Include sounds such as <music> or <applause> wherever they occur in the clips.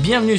Bienvenue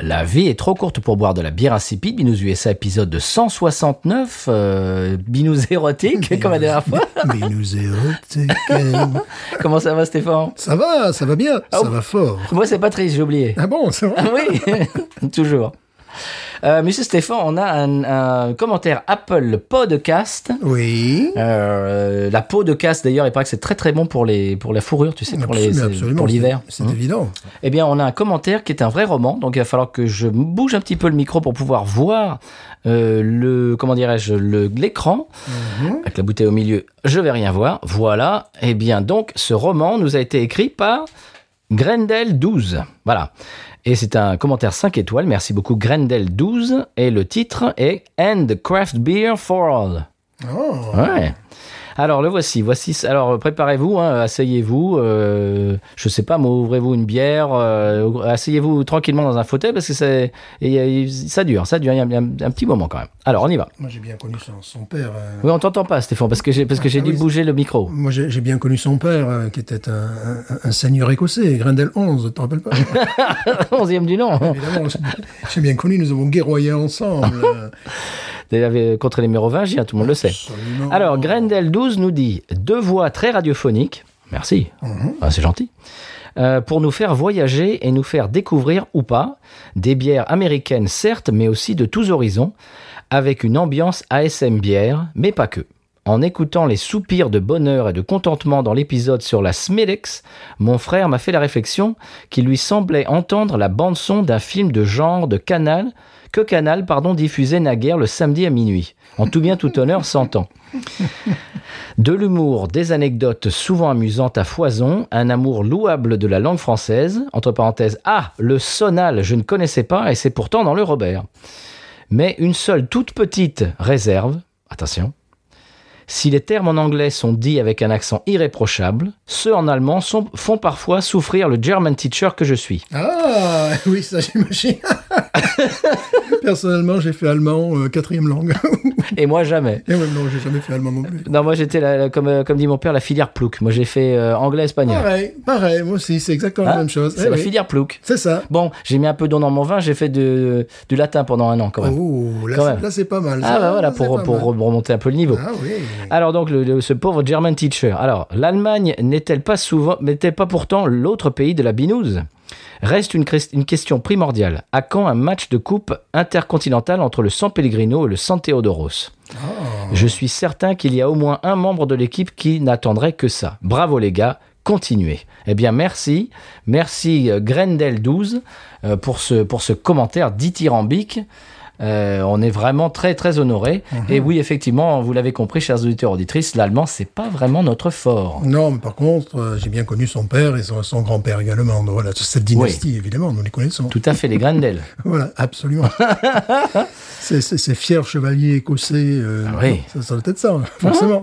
La vie est trop courte pour boire de la bière insipide. Binous USA, épisode de 169. euh, Binous érotique, <laughs> comme la dernière fois. <laughs> Mais nous érotiques. Comment ça va, Stéphane ça va, ça va bien, Oh. ça va fort. Moi, c'est Patrice, j'ai <laughs> oublié. Ah bon, ça va Oui, <laughs> toujours. Euh, Monsieur Stéphane, on a un, un commentaire Apple Podcast. Oui. Euh, la peau de casse, d'ailleurs, il paraît que c'est très très bon pour les pour la fourrure, tu sais, pour les Absolument, c'est- absolument, pour c'est- l'hiver. C'est évident. Eh bien, on a un commentaire qui est un vrai roman, donc il va falloir que je bouge un petit peu le micro pour pouvoir voir euh, le comment dirais-je le l'écran Mhm. avec la bouteille au milieu. Je vais rien voir. Voilà. Eh bien, donc ce roman nous a été écrit par Grendel 12. Voilà. Et c'est un commentaire 5 étoiles. Merci beaucoup Grendel 12 et le titre est And Craft Beer for All. Oh. Ouais. Alors le voici, voici. Alors préparez-vous, hein, asseyez-vous. euh, je sais pas, moi, ouvrez-vous une bière, euh, asseyez-vous tranquillement dans un fauteuil parce que c'est, et, euh, ça dure, ça dure. Il y a un, un petit moment quand même. Alors on y va. Moi, j'ai bien connu son, son père. euh, Oui, on t'entend pas, Stéphane, parce que j'ai parce que j'ai Ah dû oui. bouger le micro. <laughs> Moi, j'ai j'ai bien connu son père, euh, qui était un, un- un seigneur écossais, Grendel 11, tu te rappelles pas <laughs> Onzième du nom. Évidemment, j'ai- j'ai bien connu, nous avons <laughs> guerroyé ensemble. euh, Il avait euh, contre les Mérovingiens, tout le monde le sait. absolument. Alors, Grendel 12 nous dit deux voix très radiophoniques. Merci. Ah, c'est gentil. Euh, pour nous faire voyager et nous faire découvrir ou pas des bières américaines, certes, mais aussi de tous horizons, avec une ambiance ASM bière, mais pas que. En écoutant les soupirs de bonheur et de contentement dans l'épisode sur la Smilex, mon frère m'a fait la réflexion qu'il lui semblait entendre la bande-son d'un film de genre de Canal, que Canal, pardon, diffusait naguère le samedi à minuit. En tout bien, tout honneur, 100 ans. De l'humour, des anecdotes souvent amusantes à foison, un amour louable de la langue française, entre parenthèses, ah, le sonal, je ne connaissais pas et c'est pourtant dans le Robert. Mais une seule toute petite réserve, attention, si les termes en anglais sont dits avec un accent irréprochable, ceux en allemand sont- font parfois souffrir le German teacher que je suis. Ah, oui, ça, <laughs> j'imagine. Personnellement, j'ai fait allemand, euh, quatrième langue. Et moi jamais. Et Eh ouais, non, j'ai jamais fait allemand non plus. Non, moi j'étais, la- la- comme, euh, comme dit mon père, la filière plouc. Moi j'ai fait euh, anglais-espagnol. Pareil, pareil, moi aussi, c'est exactement Hein la même chose. C'est Eh la Ah oui, filière plouc. c'est ça. Bon, j'ai mis un peu d'eau dans mon vin, j'ai fait de- du latin pendant un an quand même. Oh, là, Quand c'est- même. là, c'est pas mal. ah ça, bah voilà, là, c'est pour, pas pour mal. remonter un peu le niveau. Ah oui. Alors donc, le- le- ce pauvre German teacher. Alors, l'Allemagne n'est-elle pas souvent, n'est-elle pas pourtant l'autre pays de la binouze Reste une, crest- une question primordiale. À quand un match de coupe intercontinentale entre le San Pellegrino et le San Teodoros Oh. Je suis certain qu'il y a au moins un membre de l'équipe qui n'attendrait que ça. Bravo les gars, continuez. Eh bien merci, merci euh, Grendel12 euh, pour ce, pour ce commentaire dithyrambique. Euh, on est vraiment très très honoré. Et oui, effectivement, vous l'avez compris, chers auditeurs auditrices, l'allemand c'est pas vraiment notre fort. Non, mais par contre, euh, j'ai bien connu son père et son, son grand-père également. Donc, voilà, toute cette dynastie, évidemment, nous les connaissons. Tout à fait les Grendel. Voilà, <laughs> absolument. c'est c'est- ces fiers chevaliers écossais. euh, Ah oui. Ah. Ça, ça doit être ça, hein, forcément.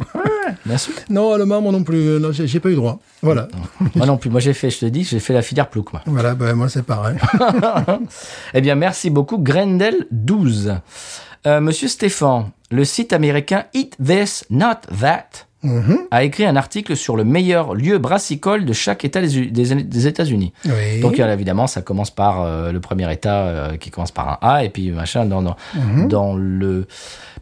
Bien sûr. non, allemand, moi non plus. euh, Non, j'ai j'ai pas eu droit. Voilà. Moi Ah, non plus. Moi j'ai fait, je te dis, j'ai fait la filière plouc. Moi. Voilà, bah, moi, <laughs> c'est pareil. Eh bien, merci beaucoup, Grendel12. Euh, Monsieur Stéphane, le site américain Eat This, Not That Mhm, a écrit un article sur le meilleur lieu brassicole de chaque État des, U- des- des États-Unis. Oui. Donc, euh, évidemment, ça commence par euh, le premier État euh, qui commence par un A et puis machin dans, dans, dans le.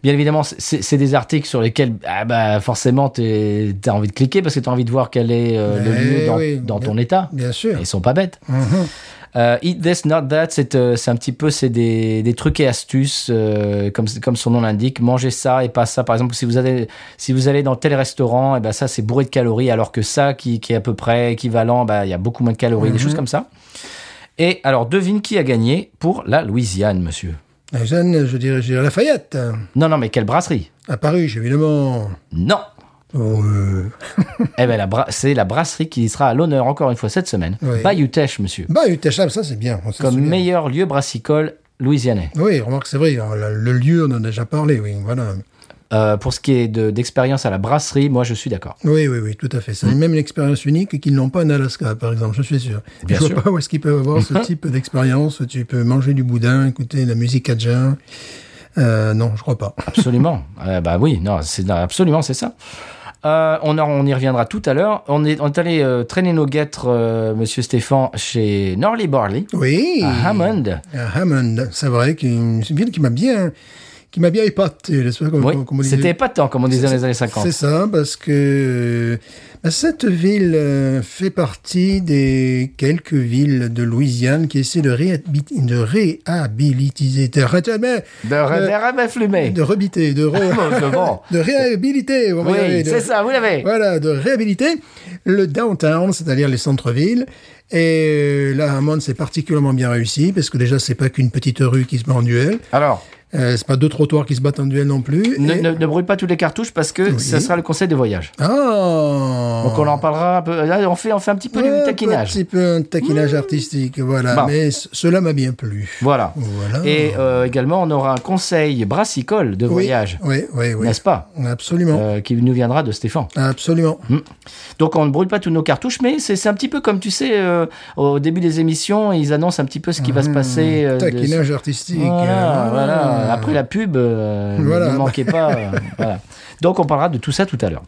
Bien évidemment, c'est c'est des articles sur lesquels ah bah, forcément tu as envie de cliquer parce que tu as envie de voir quel est euh, le Eh lieu dans, oui, dans bien- ton État. Bien sûr. Ils sont pas bêtes. Euh, Eat This Not That, c'est euh, c'est un petit peu c'est des, des trucs et astuces euh, comme comme son nom l'indique. Mangez ça et pas ça. Par exemple, si vous allez si vous allez dans tel restaurant, et ben ça c'est bourré de calories, alors que ça qui, qui est à peu près équivalent, bah, il y a beaucoup moins de calories, des choses comme ça. Et alors devine qui a gagné pour la Louisiane, monsieur. La Jeanne, je dirais, je dirais Lafayette. hein, Non non mais quelle brasserie À Paris, évidemment. Non. Oh, euh, Eh ben la bra- c'est la brasserie qui sera à l'honneur encore une fois cette semaine. Oui. Bayou Teche, monsieur. Bah, UTHM, ça, c'est bien. on s'en comme souvient. meilleur lieu brassicole louisianais. Oui, remarque, c'est vrai, le, le lieu, on en a déjà parlé, oui, voilà. Euh, pour ce qui est de- d'expérience à la brasserie, moi je suis d'accord. Oui, oui, oui, tout à fait. C'est Mm. même une expérience unique qu'ils n'ont pas en Alaska, par exemple, je suis sûr. Bien je sûr. Mm-hmm. vois pas où est-ce qu'ils peuvent avoir ce type d'expérience. où Tu peux manger du boudin, écouter de la musique adjun. Euh, non, je crois pas. <laughs> Absolument. Euh, bah oui, non, c'est non, absolument c'est ça. Euh, on, en- on y reviendra tout à l'heure. On est, on est allé euh, traîner nos guêtres, euh, Monsieur Stéphane, chez Norley Barley Oui. Euh, à Hammond. À Hammond, c'est vrai que c'est une ville qui m'a bien, qui m'a bien épaté. n'est-ce pas, comme- Oui, comme- comme on disait. c'était épatant, comme on disait dans les années 50. C'est ça, parce que euh, cette ville euh, fait partie des quelques villes de Louisiane qui essaient de, réhabi- de réhabilitiser, de, réhabiliter, De Rebef Flumé. <laughs> de rebiter, de, re- Je le <laughs> vends. de réhabiliter. on va y Oui, arriver, de- c'est ça, vous l'avez. Voilà, de réhabiliter le downtown, c'est-à-dire les centres-villes. Et euh, là, Hammond, c'est particulièrement bien réussi, parce que déjà, c'est pas qu'une petite rue qui se bat en duel, Alors, euh, c'est pas deux trottoirs qui se battent en duel non plus. ne, et- ne, ne brûle pas toutes les cartouches parce que Oui. ça sera le conseil de voyage. Ah Donc on en parlera un peu. Là, on fait, on fait un petit peu Ouais, du taquinage. Un petit peu un taquinage artistique, voilà. Bon. Mais c- cela m'a bien plu. Voilà. Voilà. Et euh, également, on aura un conseil brassicole de Ah. Oui, voyage, Oui, oui, oui. n'est-ce Euh, pas Absolument. Euh, Qui nous viendra de Stéphane. Absolument. Donc on ne brûle pas toutes nos cartouches, mais c'est c'est un petit peu comme tu sais, euh, au début des émissions, ils annoncent un petit peu ce qui va Mmh. se passer. euh, de- taquinage artistique. Voilà, euh, voilà. Après la pub, euh, Voilà. ne manquez pas. <laughs> euh, voilà. Donc on parlera de tout ça tout à l'heure.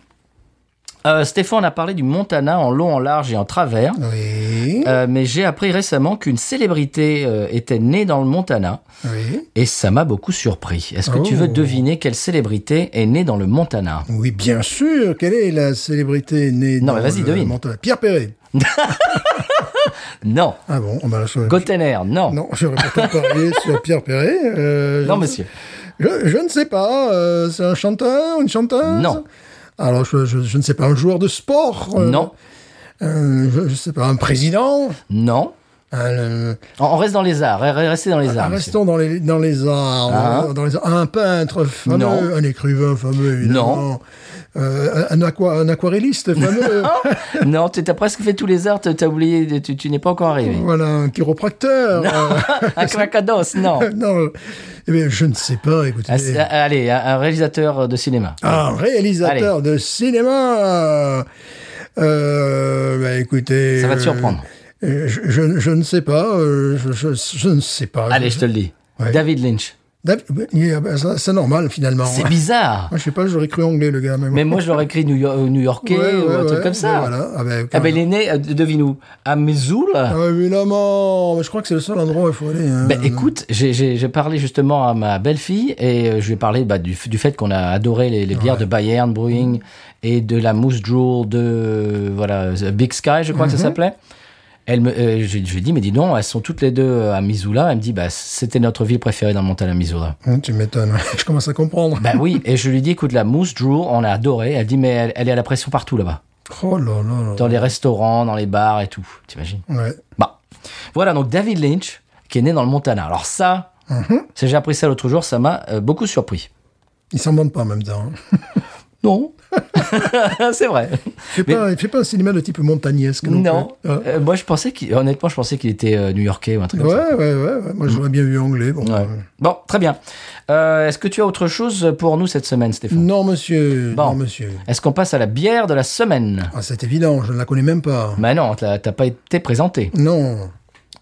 Euh, Stéphane a parlé du Montana en long, en large et en travers. Oui. Euh, mais j'ai appris récemment qu'une célébrité euh, était née dans le Montana Oui. et ça m'a beaucoup surpris. Est-ce que tu veux Oh. deviner quelle célébrité est née dans le Montana Oui, bien sûr. Quelle est la célébrité née Non, dans mais vas-y, le devine. Montana Pierre Perret. Non. Ah bon, on va la Gotener, non. Non, j'aurais <laughs> peut-être parié sur Pierre Perret. euh, Non, je- monsieur. Je, je ne sais pas. euh, c'est un chanteur, une chanteuse Non. Alors, je, je- je ne sais pas. Un joueur de sport euh, Non. Euh, je, je sais pas, un président Non. un, euh, On- On reste dans les arts. re- re- Restez dans les arts. monsieur. Restons dans les, dans les arts. Ah. euh, dans les arts. Un peintre fameux, Non. un écrivain fameux, évidemment. Euh, un, aqua- <laughs> un aquarelliste fameux. Ah Non, tu as presque fait tous les arts, tu as oublié, de- tu, tu n'es pas encore arrivé. voilà, un chiropracteur. un cracados, <laughs> non. euh, non, eh bien, je ne sais pas, écoutez. Un- un- allez, un, un réalisateur de cinéma. Un réalisateur de cinéma. Euh, bah, écoutez. Ça va te euh, surprendre. euh, je, je- je ne sais pas. euh, je, je- je ne sais pas. Allez, je te le dis. Ouais. David Lynch. David- oui, ah ben, ça- C'est normal finalement. hein. C'est Moi, bizarre. Ah, je sais pas, j'aurais cru anglais le gars. Mais, bon. Mais moi, je l'aurais écrit New, Yo- euh, New Yorkais Ouais, ou ouais, un truc ouais, comme ça. mais Voilà. Ah ben, Ah quand- ben, il est né, euh, devine où À Missoula Ah, évidemment, mais je crois que c'est le seul endroit où il faut aller. hein. Ben, écoute, j'ai- j'ai j'ai parlé justement à ma belle-fille et euh, je lui ai parlé bah, du, f- du fait qu'on a adoré les, les bières de Bayern Brewing et de la Moose Drool de euh, voilà, The Big Sky, je crois que ça s'appelait. Elle me, euh, je, je lui ai dit, mais dis donc, elles sont toutes les deux euh, à Missoula. Elle me dit, bah, c'était notre ville préférée dans le Montana, Missoula. Hum, tu m'étonnes. <laughs> je commence à comprendre. Ben oui, et je lui dis, écoute, la Moose Drool, on a adoré. Elle dit, mais elle, elle est à la pression partout là-bas. Oh là là là. Dans les restaurants, dans les bars et tout. T'imagines Ouais. Bah, voilà donc David Lynch qui est né dans le Montana. Alors ça, Mhm. c'est- j'ai appris ça l'autre jour, ça m'a euh, beaucoup surpris. Il s'en demande pas en même temps. hein. <laughs> Non, <laughs> c'est vrai. Il Mais- fait, pas, il fait pas un cinéma de type montagnesque. Non. Non, plus. Hein. Euh, moi je pensais qu'il, honnêtement, je pensais qu'il était euh, New-Yorkais ou un truc Ouais, comme ça. ouais, ouais, ouais. Moi, j'aurais bien vu anglais. Bon. Mm. Ouais. Bon, très bien. Euh, Est-ce que tu as autre chose pour nous cette semaine, Stéphane Non, monsieur. Bon. Non, monsieur. Est-ce qu'on passe à la bière de la semaine Ah, c'est évident, je ne la connais même pas. Bah non, t'as t'as pas été présenté. Non.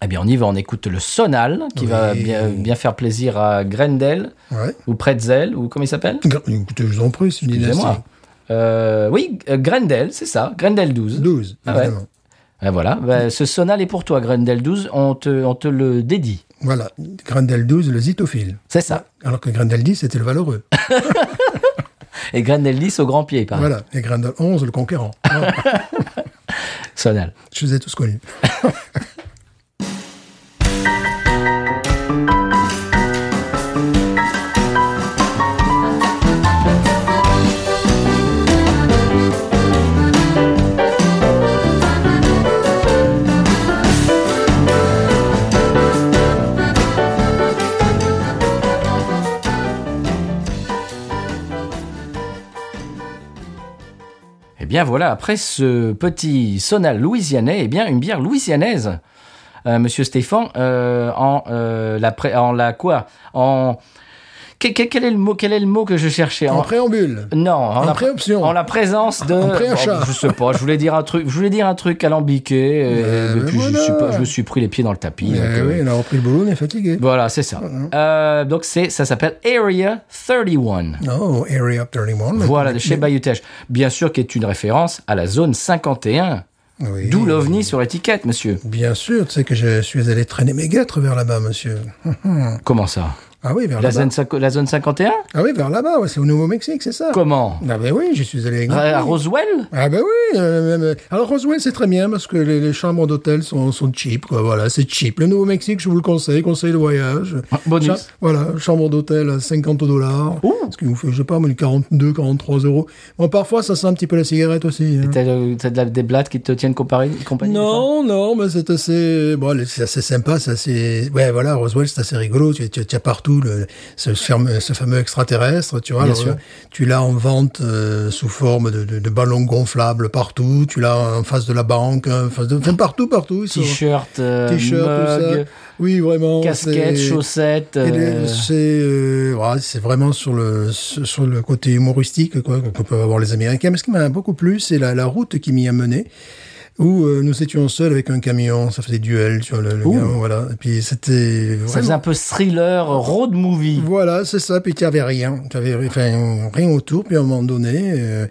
Eh bien, on y va, on écoute le Sonal qui va Oui. bien, bien faire plaisir à Grendel Ouais. ou Pretzel ou comment il s'appelle Écoutez, je vous en prie, c'est une Excusez-moi. Euh, oui, euh, Grendel, c'est ça, Grendel 12. 12, Ah ouais. évidemment. Ah, voilà, Bah, ce sonal est pour toi, Grendel 12, on te, on te le dédie. Voilà, Grendel 12, le zitophile. C'est ça. Alors que Grendel 10, c'était le valeureux. Ah. Et Grendel 10 au grand pied, par voilà, et Grendel 11, le conquérant. Ah. Voilà. Sonal. je les ai tous connus. Eh bien voilà, après ce petit sonal louisianais, eh bien une bière louisianaise. euh, Monsieur Stéphane, euh, en euh, la pré- en la quoi En que- que- quel est le mot Quel est le mot que je cherchais En En- préambule. Non, en En la, préoption. en la présence de. En préachat. Bon, je sais pas. Je voulais dire un truc. Je voulais dire un truc alambiqué. et Euh, depuis, mais je, voilà. suis pas- je me suis pris les pieds dans le tapis. donc, Eh euh, oui, on a repris le boulot, on est fatigué. Voilà, c'est ça. Euh, donc c'est, ça s'appelle Area 31. Oh, Area 31. Voilà, de chez Bayutech. Bien sûr, qui est une référence à la zone 51. Oui. D'où l'OVNI sur l'étiquette, monsieur. Bien sûr, tu sais que je suis allé traîner mes guêtres vers là-bas, monsieur. Comment ça Ah oui, vers la là-bas. zone, cinq- la zone 51 Ah oui, vers là-bas, ouais, c'est au Nouveau-Mexique, c'est ça Comment Ah ben oui, je suis allé. avec À à ma fille. Roswell Ah ben oui. euh, même- alors Roswell, c'est très bien parce que les, les chambres d'hôtel sont, sont cheap, quoi. Voilà, c'est cheap. Le Nouveau-Mexique, je vous le conseille, conseil de voyage. Ah, bonus. Cha- voilà, chambre d'hôtel à 50 dollars. Ce qui vous fait, je sais pas, mais 42, 43 euros. Bon, parfois, ça sent un petit peu la cigarette aussi. hein. T'as, euh, t'as de la- des blattes qui te tiennent compari- compagnie Non, non, mais c'est assez, bon, allez, c'est assez sympa, c'est assez, ouais, voilà, Roswell, c'est assez rigolo, tu, tu, tu as partout le, ce, ferme- ce fameux extraterrestre, tu vois, Bien alors, sûr. euh, tu l'as en vente euh, sous forme de, de, de ballons gonflables partout, tu l'as en face de la banque, hein, en face de, enfin, partout, partout, ils sont- T-shirt, euh, t-shirts, mug, tout ça. Oui, vraiment. casquette, c'est- chaussettes. et les- euh, C'est euh, ouais, c'est vraiment sur le sur le côté humoristique quoi que peuvent avoir les Américains. Mais ce qui m'a beaucoup plu, c'est la, la route qui m'y a mené, où euh, nous étions seuls avec un camion. Ça faisait duel, tu vois, le, le Ouh. gars, voilà. Et puis c'était ça vraiment- faisait un peu thriller, road movie. voilà, c'est ça. Puis tu avais rien, tu avais enfin, rien autour. Puis à un moment donné, euh,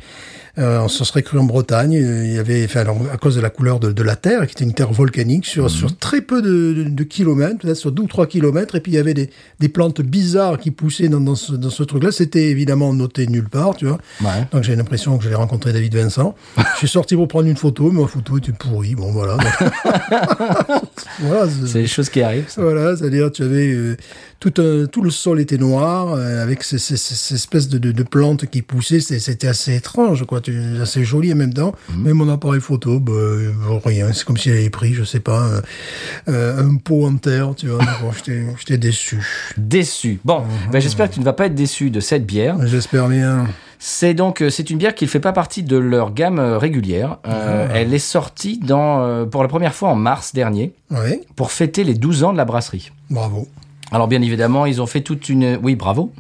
euh, on se serait cru en Bretagne. euh, Il y avait, enfin, alors, à cause de la couleur de, de la terre, qui était une terre volcanique, sur sur très peu de, de- de kilomètres, peut-être sur deux ou trois kilomètres. Et puis il y avait des, des plantes bizarres qui poussaient dans, dans ce, dans ce truc-là. C'était évidemment noté nulle part, tu vois. Ouais. Donc j'ai l'impression que j'allais rencontrer David Vincent. je suis sorti pour prendre une photo, mais ma photo était pourrie. Bon voilà. voilà C'est des choses qui arrivent. ça. voilà, c'est-à-dire tu avais euh, tout un- tout le sol était noir euh, avec ces, ces, ces- ces espèces de, de, de plantes qui poussaient, c'est- c'était assez étrange quoi, Tu- assez joli en même temps. Mhm. Mais mon appareil photo, bah, euh, rien, c'est comme s'il avait pris, je sais pas, euh, euh, un pot en terre, tu vois. Bon, j'étais j'étais déçu. Déçu. Bon, ben, j'espère que tu ne vas pas être déçu de cette bière. J'espère bien. C'est donc euh, c'est une bière qui ne fait pas partie de leur gamme euh, régulière. Euh, Elle est sortie dans, euh, pour la première fois en mars dernier Oui, pour fêter les 12 ans de la brasserie. bravo. Alors, Alors bien évidemment, ils ont fait toute une oui bravo.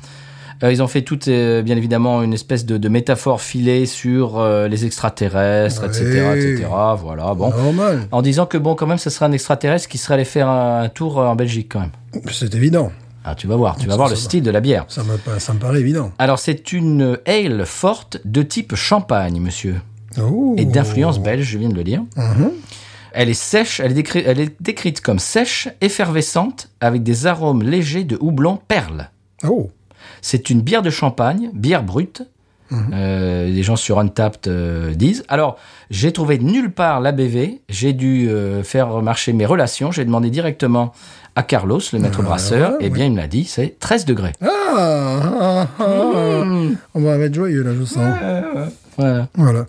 Euh, ils ont fait toute euh, bien évidemment une espèce de, de métaphore filée sur euh, les extraterrestres, Ouais. etc., etc. Voilà bon. Normal, En disant que bon quand même, ce serait un extraterrestre qui serait allé faire un, un tour euh, en Belgique quand même. c'est évident. Ah tu vas voir, tu vas Ça, voir ça le va. style de la bière. Ça me, pa- ça me paraît évident. Alors c'est une ale forte de type champagne, monsieur. Oh. Mhm. et d'influence belge, je viens de le dire. Elle est sèche, elle est, décri- elle est décrite comme sèche, effervescente, avec des arômes légers de houblon perle. Oh, C'est une bière de champagne, bière brute. Mhm. Euh, les gens sur Untapped euh, disent. Alors, j'ai trouvé nulle part la BV. J'ai dû euh, faire marcher mes relations. J'ai demandé directement à Carlos, le maître brasseur. Ah, ouais, et bien, il me l'a dit, c'est 13 degrés. ah, ah, ah. Mhm. on va être joyeux là, je sens. Voilà. Voilà.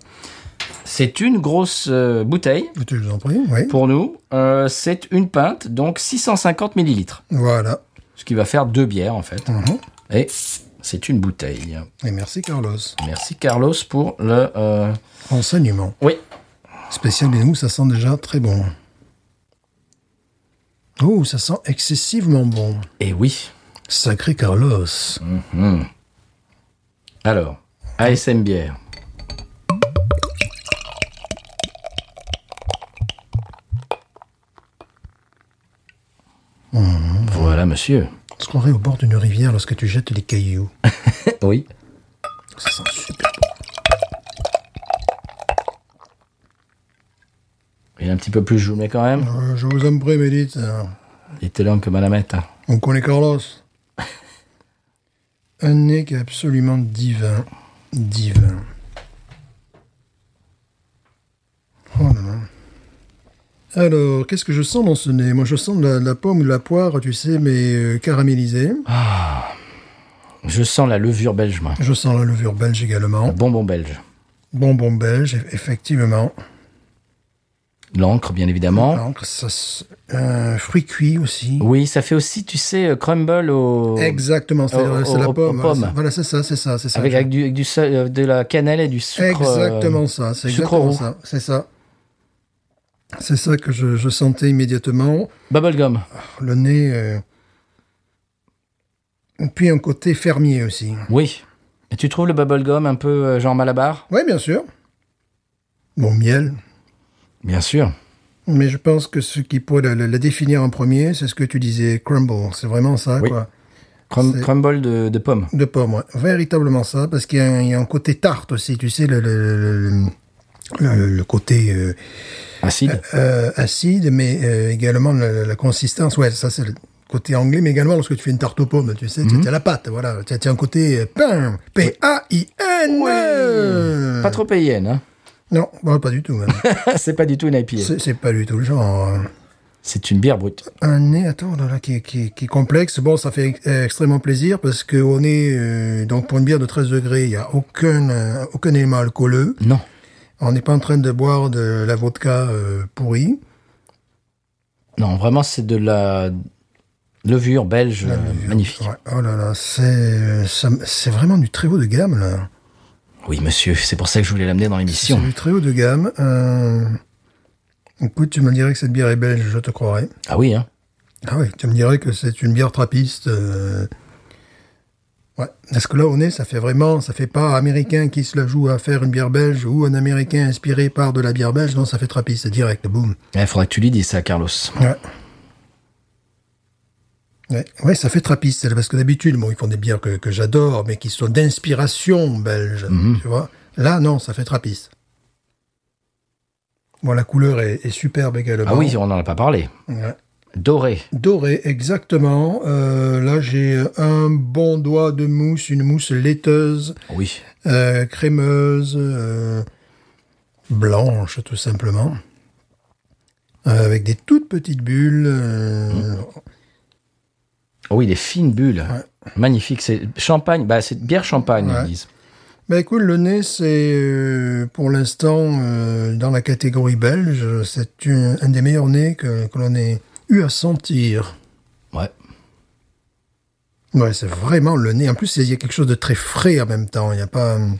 C'est une grosse euh, bouteille. Je vous en prie, oui. Pour nous, euh, c'est une pinte, donc 650 millilitres. Voilà. Ce qui va faire deux bières, en fait. Mhm. Et c'est une bouteille. Et merci, Carlos. Merci, Carlos, pour le... euh, Enseignement. Oui, Spécial et nous, ça sent déjà très bon. Oh, ça sent excessivement bon. et oui. Sacré Carlos. Alors, ASM bière. Voilà, monsieur. On se croirait au bord d'une rivière lorsque tu jettes les cailloux. Oui. Ça sent super bon. Il est un petit peu plus joué quand même. Euh, je vous en prie, Médite. Il était long comme à la mettre. hein. On connaît Carlos. <laughs> Un nez qui est absolument divin. Divin. Oh là là. Alors, qu'est-ce que je sens dans ce nez Moi, je sens de la, de la pomme ou de la poire, tu sais, mais euh, caramélisée. Je sens la levure belge, moi. Je sens la levure belge également. Bonbon belge. Bonbon belge, eff- effectivement. L'encre, bien évidemment. Donc, ça, s- un fruit cuit aussi. Oui, ça fait aussi, tu sais, euh, crumble au... Exactement, c'est Au- c'est la au- aux pomme. hein. pommes. Voilà, c'est- Voilà, c'est ça, c'est ça, c'est ça. Avec, avec du, avec du sa- euh, de la cannelle et du sucre. euh, Exactement ça, c'est sucre exactement roux. ça, c'est ça. C'est ça que je, je sentais immédiatement. Bubblegum. Le nez. euh, Puis un côté fermier aussi. Oui. Et tu trouves le bubblegum un peu euh, genre Malabar Oui, bien sûr. Bon, miel. Bien sûr. Mais je pense que ce qui pourrait la, la- la définir en premier, c'est ce que tu disais, crumble. C'est vraiment ça, Oui. quoi. Crum- C'est- crumble de, de pommes. De pomme, ouais. Véritablement ça, parce qu'il y, a un- il y a un côté tarte aussi, tu sais, le, le- le- le- le- le côté euh, Acide. euh, acide, mais euh, également la, la consistance. Ouais, ça c'est le côté anglais, mais également lorsque tu fais une tarte aux pommes, tu sais, tu as la pâte, voilà. Tu as, tu as un côté euh, pain, P-A-I-N. euh. Pas trop payenne, hein <laughs> Non, bon, pas du tout. même. C'est pas du tout une IPA. c'est c'est pas du tout le genre. hein. C'est une bière brute. Un nez, attends, oh là, là, qui, qui, qui est complexe. Bon, ça fait euh, extrêmement plaisir parce que on est euh, donc pour une bière de 13 degrés, il y a aucun euh, aucun élément alcooleux. Non. On n'est pas en train de boire de la vodka euh, pourrie. Non, vraiment, c'est de la levure belge euh, magnifique. Ouais. Oh là là, c'est euh, ça m- c'est vraiment du très haut de gamme là. Oui, monsieur, c'est pour ça que je voulais l'amener dans C'est l'émission. du très haut de gamme. Euh... Écoute, tu me dirais que cette bière est belge, je te croirais. Ah oui, hein Ah oui, tu me dirais que c'est une bière trappiste. euh, Ouais. Parce que là, au nez, ça fait vraiment, ça fait pas américain qui se la joue à faire une bière belge ou un américain inspiré par de la bière belge. Non, ça fait trappiste direct. Boum. Il Eh, faudrait que tu lui dises ça, Carlos. Ouais. Ouais, ouais, ça fait trappiste. Parce que d'habitude, bon, ils font des bières que, que j'adore, mais qui sont d'inspiration belge. Mhm. Tu vois. Là, non, ça fait trappiste. Bon, la couleur est, est superbe également. Ah oui, on n'en a pas parlé. Ouais. Doré. Doré, exactement. Euh, là, j'ai un bon doigt de mousse, une mousse laiteuse, Oui. euh, crémeuse, euh, blanche tout simplement, Euh, avec des toutes petites bulles. euh, Mhm. Ah oui, des fines bulles. Magnifique. C'est champagne. Bah, c'est bière champagne, Ouais. ils disent. Bah écoute, le nez, c'est euh, pour l'instant euh, dans la catégorie belge, c'est une- un des meilleurs nez que, que l'on ait eu à sentir. Ouais. Ouais, c'est vraiment le nez. En plus, il y a quelque chose de très frais en même temps. Il n'y a pas. hum,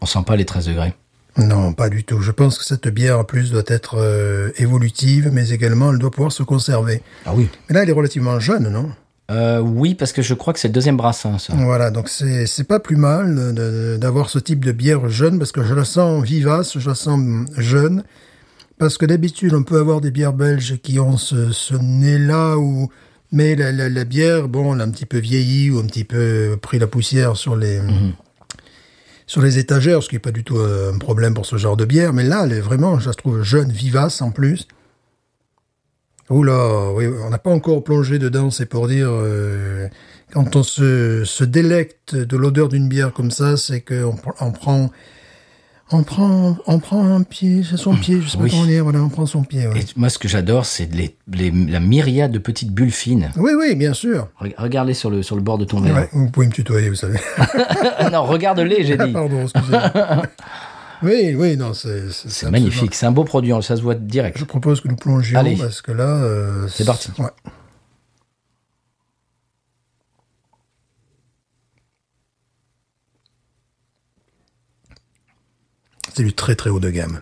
On sent pas les 13 degrés. Non, pas du tout. Je pense que cette bière, en plus, doit être euh, évolutive, mais également, elle doit pouvoir se conserver. Ah oui. Mais là, elle est relativement jeune, non Euh, oui, parce que je crois que c'est le deuxième brassin, ça. Voilà, donc c'est c'est pas plus mal de- de- d'avoir ce type de bière jeune, parce que je la sens vivace, je la sens hum, jeune. Parce que d'habitude, on peut avoir des bières belges qui ont ce, ce nez-là, ou... mais la, la- la bière, bon, elle a un petit peu vieilli, ou un petit peu pris la poussière sur les... sur les étagères, ce qui n'est pas du tout euh, un problème pour ce genre de bière, mais là, elle est vraiment, je la trouve jeune, vivace en plus. Oula, oui, on n'a pas encore plongé dedans, c'est pour dire, euh, quand on se, se délecte de l'odeur d'une bière comme ça, c'est qu'on pr- on prend, on prend, on prend un pied, c'est son pied, je sais Oui. pas comment dire, voilà, on prend son pied. ouais. Et moi, ce que j'adore, c'est les, les- la myriade de petites bulles fines. Oui, oui, bien sûr. Re- Regarde-les sur le, sur le bord de ton verre. Ouais, vous pouvez me tutoyer, <laughs> vous savez. Ah non, regarde-les, j'ai <laughs> Ah, dit. Pardon, excusez-moi. oui, oui, non, c'est c'est- C'est absolument- magnifique. C'est un beau produit, on- ça se voit direct. Je propose que nous plongions Allez. parce que là. euh, C'est parti. ouais. C'est du très très haut de gamme.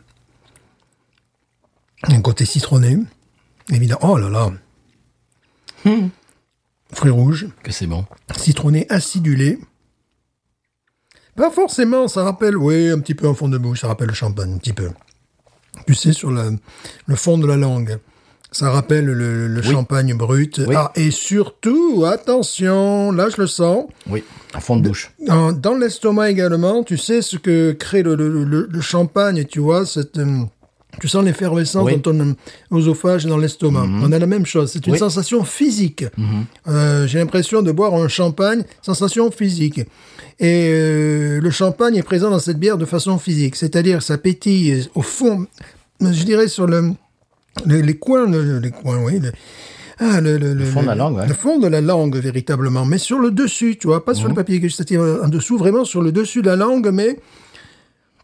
Un côté citronné, évidemment. Oh là là Hmm. Fruits rouges, Que c'est bon. citronné acidulé. Pas forcément, ça rappelle, oui, un petit peu en fond de bouche, ça rappelle le champagne, un petit peu. Tu sais, sur la- le fond de la langue, ça rappelle le, le champagne brut. Oui. Ah, et surtout, attention, là je le sens, Oui. En fond de bouche. dans, dans l'estomac également, tu sais ce que crée le, le- le- le champagne, tu vois, cette, hum, tu sens l'effervescence Oui. Mhm. dans ton hum, oesophage et dans l'estomac. On a la même chose, c'est une Oui. Mhm. sensation physique. Euh, J'ai l'impression de boire un champagne, sensation physique. Et euh, le champagne est présent dans cette bière de façon physique, c'est-à-dire ça pétille au fond, je dirais sur le, le- les coins, le- les coins, oui. le- ah, le, le- le- fond de la le- langue, ouais. Le fond de la langue, véritablement. Mais Mhm. sur le dessus, tu vois, pas sur le papier gustatif, euh, en dessous, vraiment sur le dessus de la langue, mais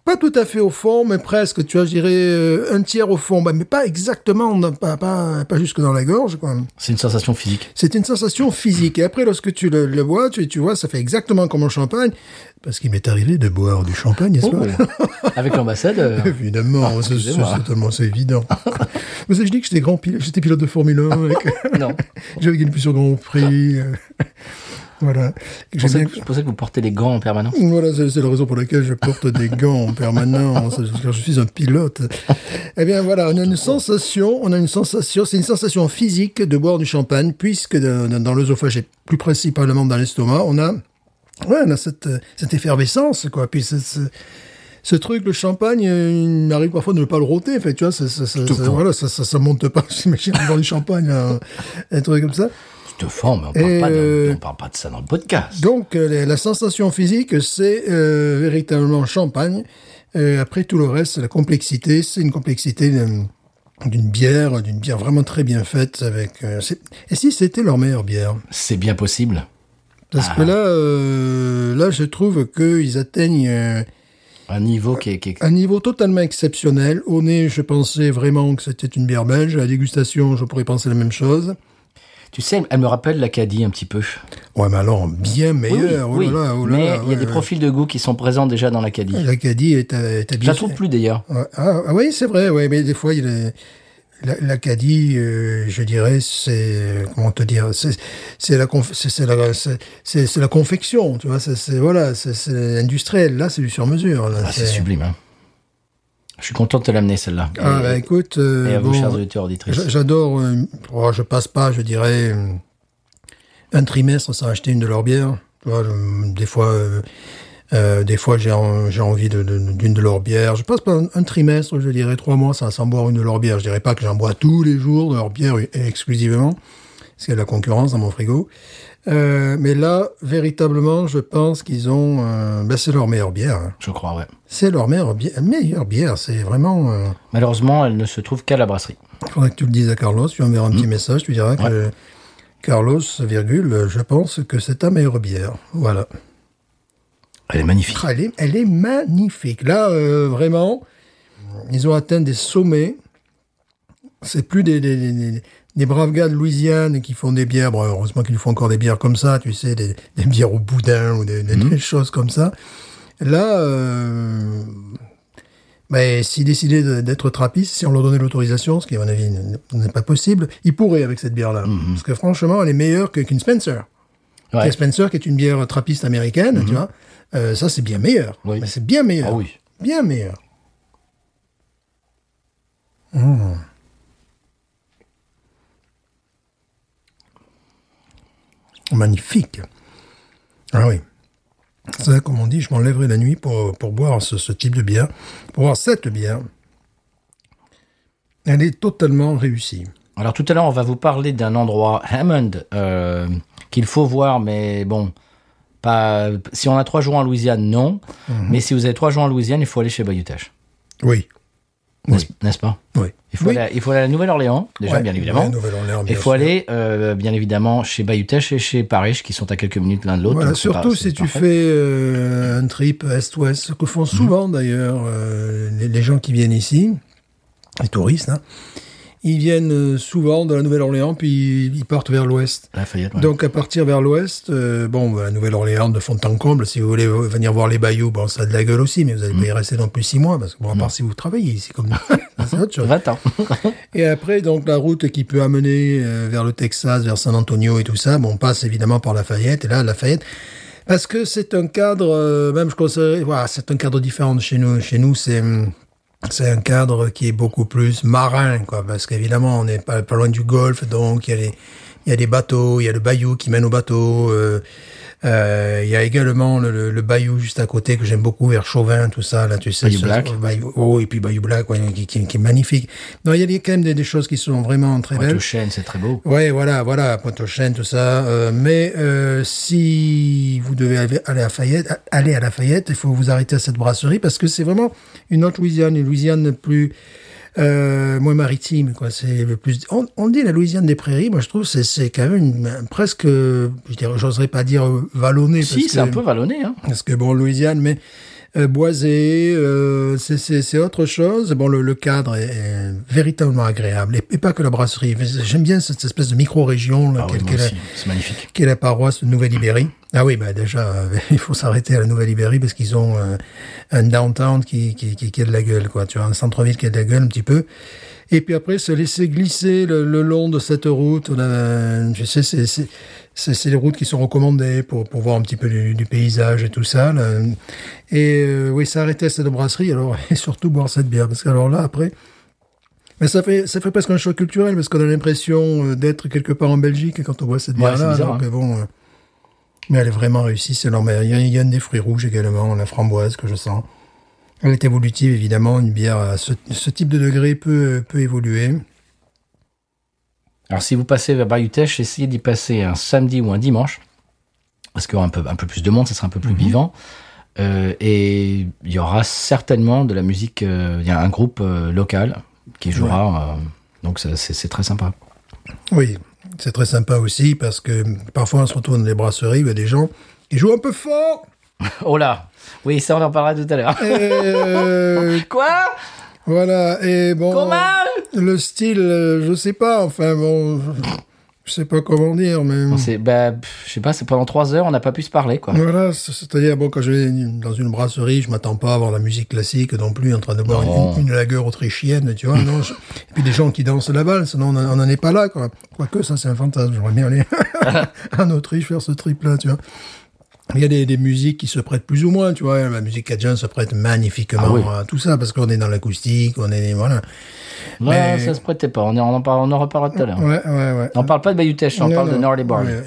Pas tout à fait au fond, mais presque, tu vois, je dirais euh, un tiers au fond, Bah, mais pas exactement, non, pas, pas, pas jusque dans la gorge, quoi. C'est une sensation <laughs> physique. C'est une sensation physique. Et après, lorsque tu le, le bois, tu, tu vois, ça fait exactement comme un champagne, parce qu'il m'est arrivé de boire du champagne, Oh. n'est-ce pas Avec l'ambassadeur. Évidemment, Ah, c'est- c'est excusez-moi. c'est totalement c'est <laughs> évident. Vous savez, je dis que j'étais grand pilote, j'étais pilote de Formule 1, avec- <laughs> Non. j'avais gagné plusieurs grands prix. euh, <laughs> voilà. Je J'aime pensais, bien- que, je pensais que vous portez des gants en permanence. Voilà, c'est c'est la raison pour laquelle je porte des gants en permanence, <laughs> car je suis un pilote. Eh bien voilà, on a une sensation, on a une sensation, c'est une sensation physique de boire du champagne, puisque dans, dans- dans l'œsophage et plus principalement dans l'estomac, on a, ouais, on a cette, euh, cette effervescence, quoi. Puis c'est- c'est- ce truc, le champagne, euh, il m'arrive parfois de ne pas le roter. Fait, tu vois, ça, ça, ça, ça- voilà, ça, ça, ça monte pas. <laughs> J'imagine boire du champagne, un, hein, un truc comme ça. Tu te formes, on parle, Et, pas de, euh, on parle pas de ça dans le podcast. Donc, euh, la- la sensation physique, c'est euh, véritablement champagne. Euh, après, tout le reste, la complexité, c'est une complexité euh, d'une bière, d'une bière vraiment très bien faite. Avec, euh, c'est- et si c'était leur meilleure bière C'est bien possible. Parce Ah. que là, euh, là, je trouve qu'ils atteignent euh, Un niveau qui est. qui est- un niveau totalement exceptionnel. Au nez, je pensais vraiment que c'était une bière belge. À la dégustation, je pourrais penser la même chose. Tu sais, elle me rappelle l'Acadie un petit peu. Ouais, mais alors, bien meilleur. oh là là, oh là mais là, il y a ouais, des ouais. profils de goût qui sont présents déjà dans l'Acadie. L'Acadie est, euh, est Je la habillée- trouve plus d'ailleurs. Ouais. Ah, ah oui, c'est vrai, ouais, mais des fois, il est- la- l'Acadie, euh, je dirais, c'est, comment te dire, c'est c'est la, conf- c'est- c'est la, c'est- c'est- c'est la confection, tu vois, c'est- c'est voilà, c'est- c'est industriel, là, c'est du sur-mesure. là, Ah, c'est sublime. hein. Je suis content de te l'amener celle-là. Ah, bah, et, écoute, et euh, à vous, bon, chers auditeurs auditrices. j'a- j'adore, euh, oh, je passe pas, je dirais, euh, un trimestre sans acheter une de leurs bières, tu vois, je- des fois... euh, euh, des fois, j'ai en- j'ai envie de- de- d'une de, leurs bières. Je passe pas un, un trimestre, je dirais trois mois, sans, sans boire une de leurs bières. Je dirais pas que j'en bois tous les jours de leurs bières euh, exclusivement, parce qu'il y a de la concurrence dans mon frigo. Euh, mais là, véritablement, je pense qu'ils ont... euh, ben, c'est leur meilleure bière. hein. Je crois, ouais. C'est leur meilleure bière. Meilleure bière, c'est vraiment... euh, Malheureusement, elle ne se trouve qu'à la brasserie. Il faudrait que tu le dises à Carlos, tu enverras un petit message, tu diras que... Carlos, virgule, je pense que c'est ta meilleure bière. Voilà. Elle est magnifique. Ah, Elle est, elle est magnifique. Là, euh, vraiment, ils ont atteint des sommets. C'est plus des, des, des- des- des braves gars de Louisiane qui font des bières. Bon, heureusement qu'ils font encore des bières comme ça, tu sais, des, des bières au boudin ou des, des- des choses comme ça. Là, euh, ben, s'ils décidaient de- d'être trappistes, si on leur donnait l'autorisation, ce qui, à mon avis, n- n'est pas possible, ils pourraient avec cette bière-là. Parce que franchement, elle est meilleure que- qu'une Spencer. Mhm. Ouais. Mhm. La Spencer, qui est une bière trappiste américaine, tu vois, euh, ça c'est bien meilleur. Oui. Mais c'est bien meilleur. Ah oui. Bien meilleur. Hmm. Mm. Magnifique. Ah oui. Ça, comme on dit, je m'enlèverai la nuit pour, pour boire ce, ce type de bière, pour boire cette bière. Elle est totalement réussie. Alors tout à l'heure, on va vous parler d'un endroit Hammond euh, qu'il faut voir, mais bon, pas. Si on a trois jours en Louisiane, non. Mhm. Mais si vous avez trois jours en Louisiane, il faut aller chez Bayutech, Oui. n'est-ce n'est-ce pas Oui. il faut, Oui. aller, à- il faut aller à la Nouvelle-Orléans, déjà, Ouais, bien évidemment. ouais, Nouvelle-Orléans, il bien faut sûr. aller, euh, bien évidemment, chez Bayutech et chez Parrish, qui sont à quelques minutes l'un de l'autre. Voilà, donc c'est surtout pas- si c'est tu parfait. fais euh, un trip est-ouest, ce que font souvent d'ailleurs euh, les, les gens qui viennent ici, les touristes, hein, ils viennent euh, souvent de la Nouvelle-Orléans, puis ils partent vers l'ouest. Lafayette, ouais. Donc à partir vers l'ouest, euh, bon, bah, la Nouvelle-Orléans de fond en comble, si vous voulez euh, venir voir les bayous, bon, ça a de la gueule aussi, mais vous allez pas y rester non plus six mois, parce que bon, à part si vous travaillez ici, comme <laughs> ça, c'est autre chose. 20 ans. Et après, donc, la route qui peut amener euh, vers le Texas, vers San Antonio et tout ça, bon, on passe évidemment par Lafayette. Et là, Lafayette, parce que c'est un cadre, euh, même je conseillerais, voilà, c'est un cadre différent de chez nous. Chez nous, c'est hum, c'est un cadre qui est beaucoup plus marin, quoi, parce qu'évidemment, on n'est pas, pas loin du golfe, donc il y a les il y a des bateaux, il y a le bayou qui mène au bateau. euh, euh, Il y a également le, le- le bayou juste à côté que j'aime beaucoup vers Chauvin, tout ça. Là, tu sais, Bayou ce- Black. Bayou- oh, et puis Bayou Black, ouais, qui, qui- qui est magnifique. Non, il y a des- quand même des, des choses qui sont vraiment très belles. Pointe Chêne, c'est très beau. Ouais, voilà, voilà, Pointe-aux-Chênes, tout ça. Euh, mais euh, si vous devez aller aller à Lafayette, aller à Lafayette, il faut vous arrêter à cette brasserie parce que c'est vraiment une autre Louisiane, une Louisiane plus euh, moins maritime, quoi. C'est le plus. On, on dit la Louisiane des prairies, moi je trouve c'est c'est quand même une, presque, euh, je dirais, j'oserais pas dire euh, vallonnée. Si, parce c'est un que- peu vallonné. Hein. parce que bon, Louisiane, mais euh, boisé, euh, c'est- c'est c'est autre chose. Bon, le, le cadre est, est véritablement agréable et, et pas que la brasserie. Mais J'aime bien cette espèce de micro-région là, Ah ouais, qu'elle- moi qu'elle a- aussi, c'est magnifique. qui est la paroisse de Nouvelle-Ibérie. Ah oui, bah déjà, euh, <laughs> il faut s'arrêter à la Nouvelle-Ibérie parce qu'ils ont euh, un downtown qui, qui, qui, qui a de la gueule, quoi. Tu vois, un centre-ville qui a de la gueule un petit peu. Et puis après, se laisser glisser le, le long de cette route. On a, euh, je sais, c'est- c'est c'est- c'est les routes qui sont recommandées pour, pour voir un petit peu du, du paysage et tout ça. là. Et euh, oui, s'arrêter à cette brasserie, alors, <laughs> et surtout boire cette bière. Parce que alors là, après, mais ça fait, ça fait presque un choc culturel parce qu'on a l'impression euh, d'être quelque part en Belgique quand on voit cette Ouais, bière-là. c'est bizarre, alors hein. que bon, euh, mais elle est vraiment réussie, c'est normal. Il y, a, il y a des fruits rouges également, la framboise que je sens. Elle est évolutive, évidemment. Une bière à ce, ce type de degré peut, peut évoluer. Alors si vous passez vers Bayutech, essayez d'y passer un samedi ou un dimanche, parce qu'il y aura un peu, un peu plus de monde, ça sera un peu plus vivant. Euh, et il y aura certainement de la musique, euh, il y a un groupe euh, local qui jouera, euh, donc ça, c'est c'est très sympa. Oui, c'est très sympa aussi parce que parfois on se retrouve dans les brasseries, il y a des gens qui jouent un peu fort. Oh là Oui, ça on en parlera tout à l'heure. Et, euh, <laughs> Quoi voilà, et bon. Comment Le style, euh, je sais pas, enfin bon. Je sais pas comment dire, mais. C'est, bah, pff, je sais pas, c'est pendant trois heures, on n'a pas pu se parler, quoi. Voilà, c- c'est-à-dire, bon, quand je vais dans une brasserie, je m'attends pas à voir la musique classique non plus, en train de boire Non. une, une lagueur autrichienne, tu vois, non. je- Et puis des gens qui dansent la balle, sinon on en- on n'en est pas là, quoi. Quoique, ça, c'est un fantasme. J'aimerais bien <laughs> aller en Autriche faire ce trip-là, tu vois. Il y a des, des musiques qui se prêtent plus ou moins, tu vois. La musique cajun se prête magnifiquement Ah oui. à tout ça, parce qu'on est dans l'acoustique, on est, voilà. Non, mais- ça se prêtait pas, on, en- on en, parle- on en reparlera tout à l'heure. Ouais, ouais, ouais. On parle pas de Bayutech, on Non, parle de non. Norley Barn. Ouais,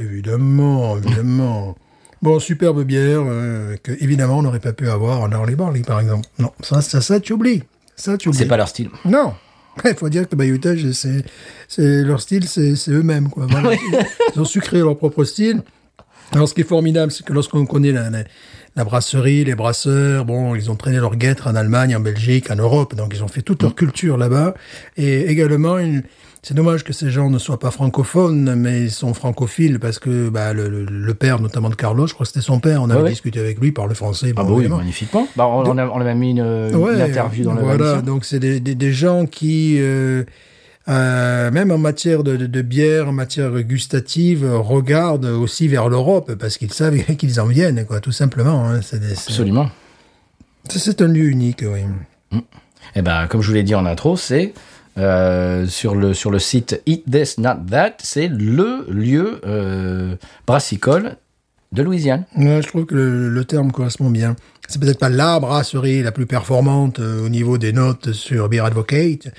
<laughs> évidemment, évidemment. bon, superbe bière euh, que évidemment on n'aurait pas pu avoir en Orly Barley, par exemple. Non, ça, ça, ça tu oublies. Ça, tu oublies. C'est pas leur style. Non. <laughs> Il faut dire que Bayoutage, c'est, c'est leur style, c'est, c'est eux-mêmes. Quoi. Voilà. Ils ont su créer leur propre style. Alors, ce qui est formidable, c'est que lorsqu'on connaît la, la, la brasserie, les brasseurs, bon, ils ont traîné leur guêtre en Allemagne, en Belgique, en Europe, donc ils ont fait toute Mm. leur culture là-bas. Et également, une- c'est dommage que ces gens ne soient pas francophones, mais ils sont francophiles parce que bah, le, le- le père, notamment de Carlos, je crois que c'était son père, on avait Ouais, ouais. discuté avec lui, par le français. Ah bon, bah oui, évidemment. magnifiquement. Bah, on, on a, on a même mis une, une Ouais, interview Euh, dans le Voilà, donc c'est des, des, des gens qui, euh, euh, même en matière de, de, de bière, en matière gustative, euh, regardent aussi vers l'Europe parce qu'ils savent <laughs> qu'ils en viennent, quoi, tout simplement. hein. C'est des- c'est- Absolument. c'est- c'est un lieu unique, oui. Eh ben, comme je vous l'ai dit en intro, c'est euh, sur, le, sur le site Eat This Not That, c'est le lieu euh, brassicole de Louisiane. Ouais, je trouve que le, le terme correspond bien. C'est peut-être pas la brasserie la plus performante euh, au niveau des notes sur Beer Advocate,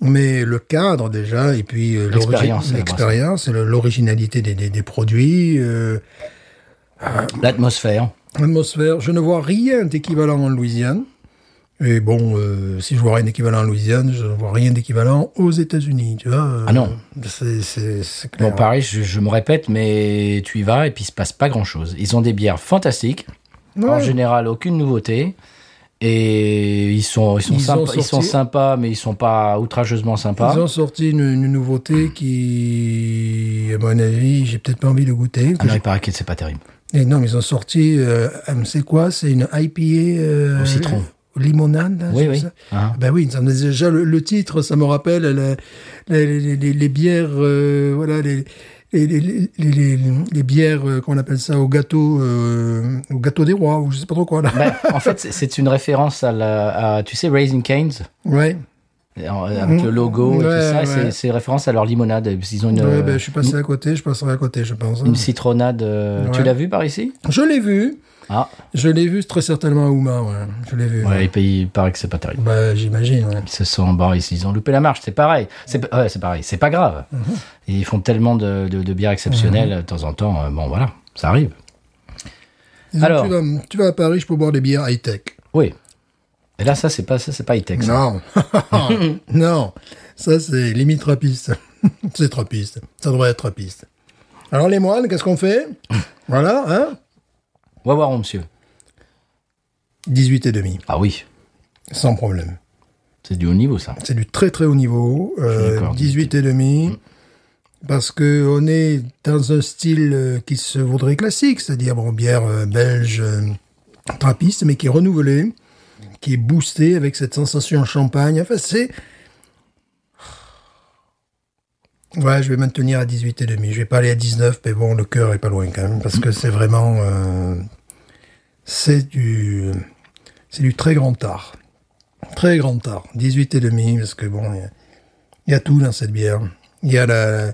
mais le cadre déjà, et puis euh, l'origi- L'expérience, la l'expérience, et le- l'originalité des, des, des produits. euh, L'atmosphère. L'atmosphère, je ne vois rien d'équivalent en Louisiane. Et bon, euh, si je vois rien d'équivalent en Louisiane, je ne vois rien d'équivalent aux États-Unis, tu vois. euh, Ah non. C'est, c'est, c'est clair. Bon, pareil, je, je me répète, mais tu y vas et puis il se passe pas grand chose. Ils ont des bières fantastiques. En Ouais. général, aucune nouveauté. Et ils sont, ils sont, Ils sympa- ont ils sont sorti- sympas, mais ils sont pas outrageusement sympas. Ils ont sorti une, une nouveauté qui, à mon avis, j'ai peut-être pas envie de goûter. Ah non, il paraît que c'est pas terrible. Et non, mais ils ont sorti, euh, euh, c'est quoi C'est une IPA euh, Au citron. Limonade là, Oui, Ah, c'est oui. ça Hein. Ben oui, ça me- déjà le, le titre, ça me rappelle la- les, les- les- les bières, euh, voilà, les, les, les- les- les- les bières, euh, qu'on appelle ça, au gâteau, euh, au gâteau des rois, ou je sais pas trop quoi là. Ben, en fait, c'est- c'est une référence à, la, à, tu sais, Raising Canes. Ouais. En- avec Mmh. le logo et tout Ouais, ça, et c'est- ouais. c'est référence à leur limonade. parce qu'ils ont une, Ouais, ben, euh, je suis passé à côté, je passerai à côté, je pense. une citronnade. euh, Tu Ouais. l'as vu par ici Je l'ai vu, Ah, je l'ai vu très certainement à Ouma, ouais. Je l'ai vu. ouais, il, paye- il paraît que c'est pas terrible. Ben, j'imagine, ouais. Ils se sont barrés, ils ont loupé la marche, c'est pareil. C'est pa- ouais, c'est pareil, c'est pas grave. Mhm. Et ils font tellement de, de- de bières exceptionnelles de temps en temps. euh, bon, voilà, ça arrive. Disons, Alors. Tu vas, tu vas à Paris pour boire des bières high-tech. Oui. Et là, ça, c'est pas, ça, c'est pas high-tech. ça. Non, <laughs> non, ça c'est limite trapiste. <laughs> c'est trapiste, ça devrait être trapiste. Alors les moines, qu'est-ce qu'on fait Voilà, hein Va voir, mon monsieur. 18 et demi, Ah oui, sans problème. c'est du haut niveau, ça. C'est du très très haut niveau, euh, d'accord, 18 et demi, parce que on est dans un style euh, qui se voudrait classique, c'est-à-dire bon bière euh, belge. euh, trappiste, mais qui est renouvelé, qui est boosté avec cette sensation champagne. Enfin, c'est. Ouais, je vais maintenir à 18,5. Je vais pas aller à 19, mais bon, le cœur est pas loin quand même, parce que c'est vraiment. euh, c'est du. C'est du très grand art. Très grand art. 18,5, parce que bon, il y a- il y, a tout dans cette bière. Il y a la,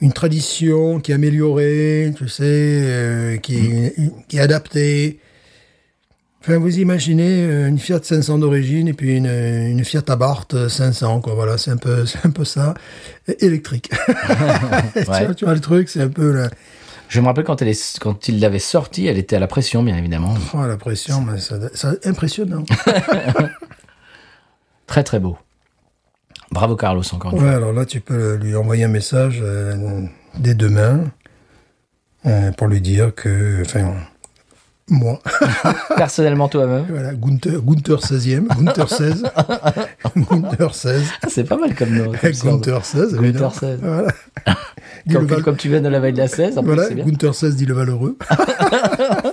une tradition qui est améliorée, tu sais, euh, qui, est- qui est adaptée. Enfin, vous imaginez euh, une Fiat 500 d'origine et puis une, une Fiat Abarth 500, quoi. Voilà, c'est un peu, <laughs> c'est un peu ça, É- électrique. <laughs> tu, vois, tu vois le truc, c'est un peu la, Je me rappelle quand, elle est, quand il l'avait sortie, elle était à la pression, bien évidemment. oh, la pression, mais ça, ça impressionnant. Très très beau. Bravo Carlos encore une Ouais, alors là, tu peux lui envoyer un message euh, dès demain euh, pour lui dire que, enfin, moi, <laughs> fois. Personnellement toi-même, <laughs> voilà, Gunther, Gunther 16e, Gunther 16, <laughs> Gunther 16, c'est pas mal comme nom. comme sort de- Gunther 16, Gunther évidemment. 16. Voilà. Dis le Comme, val- comme tu viens de la veille de la 16, en plus, Voilà, c'est bien. Gunther 16 dit le valeureux. <laughs>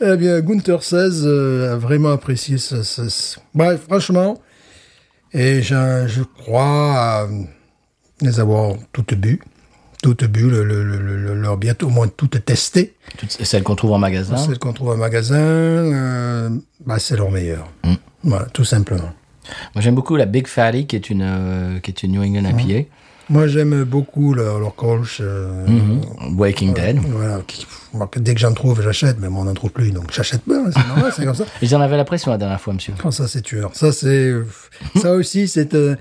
eh bien, Gunther 16 euh, a vraiment apprécié ce, ce- ce- Bref, franchement, et je, je crois euh, les avoir toutes bu, toutes bu, le, le- le- le- leur bientôt au moins toutes testées. Toutes celles qu'on trouve en magasin. Celles qu'on trouve en magasin, euh, bah, c'est leur meilleur. Mm. Voilà, tout simplement. Moi j'aime beaucoup la Big Fatty qui est une, euh, qui est une New England IPA. Moi, j'aime beaucoup leur, leur Kolsch, euh, Mm-hmm. Waking Dead. Voilà, qui- moi, que dès que j'en trouve, j'achète, mais moi, on n'en trouve plus, donc j'achète pas, hein, c'est normal, c'est comme ça. Ils en avaient la pression la dernière fois, monsieur. Oh, ça, c'est tueur. Ça, c'est. euh, ça aussi, c'est. euh,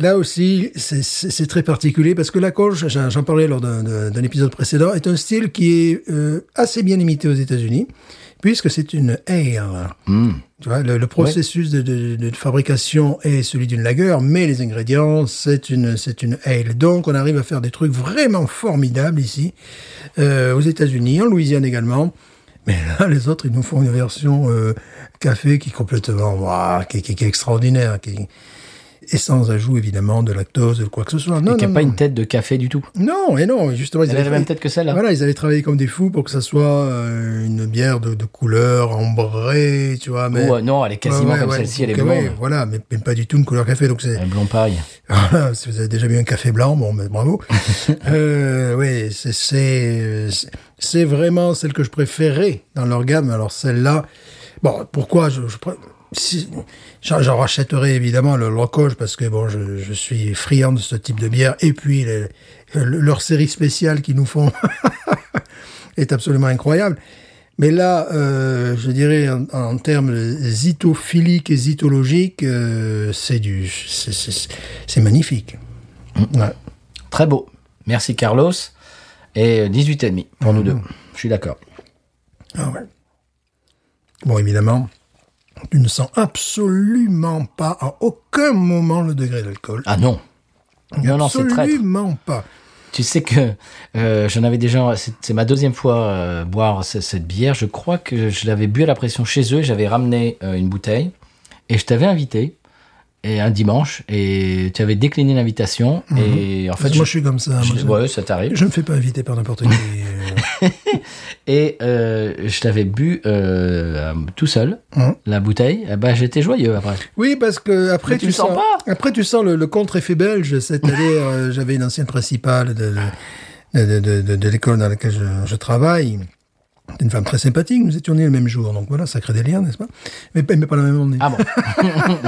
Là aussi, c'est- c'est c'est très particulier parce que la colche, j'en j'en parlais lors d'un- d'un d'un épisode précédent, est un style qui est euh, assez bien imité aux États-Unis, puisque c'est une ale. Hmm. Tu vois, le, le processus de, de- de- de fabrication est celui d'une lagueur, mais les ingrédients, c'est une, c'est une ale. Donc, on arrive à faire des trucs vraiment formidables ici, euh, aux États-Unis, en Louisiane également. Mais là, <laughs> les autres, ils nous font une version euh, café qui est complètement, waouh, qui, qui- qui est extraordinaire, qui et sans ajout évidemment de lactose, de quoi que ce soit. Non, et qui n'a non, pas non. une tête de café du tout. Non, et non, justement, ils Elle hein. a la même tête que celle-là. Voilà, ils avaient travaillé comme des fous pour que ça soit euh, une bière de, de couleur ambrée, tu vois. Mais... Ou, euh, non, elle est quasiment Bah Ouais, comme ouais, celle-ci, elle est donc, blonde. ouais, voilà, mais, mais pas du tout une couleur café, donc c'est. Elle est blond pareil. <laughs> Voilà, si vous avez déjà bu un café blanc, bon, ben, <laughs> bravo. euh, oui, c'est- c'est c'est- c'est vraiment celle que je préférais dans leur gamme. Alors celle-là, bon, pourquoi je, je pré- si- j'en j'en rachèterai évidemment le Locoge parce que bon, je, je suis friand de ce type de bière. Et puis les- le- leur série spéciale qu'ils nous font est absolument incroyable. Mais là, euh, je dirais en, en termes zitophiliques et zitologiques, euh, c'est du, c'est- c'est c'est magnifique. Mm. Ouais. Très beau. Merci Carlos. Et euh, 18,5 pour nous deux. Je suis d'accord. Ah ouais. Bon, évidemment, tu ne sens absolument pas à aucun moment le degré d'alcool. Ah non. Non, non, c'est traître. absolument pas. Tu sais que euh, j'en avais déjà. C'est c'est ma deuxième fois euh, boire ce- cette bière. Je crois que je l'avais bu à la pression chez eux. et J'avais ramené euh, une bouteille et je t'avais invité et un dimanche et tu avais décliné l'invitation et en fait Mhm. moi, je suis comme ça. je- moi, je- ouais, ça t'arrive. Je ne me fais pas inviter par n'importe qui. <laughs> euh, Et euh, je l'avais bu euh, tout seul, Mhm. la bouteille. Eh ben, J'étais joyeux après. Oui, parce que après Mais tu tu, le sens pas. après tu sens le, le contre-effet belge. <laughs> C'est-à-dire, euh, j'avais une ancienne principale de, de, de, de- de- de l'école dans laquelle je, je travaille. C'était Une femme très sympathique, nous étions nés le même jour, donc voilà, ça crée des liens, n'est-ce pas mais, pas- mais pas la même année. <laughs> Ah bon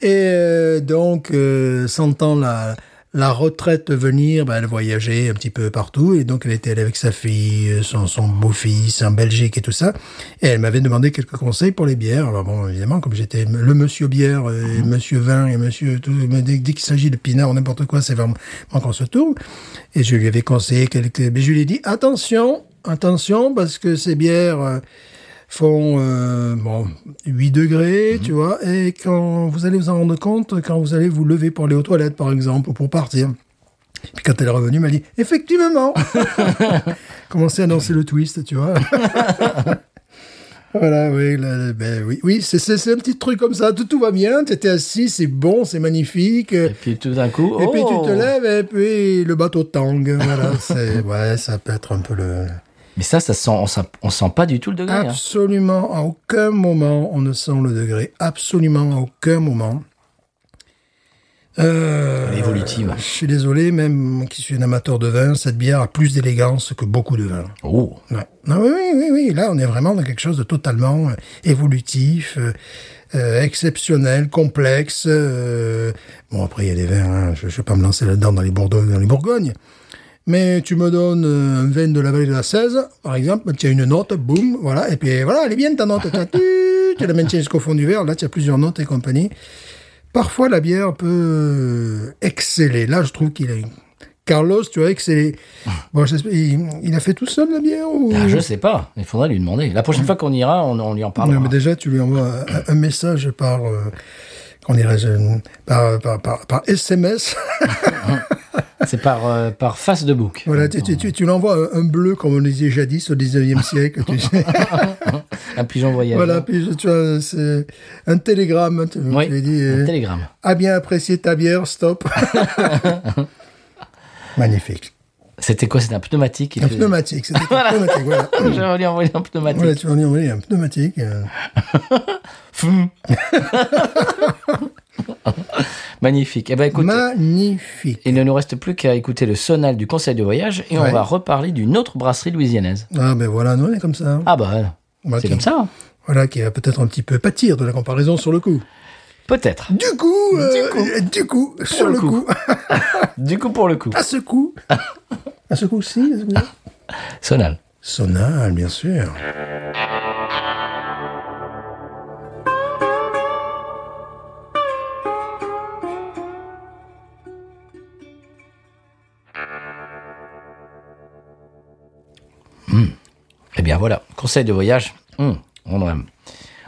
Et euh, donc, euh, sentant la, la retraite venir, bah, elle voyageait un petit peu partout. Et donc, elle était allée avec sa fille, euh, son, son beau-fils en Belgique et tout ça. Et elle m'avait demandé quelques conseils pour les bières. Alors bon, évidemment, comme j'étais m- le monsieur bière, euh, et monsieur vin et monsieur tout, mais dès, dès qu'il s'agit de pinard ou n'importe quoi, c'est vraiment moi qu'on se tourne. Et je lui avais conseillé quelques... Mais je lui ai dit, attention, attention, parce que ces bières... euh, font euh, bon, 8 degrés, tu vois, et quand vous allez vous en rendre compte, quand vous allez vous lever pour aller aux toilettes, par exemple, ou pour partir. Puis quand elle est revenue, elle m'a dit « Effectivement !» Commencez à annoncer le twist, tu vois. voilà, oui, là, ben, oui, oui c'est, c'est, c'est un petit truc comme ça, tout, tout va bien, t'étais assis, c'est bon, c'est magnifique. Et puis tout d'un coup. Et puis tu oh te lèves, et puis le bateau tangue. Voilà, c'est, ouais, ça peut être un peu le... Mais ça, ça sent, on sent, on sent pas du tout le degré. hein. Absolument, à aucun moment on ne sent le degré. Absolument, à aucun moment. Euh, Elle est évolutive. Je suis désolé, même moi qui suis un amateur de vin, cette bière a plus d'élégance que beaucoup de vins. Oh, Ouais. Non, oui, oui, oui, oui. Là, on est vraiment dans quelque chose de totalement euh, évolutif, euh, euh, exceptionnel, complexe. euh, Bon, après, il y a des vins. hein, Je ne vais pas me lancer là-dedans dans les Bourgognes, dans les Bourgognes. Mais tu me donnes euh, un vin de la vallée de la 16, par exemple, tu as une note, boum, voilà, et puis voilà, elle est bien ta note, t'as tu, tu la maintiens jusqu'au fond du verre, là tu as plusieurs notes et compagnie. Parfois la bière peut euh, exceller, là je trouve qu'il est... Carlos, tu as excellé. Bon, j'espère- il, il a fait tout seul la bière ou... Ah, je sais pas. Il faudrait lui demander. La prochaine fois qu'on ira, on, on lui en Non, parlera. mais déjà, tu lui envoies un, un message par, euh, qu'on dirait, par, par, par, par SMS. C'est par, euh, par face de bouc. <laughs> voilà, tu, tu, tu, tu l'envoies un, un bleu, comme on disait jadis au 19e siècle. Tu sais. Un pigeon voyageur. voilà, puis je- tu vois, c'est un télégramme. Tu, Oui, tu lui dis, un euh, télégramme. a bien apprécié ta <laughs> bière, stop. Magnifique. C'était quoi C'était un pneumatique qui Un fait- pneumatique, c'était un pneumatique, voilà. J'aurais dû envoyer un pneumatique. Voilà, tu vas dire, oui, un pneumatique. euh, Fum. <laughs> Magnifique. Eh ben écoute, magnifique. il ne nous reste plus qu'à écouter le sonal du conseil de voyage et Ouais. on va reparler d'une autre brasserie louisianaise. Ah, ben voilà, nous, on est comme ça. hein. Ah bah, Bah, c'est qui- comme ça. hein. Voilà, qui va peut-être un petit peu pâtir de la comparaison sur le coup. Peut-être. Du coup, euh, euh, du coup, sur le le coup, Du coup pour le coup. <laughs> à <laughs> ce coup, à ce coup-ci, à ce Ah. coup-là. Sonal. Sonal, bien sûr. Eh bien voilà, conseil de voyage. Hum, on a-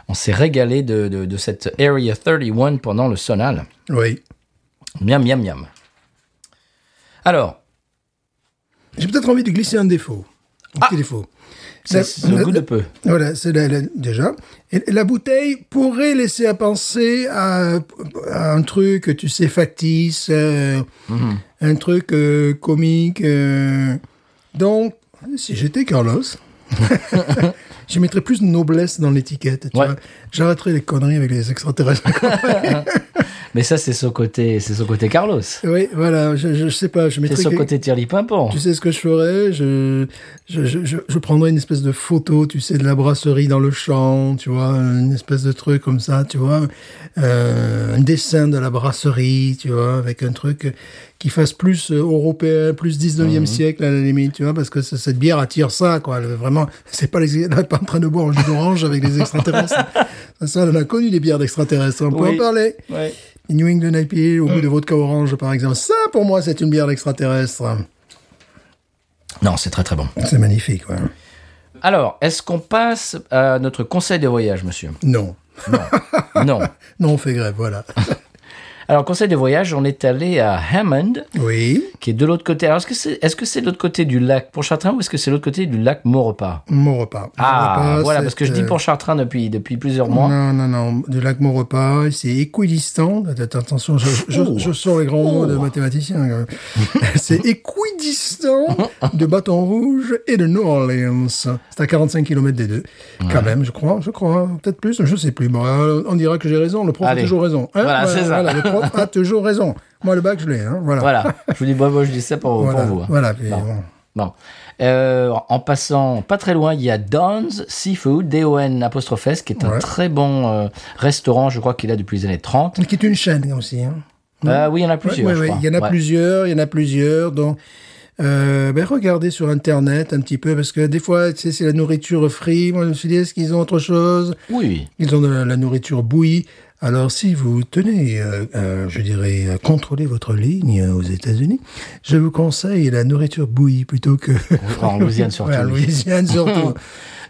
on s'est régalé de, de- de cette Area 31 pendant le sonal. Oui. Miam, miam, miam. Alors, J'ai peut-être envie de glisser un défaut. Un petit défaut. Ah. c'est La- ce la- goût de peu. Voilà, c'est la, la- déjà. Et la bouteille pourrait laisser à penser à, à un truc, tu sais, factice, euh, Mhm. un truc euh, comique. euh. Donc, si j'étais Carlos, <laughs> je mettrais plus de noblesse dans l'étiquette. tu Ouais. vois. J'arrêterais les conneries avec les extraterrestres. <laughs> Mais ça, c'est ce côté, c'est ce côté Carlos. C'est oui, voilà, je, je sais pas, je mettrais... ce quelque- côté Thierry Pimpon. Tu sais ce que je ferais je, je, je, je- je prendrais une espèce de photo, tu sais, de la brasserie dans le champ, tu vois, une espèce de truc comme ça, tu vois, euh, un dessin de la brasserie, tu vois, avec un truc qui fasse plus euh, européen, plus 19e siècle à la limite, tu vois, parce que c- cette bière attire ça, quoi. Le- Vraiment, <laughs> c'est pas les, on est pas en train de boire un jus d'orange avec les extraterrestres. ça, ça, on a connu des bières d'extraterrestres, on peut Oui. en parler. Ouais. New England IPA au bout de vodka orange, par exemple. Ça, pour moi, c'est une bière d'extraterrestre. Non, c'est très très bon. C'est magnifique, ouais. Alors, est-ce qu'on passe à notre conseil de voyage, monsieur Non. Non. Non, on fait grève, <laughs> voilà. Alors, conseil de voyage, on est allé à Hammond, Oui. qui est de l'autre côté. Alors, est-ce que c'est est -ce de l'autre côté du lac Pontchartrain ou est-ce que c'est de l'autre côté du lac Maurepas Maurepas. Ah, Maurepas, voilà, c'est, parce que je dis euh, Pontchartrain depuis, depuis plusieurs mois. Non, non, non. Du lac Maurepas, c'est équidistant. Att- Attention, je, je, Ouh. je sors les grands mots de Ouh. mathématicien. quand même. <laughs> c'est équidistant de Bâton Rouge et de New Orleans. C'est à 45 km des deux. Quand même, je crois, je crois. Peut-être plus, je sais plus. Bon, euh, on dira que j'ai raison. Le prof Allez. a toujours raison. Hein, Voilà, c'est ça. voilà, le prof a toujours raison. Moi, le bac, je l'ai. Hein, voilà. Voilà, je vous dis, bon, moi, je dis ça pour, pour Voilà. vous. hein. voilà, puis, Non. bon. Bon. Euh, en passant pas très loin, il y a Don's Seafood, D-O-N apostrophe S, qui est un Ouais. très bon euh, restaurant, je crois qu'il a depuis les années 30. Qui est une chaîne aussi. Hein. Euh, oui, il y en a Oui, plusieurs. oui, je oui, crois. il y en a Ouais. plusieurs, il y en a plusieurs. Donc, euh, ben, regardez sur Internet un petit peu, parce que des fois, tu sais, c'est la nourriture free. Moi, je me suis dit, est-ce qu'ils ont autre chose Oui. Ils ont de la, la nourriture bouillie. Alors, si vous tenez, euh, euh, je dirais, à contrôler votre ligne euh, aux États-Unis, je vous conseille la nourriture bouillie plutôt que... En Louisiane surtout. <laughs> Ouais, en oui. Euh, <laughs> Louisiane surtout.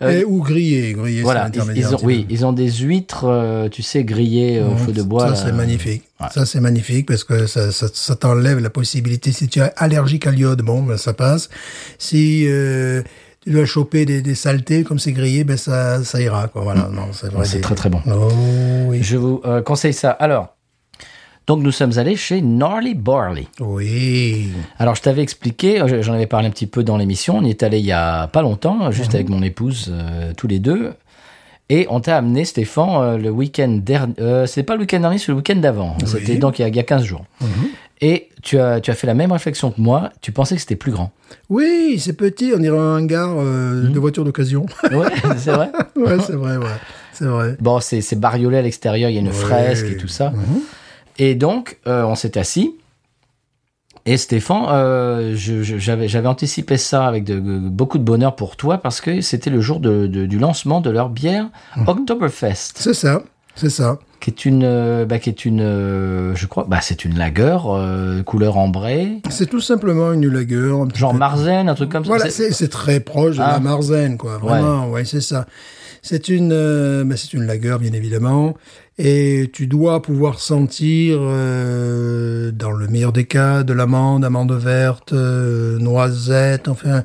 Et- ou grillée, grillée, Voilà, c'est ils, intermédiaire ils un ont, petit oui, peu. ils ont des huîtres, euh, tu sais, grillées euh, au feu de bois. Ça, là. c'est magnifique. Ouais. Ça, c'est magnifique parce que ça, ça, ça t'enlève la possibilité. Si tu es allergique à l'iode, bon, ben, ça passe. Si euh, tu dois choper des, des saletés, comme c'est grillé, ben, ça, ça ira. Quoi. Voilà, non, c'est vrai. C'est des- très très bon. Oh, oui. Je vous euh, conseille ça. Alors, Donc nous sommes allés chez Gnarly Barley. Oui. Alors, je t'avais expliqué, euh, j'en avais parlé un petit peu dans l'émission, on y est allé il y a pas longtemps, juste avec mon épouse, euh, tous les deux. Et on t'a amené, Stéphane, euh, le week-end dernier. Euh, C'était pas le week-end dernier, c'est le week-end d'avant. C'était donc il y, a, il y a 15 jours. Et tu as, tu as fait la même réflexion que moi, tu pensais que c'était plus grand. Oui, c'est petit, on dirait un hangar euh, Hmm. de voiture d'occasion. <laughs> Ouais, c'est vrai. ouais, c'est vrai, ouais. C'est vrai. Bon, c'est c'est bariolé à l'extérieur, il y a une fresque et tout ça. Et donc, euh, on s'est assis. Et Stéphane, euh, je- je- j'avais j'avais anticipé ça avec de- de- beaucoup de bonheur pour toi parce que c'était le jour de- de- du lancement de leur bière Oktoberfest, C'est ça, c'est ça. qui est une, euh, bah, qui est une, euh, je crois, bah, c'est une lagueur euh, couleur ambrée, C'est tout simplement une lagueur. un petit genre peu- Marzen, un truc comme ça. Voilà, Euh, C'est- c'est c'est très proche de Ah. la Marzen, quoi. Vraiment, ouais, c'est ça. C'est une, euh, bah, c'est une lagueur, bien évidemment, et tu dois pouvoir sentir, euh, dans le meilleur des cas, de l'amande, amande verte, euh, noisette, enfin,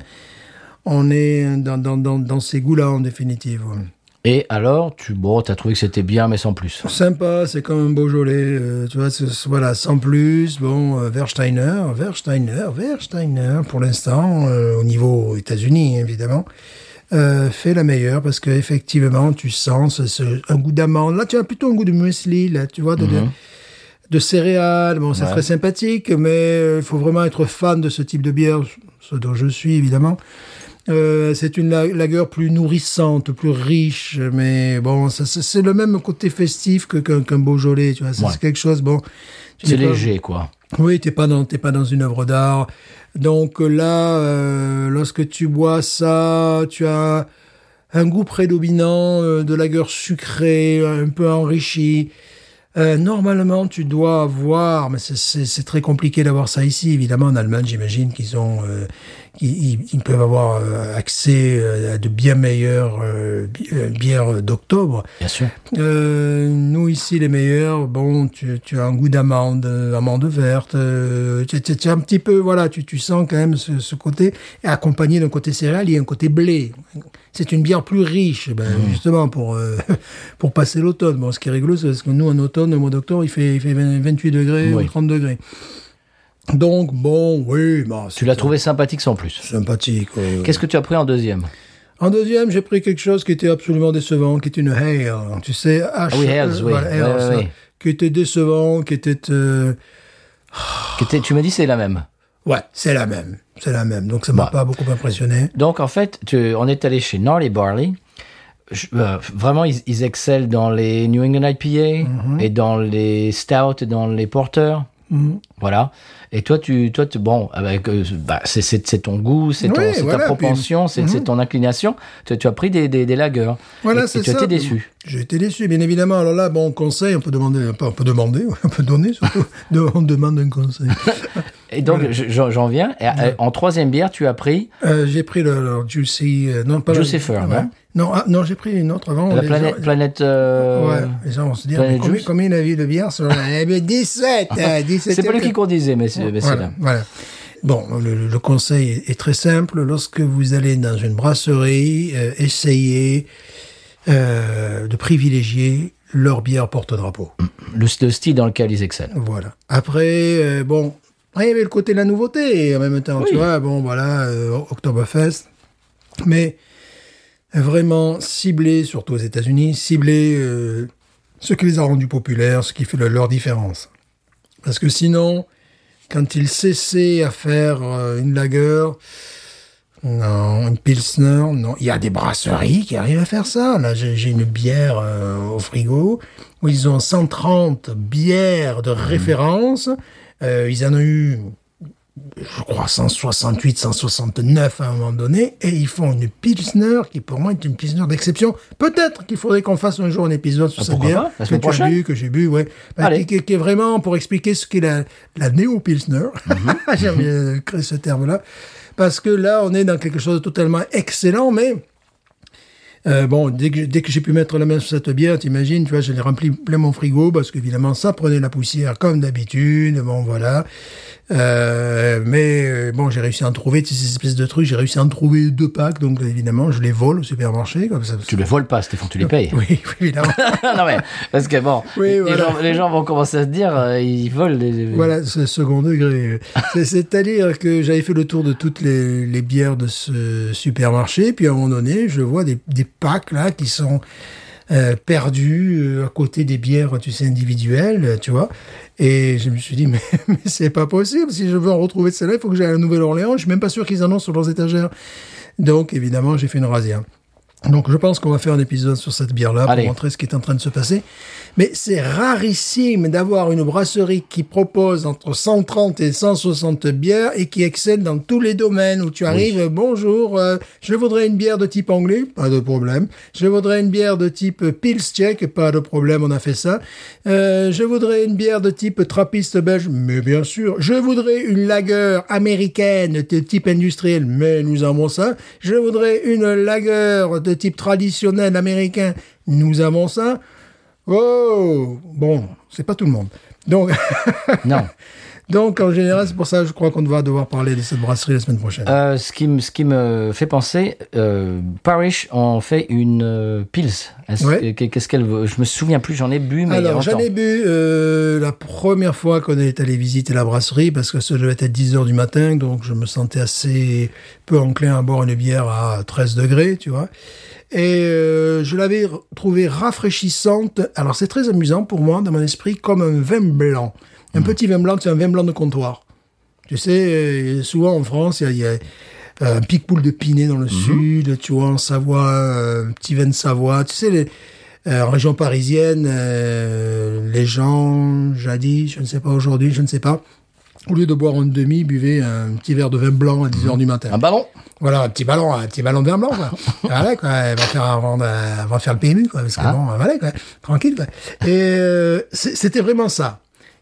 on est dans, dans, dans, dans ces goûts-là en définitive. ouais. Et alors, tu, bon, t'as trouvé que c'était bien, mais sans plus. Sympa, c'est comme un Beaujolais, euh, tu vois, c'est- c'est- voilà, sans plus. Bon, euh, Versteiner, Versteiner, Versteiner, pour l'instant, euh, au niveau États-Unis, évidemment, euh, fait la meilleure parce que effectivement, tu sens ce- ce- un goût d'amande. Là, tu as plutôt un goût de muesli, là, tu vois, de, de- de céréales. Bon, c'est très sympathique, mais euh, il faut vraiment être fan de ce type de bière, ce dont je suis, évidemment. Euh, c'est une la- lagueur plus nourrissante, plus riche, mais bon, ça, ça- c'est le même côté festif que qu'un qu'un Beaujolais, tu vois. C'est Ouais. c'est quelque chose, bon. tu C'est n'es pas- léger, quoi. oui, t'es pas dans t'es pas dans une œuvre d'art. Donc euh, là, euh, lorsque tu bois ça, tu as un goût prédominant euh, de lagueur sucrée, un peu enrichie. Euh, normalement, tu dois avoir, mais c'est- c'est c'est très compliqué d'avoir ça ici. Évidemment, en Allemagne, j'imagine qu'ils ont, euh, ils, ils- ils peuvent avoir euh, accès euh, à de bien meilleures euh, bi- euh, bières d'octobre. Bien sûr. Euh, nous ici les meilleurs, bon, tu, tu as un goût d'amande, euh, amande verte, euh, tu, tu- tu as un petit peu, voilà, tu, tu sens quand même ce, ce côté, et accompagné d'un côté céréales et un côté blé. C'est une bière plus riche, ben, Mmh. justement, pour, euh, <laughs> pour passer l'automne. Bon, ce qui est rigolo, c'est parce que nous, en automne, au mois d'octobre, il fait, il fait 20 28 degrés Oui. ou 30 degrés. Donc, bon, oui, bah, Tu l'as trouvé sympathique sans plus. sympathique. euh. ouais. Qu'est-ce que tu as pris en deuxième En deuxième, j'ai pris quelque chose qui était absolument décevant, qui était une Hale. Tu sais, H. Ah E, oui, Hales, oui. voilà, Hales, Ouais, ouais, ça, ouais. Qui était décevant, qui était. euh, Qui était- Tu m'as dit c'est la même. Ouais, c'est la même. C'est la même. Donc ça m'a Bah. pas beaucoup impressionné. Donc en fait, tu- on est allé chez Gnarly Barley. Je- euh, vraiment, ils, ils excellent dans les New England IPA Mhm. et dans les Stout et dans les Porters. Voilà. Et toi, tu, toi, tu, bon, avec, euh, bah, c'est- c'est c'est ton goût, c'est ton- Oui, c'est ta voilà, Mhm. propension, c'est c'est ton inclination. Tu, tu as pris des, des, des lagers. Et- Voilà, et c'est tu ça. étais déçu. J'ai été déçu, bien évidemment. Alors là, bon, conseil, on peut demander, on peut demander, <laughs> on peut donner <laughs> surtout. De- on demande un conseil. Et donc, je- j'en j'en viens. Et, euh, En troisième bière, tu as pris Euh, j'ai pris le, le Juicy, euh, non pas le- Jucifer, ouais. non Non, ah, non, j'ai pris une autre avant. hein. la Les planète. gens- planète euh, Ouais, les gens vont se dire, Planet mais combien, Juice combien il a vu de bière sur la... Eh <laughs> bien, 17 euh, 17 c'est pas lui qui conduisait, mais c'est mais c'est Voilà, là. voilà. Bon, le, le conseil est- est très simple. Lorsque vous allez dans une brasserie, euh, essayez euh, de privilégier leur bière porte-drapeau. Le, le style dans lequel ils excellent. Voilà. Après, euh, bon, ah, il y avait le côté de la nouveauté en même temps, tu Oui. vois. Bon, voilà, euh, Oktoberfest. Mais vraiment ciblé, surtout aux États-Unis, ciblé euh, ce qui les a rendus populaires, ce qui fait le- leur différence. Parce que sinon, quand ils cessaient à faire euh, une lagueur, non, une pilsner, non. Il y a des brasseries qui arrivent à faire ça. Là, j'ai j'ai une bière euh, au frigo où ils ont 130 bières Mmh. de référence. Euh, ils en ont eu, je crois, 168, 169 à un moment donné. Et ils font une pilsner qui, pour moi, est une pilsner d'exception. Peut-être qu'il faudrait qu'on fasse un jour un épisode sur Ah, cette pourquoi bière pas La que semaine tu as prochaine bu, que j'ai bu, ouais. Bah, Allez. Qui, qui- qui est vraiment pour expliquer ce qu'est la, la néo-pilsner. <laughs> J'aime bien euh, créer ce terme-là. Parce que là, on est dans quelque chose de totalement excellent, mais Euh, bon, dès que, dès que j'ai pu mettre la main sur cette bière, t'imagines, tu vois, je l'ai rempli plein mon frigo parce qu'évidemment, ça prenait la poussière comme d'habitude. Bon, voilà. Euh, mais euh, bon, j'ai réussi à en trouver tu sais, ces espèces de trucs. J'ai réussi à en trouver deux packs, donc évidemment, je les vole au supermarché comme ça. Tu les voles pas, Stéphane, tu les payes. <laughs> Oui, oui, évidemment. <laughs> non mais parce que bon, Oui, les, voilà. gens, les gens vont commencer à se dire, euh, ils volent. Les... Voilà, c'est second degré. C'est- C'est-à-dire que j'avais fait le tour de toutes les, les bières de ce supermarché, puis à un moment donné, je vois des, des packs là qui sont euh, perdus euh, à côté des bières, tu sais, individuelles, euh, tu vois. Et je me suis dit, <laughs> mais, mais c'est pas possible. Si je veux en retrouver de celle-là, il faut que j'aille à la Nouvelle-Orléans. Je suis même pas sûr qu'ils en ont sur leurs étagères. Donc, évidemment, j'ai fait une rasière. Donc, je pense qu'on va faire un épisode sur cette bière-là pour Allez. montrer ce qui est en train de se passer. Mais c'est rarissime d'avoir une brasserie qui propose entre 130 et 160 bières et qui excelle dans tous les domaines où tu arrives. Bonjour, euh, je voudrais une bière de type anglais, pas de problème. Je voudrais une bière de type Pils tchèque, pas de problème, on a fait ça. Euh, je voudrais une bière de type trappiste belge, mais bien sûr. Je voudrais une lager américaine de type industriel, mais nous avons ça. Je voudrais une lager de type traditionnel américain, nous avons ça. Oh Bon, c'est pas tout le monde. Donc, <laughs> Non. donc en général, c'est pour ça que je crois qu'on va devoir parler de cette brasserie la semaine prochaine. Euh, ce, qui me, ce qui me fait penser, euh, Parrish en fait une euh, Pils. Est-ce- Ouais. qu'est- Qu'est-ce qu'elle veut Je me souviens plus, j'en ai bu, mais Alors, il y a j'en ai longtemps. bu euh, la première fois qu'on est allé visiter la brasserie, parce que ça devait être 10 heures du matin, donc je me sentais assez peu enclin à boire une bière à 13 degrés, tu vois. Et euh, je l'avais r- trouvée rafraîchissante. Alors, c'est très amusant pour moi, dans mon esprit, comme un vin blanc. Hmm. Un petit vin blanc, c'est un vin blanc de comptoir. Tu sais, euh, souvent en France, il y a, il y a, euh, un pic-poule de Pinet dans le sud, tu vois, en Savoie, euh, un petit vin de Savoie. Tu sais, les- euh, en région parisienne, euh, les gens, jadis, je ne sais pas aujourd'hui, je ne sais pas, au lieu de boire un demi, buvaient un petit verre de vin blanc à 10h du matin. Un ballon Voilà, un petit ballon, un petit ballon de vin blanc, quoi. <laughs> voilà, quoi, elle va faire avant de, avant de faire le PMU, quoi, parce Ah. que bon, euh, voilà, quoi, tranquille, quoi. Et euh, c'est- c'était vraiment ça.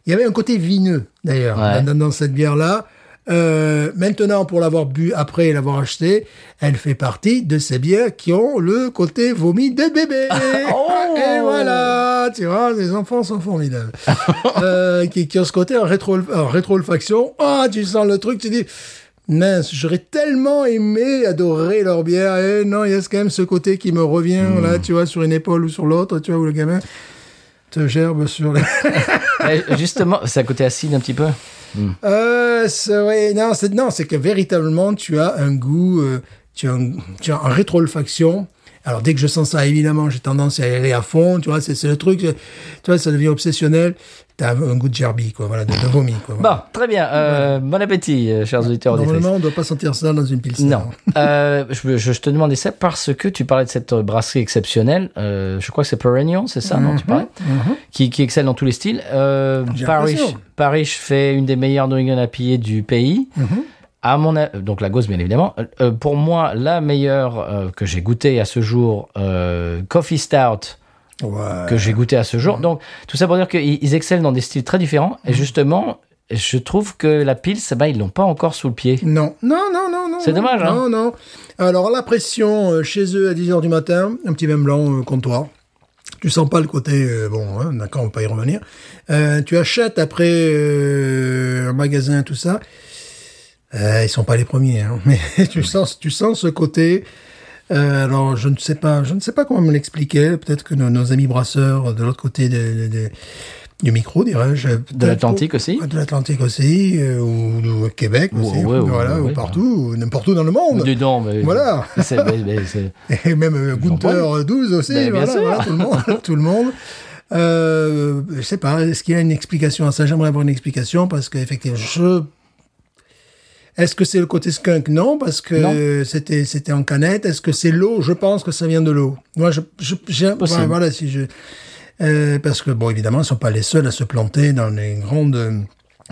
Il y avait un côté vineux, d'ailleurs, Ouais. dans, dans cette bière-là. Euh, maintenant, pour l'avoir bu après l'avoir acheté, elle fait partie de ces bières qui ont le côté vomi de bébé. <laughs> Oh Et voilà, tu vois, les enfants <laughs> sont formidables. euh, qui, qui ont ce côté en rétro, en rétro-olfaction. Ah, tu sens le truc, tu dis, mince, j'aurais tellement aimé adorer leur bière. Et non, il y a quand même ce côté qui me revient, là, tu vois, sur une épaule ou sur l'autre, tu vois, où le gamin te gerbe sur les... Eh, Justement, c'est à côté acide un petit peu. <laughs> Euh, c'est, ouais, non, c'est, non, c'est que véritablement, tu as un goût, euh, tu as un, tu as un rétro-olfaction. Alors, dès que je sens ça, évidemment, j'ai tendance à y aller à fond, tu vois, c'est, c'est le truc, tu vois, ça devient obsessionnel. T'as un goût de gerbille, quoi, voilà, de, de vomi, quoi. Bon, très bien. euh, Bon appétit, euh, chers auditeurs auditrices. Normalement, on doit pas sentir ça dans une pilsner. Non. <laughs> Euh, je, je- je te demandais ça parce que tu parlais de cette euh, brasserie exceptionnelle. euh, je crois que c'est Perennial, c'est ça, non Tu parlais qui, qui excelle dans tous les styles. Euh, Mhm. J'ai Parrish, l'impression. Parrish fait une des meilleures New à piller du pays. Mhm. À mon a- donc la gauze bien évidemment. Euh, euh, pour moi, la meilleure euh, que j'ai goûtée à ce jour, euh, Coffee Stout hein. Ouais. que j'ai goûté à ce Mhm. jour. Donc, tout ça pour dire qu'ils ils excellent dans des styles très différents. Et justement, je trouve que la pile, ben, ils l'ont pas encore sous le pied. Non, non, non, non, non. C'est non, dommage, hein. Non, non. Alors, la pression euh, chez eux à 10h du matin, un petit vin blanc euh, comptoir. Tu sens pas le côté, euh, bon, hein, d'accord, on peut y revenir. Euh, tu achètes après euh, un magasin, tout ça. Euh, ils sont pas les premiers, hein. <laughs> mais tu sens, tu sens ce côté. Euh, alors, je ne sais pas, je ne sais pas comment me l'expliquer. Peut-être que nos, nos amis brasseurs de l'autre côté de- de- de- du micro, dirais-je, De peut-être- l'Atlantique aussi. de l'Atlantique aussi, euh, ou, ou au Québec Ou- aussi, ouais, ou- voilà, ou ouais, partout, ou n'importe où dans le monde. Dis donc, mais- Voilà. C'est- mais- mais c'est- <laughs> Et même euh, Gunther Bon. euh, 12 aussi, Ben, bien voilà, sûr. voilà, tout le monde. <laughs> tout le monde. Euh, je sais pas, est-ce qu'il y a une explication à ça J'aimerais avoir une explication parce que effectivement, je est-ce que c'est le côté skunk Non, parce que Non. euh, c'était c'était en canette. Est-ce que c'est l'eau Je pense que ça vient de l'eau. Moi, je, je j'ai- Possible. voilà, voilà, si je euh, parce que bon, évidemment, ils sont pas les seuls à se planter dans les grandes euh,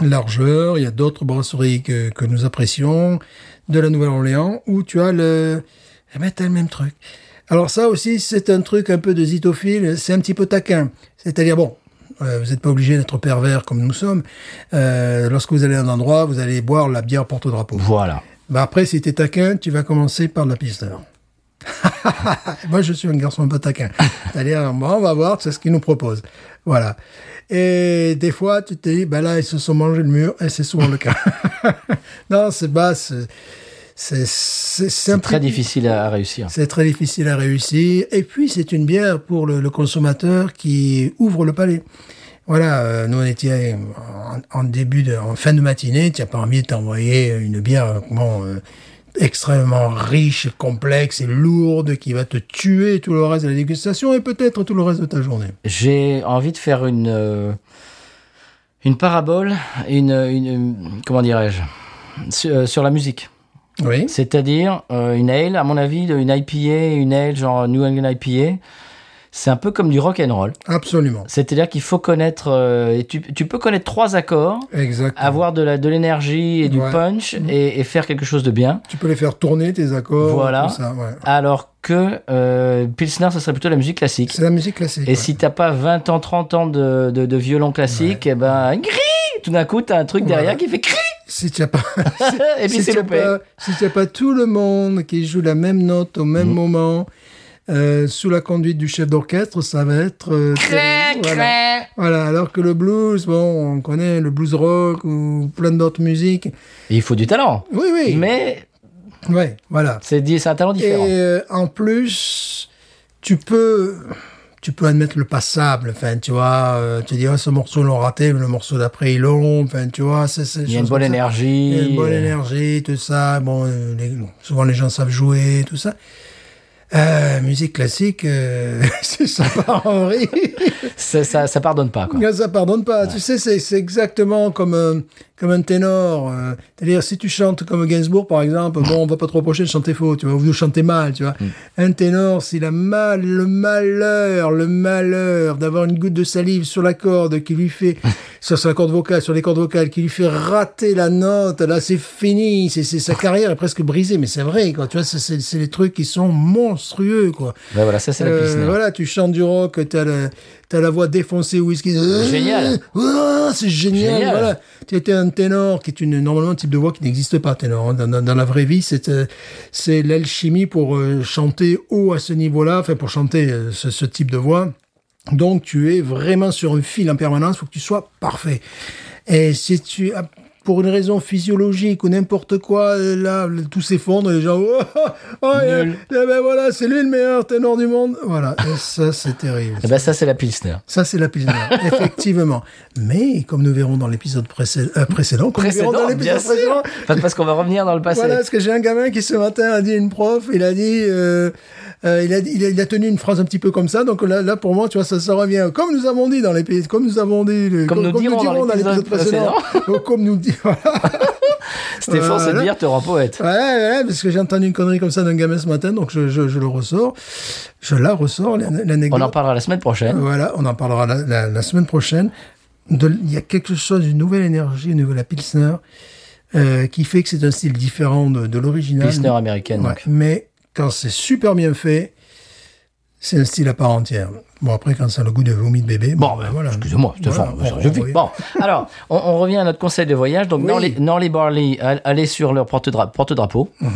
largeurs. Il y a d'autres brasseries que que nous apprécions de la Nouvelle-Orléans où tu as le eh ben, t'as le même truc. Alors ça aussi, c'est un truc un peu de zitophile. C'est un petit peu taquin. C'est-à-dire bon, euh, vous n'êtes pas obligé d'être pervers comme nous sommes. Euh, lorsque vous allez à un endroit, vous allez boire la bière porte-drapeau. Voilà. <laughs> Bah après, si t'es taquin, tu vas commencer par de la piste Moi, je suis un garçon un peu taquin. C'est-à-dire, bon, on va voir, c'est ce qu'ils nous proposent. Voilà. Et des fois, tu te dis, ben là, ils se sont mangés le mur, et c'est souvent <laughs> le cas. non, c'est bas, c'est- c'est- c'est c'est un C'est très petit- difficile à à réussir. C'est très difficile à réussir. Et puis, c'est une bière pour le, le consommateur qui ouvre le palais. Voilà, euh, nous on était en, en début de, en fin de matinée, tu as pas envie de t'envoyer une bière euh, bon, euh, extrêmement riche, complexe et lourde qui va te tuer tout le reste de la dégustation et peut-être tout le reste de ta journée. J'ai envie de faire une euh, une parabole, une, une- une- comment dirais-je sur, euh, sur la musique. Oui. C'est-à-dire euh, une ale, à mon avis, de- une IPA, une ale genre New England IPA. C'est un peu comme du rock and roll. Absolument. C'est-à-dire qu'il faut connaître, euh, et tu, tu peux connaître trois accords, Exactement. avoir de la de l'énergie et du Ouais. Mhm. punch et, et faire quelque chose de bien. Tu peux les faire tourner tes accords. Voilà. tout ça, ouais. Alors que euh, Pilsner, ce serait plutôt la musique classique. C'est la musique classique. Et ouais. si t'as pas 20 ans, 30 ans de, de, de violon classique, et ben, gris Tout d'un coup, t'as un truc derrière Voilà. qui fait cri Si tu as pas. <laughs> Et puis si c'est t'as loupé. pas- Si tu n'as pas tout le monde qui joue la même note au Mm. même moment, euh, sous la conduite du chef d'orchestre, ça va être. euh, terrible. voilà. Voilà, alors que le blues, bon, on connaît le blues rock ou plein d'autres musiques. Et Il faut du talent. Oui, oui. Mais Ouais, voilà. c'est dit- c'est un talent Et différent. euh, en plus, tu peux, tu peux admettre le passable. Enfin, tu vois, euh, tu dis, Ah, ce morceau l'ont raté, mais le morceau d'après ils l'ont. Enfin, tu vois, c'est. c'est- Il y a une choses bonne comme ça. énergie. Euh, Il y a une Euh, bonne énergie, tout ça. Bon, euh, les- souvent les gens savent jouer, tout ça. Euh, musique classique, euh, <laughs> c'est ça part en rire. Ça, ça, ça pardonne pas, quoi. Ça pardonne pas. Tu sais, c'est c'est exactement comme un, comme un ténor. euh, C'est-à-dire, si tu chantes comme Gainsbourg, par exemple, bon, on va pas te reprocher de chanter faux, tu vois, ou de chanter mal, tu vois. Un ténor, s'il a mal, le malheur, le malheur d'avoir une goutte de salive sur la corde qui lui fait, sur sur la corde vocale, sur les cordes vocales, qui lui fait rater la note, là, c'est fini. C'est c'est- sa carrière est presque brisée, mais c'est vrai, quoi. Tu vois, c'est- c'est c'est des trucs qui sont monstrueux, quoi. Ben voilà, ça, c'est la Euh, Pilsner. voilà, tu chantes du rock, t'as la, t'as la voix défoncée whisky. Génial. Ah, c'est génial. Génial. Voilà. Tu étais un ténor, qui est une, normalement un type de voix qui n'existe pas, ténor. hein. Dans, dans- dans la vraie vie, c'est, euh, c'est l'alchimie pour euh, chanter haut à ce niveau-là, enfin, pour chanter euh, ce, ce type de voix. Donc, tu es vraiment sur un fil en permanence, faut que tu sois parfait. Et si tu, ah, pour une raison physiologique ou n'importe quoi, euh, là, le- tout s'effondre, les gens, <laughs> oh, oh, oh, euh, Nul. eh ben voilà, c'est lui le meilleur ténor du monde. Voilà. Et ça, c'est terrible. Eh ben, ça, c'est la Pilsner. Ça, c'est la Pilsner, <laughs> effectivement. Mais, comme nous verrons dans l'épisode précé- euh, précédent, comme nous verrons Précédent, dans bien l'épisode sûr. précédent, Enfin, parce qu'on va revenir dans le passé. voilà, parce que j'ai un gamin qui ce matin a dit à une prof, il a dit, euh, euh, il, a, il, a, il a tenu une phrase un petit peu comme ça, donc là, là pour moi, tu vois, ça, ça revient. Comme nous avons dit dans l'épisode, comme nous avons dit, le- Comme nous dirons dans l'épisode Donc, comme nous dit, <laughs> voilà. Stéphane Voilà. Ah, Sedlier te rend poète. Ouais, ouais, parce que j'ai entendu une connerie comme ça d'un gamin ce matin, donc je, je, je le ressors, je la ressors l'an- l'anecdote. On en parlera la semaine prochaine. Voilà, on en parlera la, la- la semaine prochaine. De- il y a quelque chose, une nouvelle énergie au niveau de la Pilsner, euh, qui fait que c'est un style différent de, de l'original. Pilsner américaine, Ah, Ouais, donc. Mais quand c'est super bien fait, c'est un style à part entière. Bon, après, quand ça a le goût de vomi de bébé, Bon, ben ben, voilà. excusez-moi, Stéphane, Voilà, ça, on- je on vis. revient. Bon, alors, on, on revient à notre conseil de voyage. Donc, Oui. Norley, Norley Barley, all- allez sur leur porte-dra- porte-drapeau. Mhm,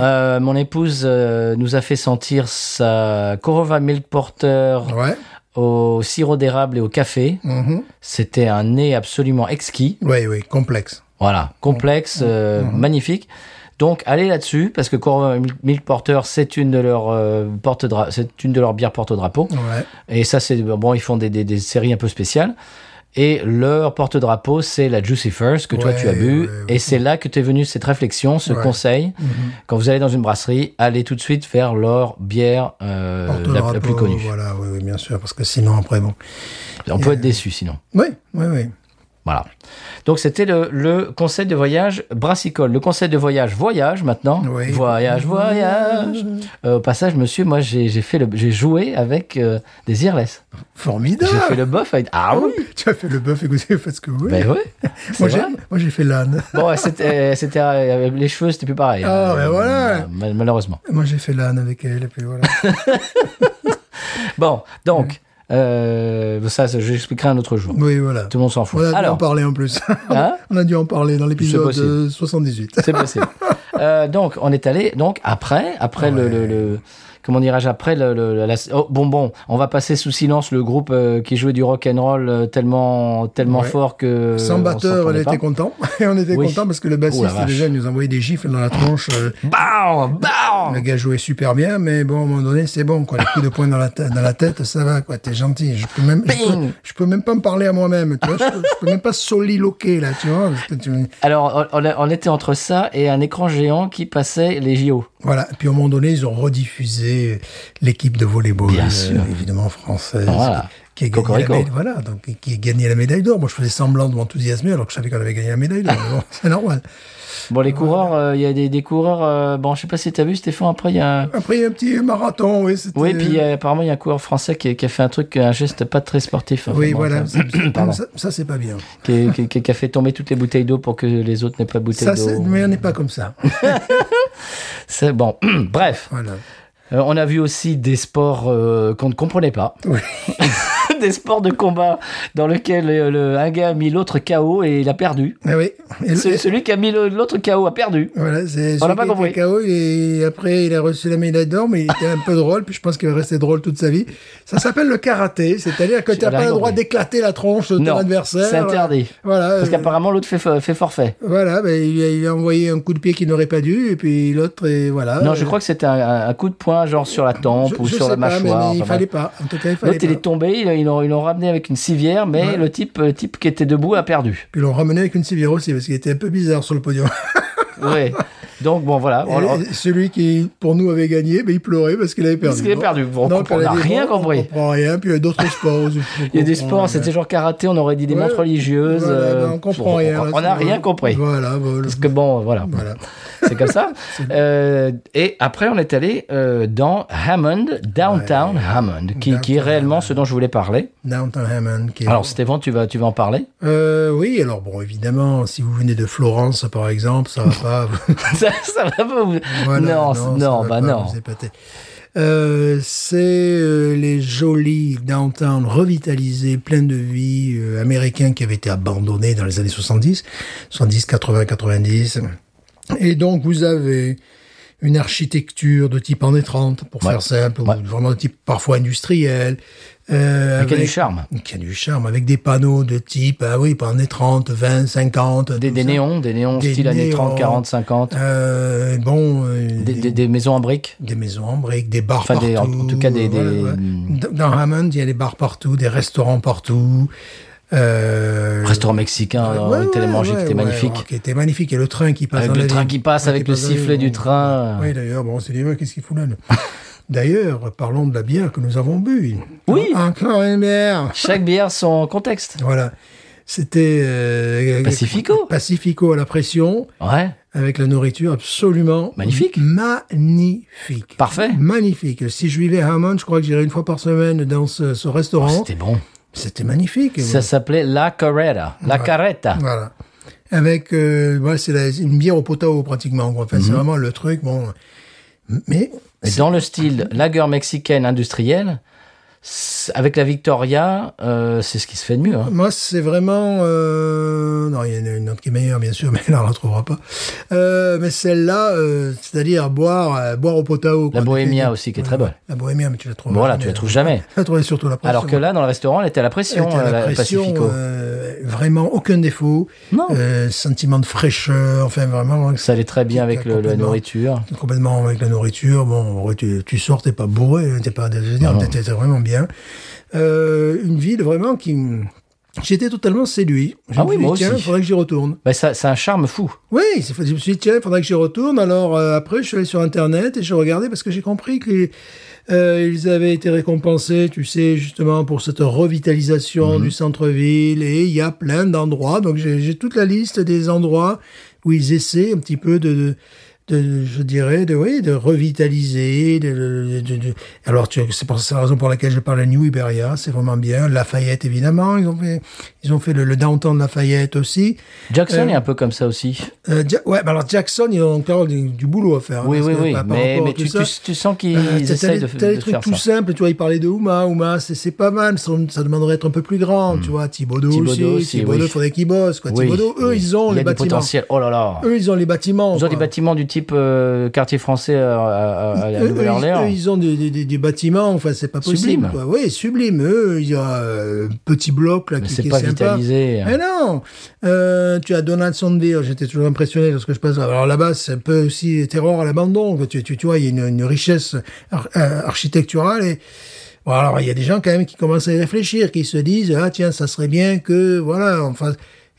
Euh, mon épouse euh, nous a fait sentir sa Corova Milk Porter Ouais. au sirop d'érable et au café. mhm. C'était un nez absolument exquis. Oui, oui, complexe. Voilà, complexe, Mhm. euh, magnifique. Donc, allez là-dessus, parce que Corova Mil- Milk Porter, c'est une de leurs euh, porte-dra- c'est une de leurs bières porte-drapeau. Ouais. Et ça, c'est bon, ils font des, des- des séries un peu spéciales. Et leur porte-drapeau, c'est la Juicy First que toi Ouais, tu as bu. ouais, ouais. Et c'est là que t'es venu cette réflexion, ce Ouais. Mhm. conseil. Quand vous allez dans une brasserie, allez tout de suite vers leur bière euh, Porte le la, la plus drapeau, connue. Voilà, oui, oui, bien sûr, parce que sinon, après, bon. On peut être déçu sinon. Oui, oui, oui. Voilà. Donc c'était le, le conseil de voyage brassicole. Le conseil de voyage voyage maintenant. Oui. Voyage, voyage. Euh, au passage, monsieur, moi j'ai j'ai fait le- j'ai joué avec euh, des Irless. Formidable. J'ai fait le bœuf avec. Ah oui Tu as fait le bœuf, écoutez, parce que oui. <laughs> Ben oui moi, c'est j'ai, vrai. moi, j'ai fait l'âne. Bon, ouais, c'était, c'était, euh, les cheveux, c'était plus pareil. hein. Ah, ben voilà. mal- malheureusement. Moi, j'ai fait l'âne avec elle, et puis voilà. Bon, donc, Mm. euh, ça, ça, j'expliquerai un autre jour. oui, voilà. Tout le monde s'en On fout. a dû en Alors, parler en plus. <laughs> Hein On a dû en parler dans l'épisode possible. euh, 78. <laughs> c'est possible. Euh, donc, on est allé, donc, après, après le, le- le- comment dirais-je, après le, le- la- oh, bon, bon, on va passer sous silence le groupe euh, qui jouait du rock and roll euh, tellement, tellement Ouais. fort que. Sans on batteur, on s'entendait était pas. content. <laughs> Et on était Oui. content parce que le bassiste, Oh, la vache. déjà, il nous envoyait des gifles dans la tronche. euh, Bam, Le bam. gars jouait super bien, mais bon, à un moment donné, c'est bon, quoi. Les coups de poing dans la, tête- dans la tête, ça va, quoi. T'es gentil. Je peux même, je peux, Bing. je peux même pas me parler à moi-même, tu vois. Je peux, je peux même pas soliloquer, là, tu vois. parce que tu- Alors, on, on a- on était entre ça et un écran géant qui passait les JO. Voilà. Puis, à un moment donné, ils ont rediffusé l'équipe de volleyball, Bien euh, sûr. évidemment française, Voilà. qui, a gagné la Cocorico. médaille, voilà, donc, qui a gagné la médaille d'or. Moi, je faisais semblant de m'enthousiasmer alors que je savais qu'on avait gagné la médaille d'or. mais bon, <laughs> c'est normal. Bon, les coureurs, euh, il y a des, des coureurs. euh, bon, je sais pas si t'as vu, Stéphane. Après, il y a. un- Après, il y a un petit marathon, oui, c'était. Oui, puis euh, apparemment, il y a un coureur français qui, qui a fait un truc, un geste pas très sportif. Enfin, Oui, bon, voilà. enfin, Pardon. ça, ça, c'est pas bien. qui, qui- qui- qui a fait tomber toutes les bouteilles d'eau pour que les autres n'aient pas de Ça, bouteilles c'est- d'eau. mais on n'est pas comme ça. C'est bon. <clears throat> Bref, Voilà. Euh, on a vu aussi des sports euh, qu'on ne comprenait pas. Oui. <laughs> des sports de combat dans lequel euh, le, un gars a mis l'autre KO et il a perdu. Ah oui. Et le- Ce- celui qui a mis le- l'autre KO a perdu. Voilà, c'est On l'a celui pas qui était compris. KO et après il a reçu la médaille d'or, mais il était un peu drôle, puis je pense qu'il va rester drôle toute sa vie. Ça s'appelle le karaté, c'est-à-dire que tu On n'as l'a pas le droit compris. d'éclater la tronche de ton Non, adversaire. c'est interdit. Voilà, Parce euh, qu'apparemment, l'autre fait, fait forfait. voilà ben, il, a, il a envoyé un coup de pied qu'il n'aurait pas dû, et puis l'autre, et voilà. non, je crois que c'était un, un coup de poing, genre sur la tempe ou sur sais la pas, mais mâchoire. il enfin, fallait pas. En tout cas, il fallait L'autre, pas. il est tombé, ils l'ont ils l'ont ramené avec une civière, mais Ouais. le type, le type qui était debout a <laughs> perdu. Puis ils l'ont ramené avec une civière aussi, parce qu'il était un peu bizarre sur le <laughs> podium. Ouais. Donc, bon, voilà. Et On- on- celui qui, pour nous, avait gagné, mais il pleurait parce qu'il avait perdu. Parce qu'il avait Bon. perdu. Bon, on Donc, comprend- on a n'a dit, rien bon, compris. On comprend rien. Puis il y a d'autres sports. aussi, je Il y a des comprends, sports, mais- c'était genre karaté, on aurait dit des Ouais. montres religieuses. Voilà, euh, ben, on comprend rien. là, On n'a c'est- rien compris. Voilà, voilà. Parce que bon, voilà, Voilà. c'est comme <laughs> ça. Euh, et après, on est allé euh, dans Hammond, Downtown Hammond, qui, qui est Downtown réellement ce dont je voulais parler. Downtown Hammond. Qui est- Alors, Stéphane, tu vas, tu vas en parler Euh, oui, alors bon, évidemment, si vous venez de Florence, par exemple, ça va pas. <laughs> ça, ça va pas vous- Voilà, Non, c- ça non, bah va pas non. vous épater. Euh, c'est euh, les jolis downtown revitalisés, pleins de vie, euh, américains qui avaient été abandonnés dans les années 70, 70, 80, 90. Et donc vous avez une architecture de type années 30, pour Ouais. faire simple, ou Ouais. vraiment de type parfois industriel. Euh, Mais qui a avec- du charme. Qui a du charme, avec des panneaux de type, ah oui, années 30, 20, 50. Des, tout des ça. néons, des néons Des style années 30, néons. 40, 50. Euh, bon, euh, Des, des- des maisons en briques. des maisons en briques, des bars Enfin, partout. des- en tout cas, des- Mm. des- D- Dans Hammond, il y a des bars partout, des restaurants partout. Euh... Restaurant mexicain, Ouais, on était allé ouais, euh, manger, ouais, qui était ouais, magnifique. ouais, Qui était magnifique. Et le train qui passe Avec dans le la train ville. qui passe, Ouais, avec le passe dans la sifflet ville, du ouais. train. Oui, d'ailleurs, bon, c'est des mecs, qu'est-ce qu'il fout là nous D'ailleurs, parlons de la bière que nous avons bu. Oui. Encore une bière Chaque bière son contexte. Voilà. C'était... euh, Pacifico. Pacifico à la pression, Ouais. avec la nourriture absolument... Magnifique. Magnifique. Parfait. Magnifique. Si je vivais à Hammond, je crois que j'irais une fois par semaine dans ce, ce Oh, restaurant. C'était bon. C'était magnifique. Ça s'appelait La Carreta. La Carreta. Voilà. Avec, euh, ouais, c'est la- c'est une bière au potao pratiquement. quoi. Mhm. Enfin, C'est vraiment le truc. Bon, mais Mais dans le style lager mexicaine industrielle, c'est- avec la Victoria, euh, c'est ce qui se fait de mieux. hein. moi, c'est vraiment. euh, Non, il y en a une autre qui est meilleure, bien sûr, <laughs> mais là, on la retrouvera pas. Euh, mais celle-là, euh, c'est-à-dire boire, euh, boire au potao. La quoi. Bohemia aussi, qui est très bonne. La bohémia, mais tu la trouves. Voilà, tu la trouves jamais. Tu <laughs> la trouves surtout la Alors que là, dans le restaurant, elle était à la pression, C'était à euh, la la pression, Pacifico. Oh. euh, vraiment aucun défaut. Non. Euh, sentiment de fraîcheur, enfin vraiment. Ça allait très bien avec le- la complètement. nourriture. Complètement avec la nourriture. Bon, ouais, tu, tu sors, t'es pas bourré, hein, t'es pas, je veux Ah. dire, t'es- t'es vraiment bien. Euh, une ville vraiment qui, j'étais totalement séduit. Je Ah me oui, suis dit, moi tiens, aussi. faudrait que j'y retourne. Bah, ça, c'est un charme fou. Oui, c'est- je me suis dit, tiens, faudrait que j'y retourne. Alors euh, après, je suis allé sur Internet et je regardais parce que j'ai compris que les- euh, ils avaient été récompensés, tu sais, justement pour cette revitalisation du centre-ville. Et il y a plein d'endroits. Donc j'ai j'ai toute la liste des endroits où ils essaient un petit peu de... de de- je dirais de oui de revitaliser de, de- de- de- alors tu- c'est pour c'est la raison pour laquelle je parle à New Iberia c'est vraiment bien Lafayette évidemment ils ont fait ils ont fait le, le downtown de Lafayette aussi Jackson Euh, est un peu comme ça aussi. euh, Ja- ouais, mais alors Jackson, ils ont encore du, du boulot à faire. hein, Oui, parce oui, que oui. par- par Mais, rapport à mais tout tu, ça, tu- tu sens qu'ils euh, t'as- t'as essayent de, les- t'as les de trucs faire tout ça. simples, tu vois, il parlait de Ouma, Ouma, c'est- c'est pas mal, ça, ça demanderait être un peu plus grand, tu vois, Thibaudot, Hmm. Thibaudot aussi, aussi, Thibaudot, oui. faudrait qu'ils bossent, quoi. Thibaudot, eux, oui. ils ont Il y les a du bâtiments. potentiel. Oh là là. Eux, ils ont les bâtiments. Ils ont des quoi. bâtiments du type euh, quartier français à, à- à- à la Eux, Nouvelle-Orléans. eux, ils- eux, ils ont des, des- des- des bâtiments, enfin, c'est pas possible. Sublime. quoi. Oui, sublime. Eux, il y a euh, un petit bloc là, Mais qui, c'est qui pas est sympa. vitalisé. Mais non Euh, Tu as Donald Sondale, j'étais toujours impressionné lorsque je passe. Alors là-bas, c'est un peu aussi terror à l'abandon. quoi. Tu, tu, tu vois, il y a une, une richesse ar- euh, architecturale. Et... Bon, alors, il y a des gens quand même qui commencent à y réfléchir, qui se disent « Ah tiens, ça serait bien que... » Voilà, enfin...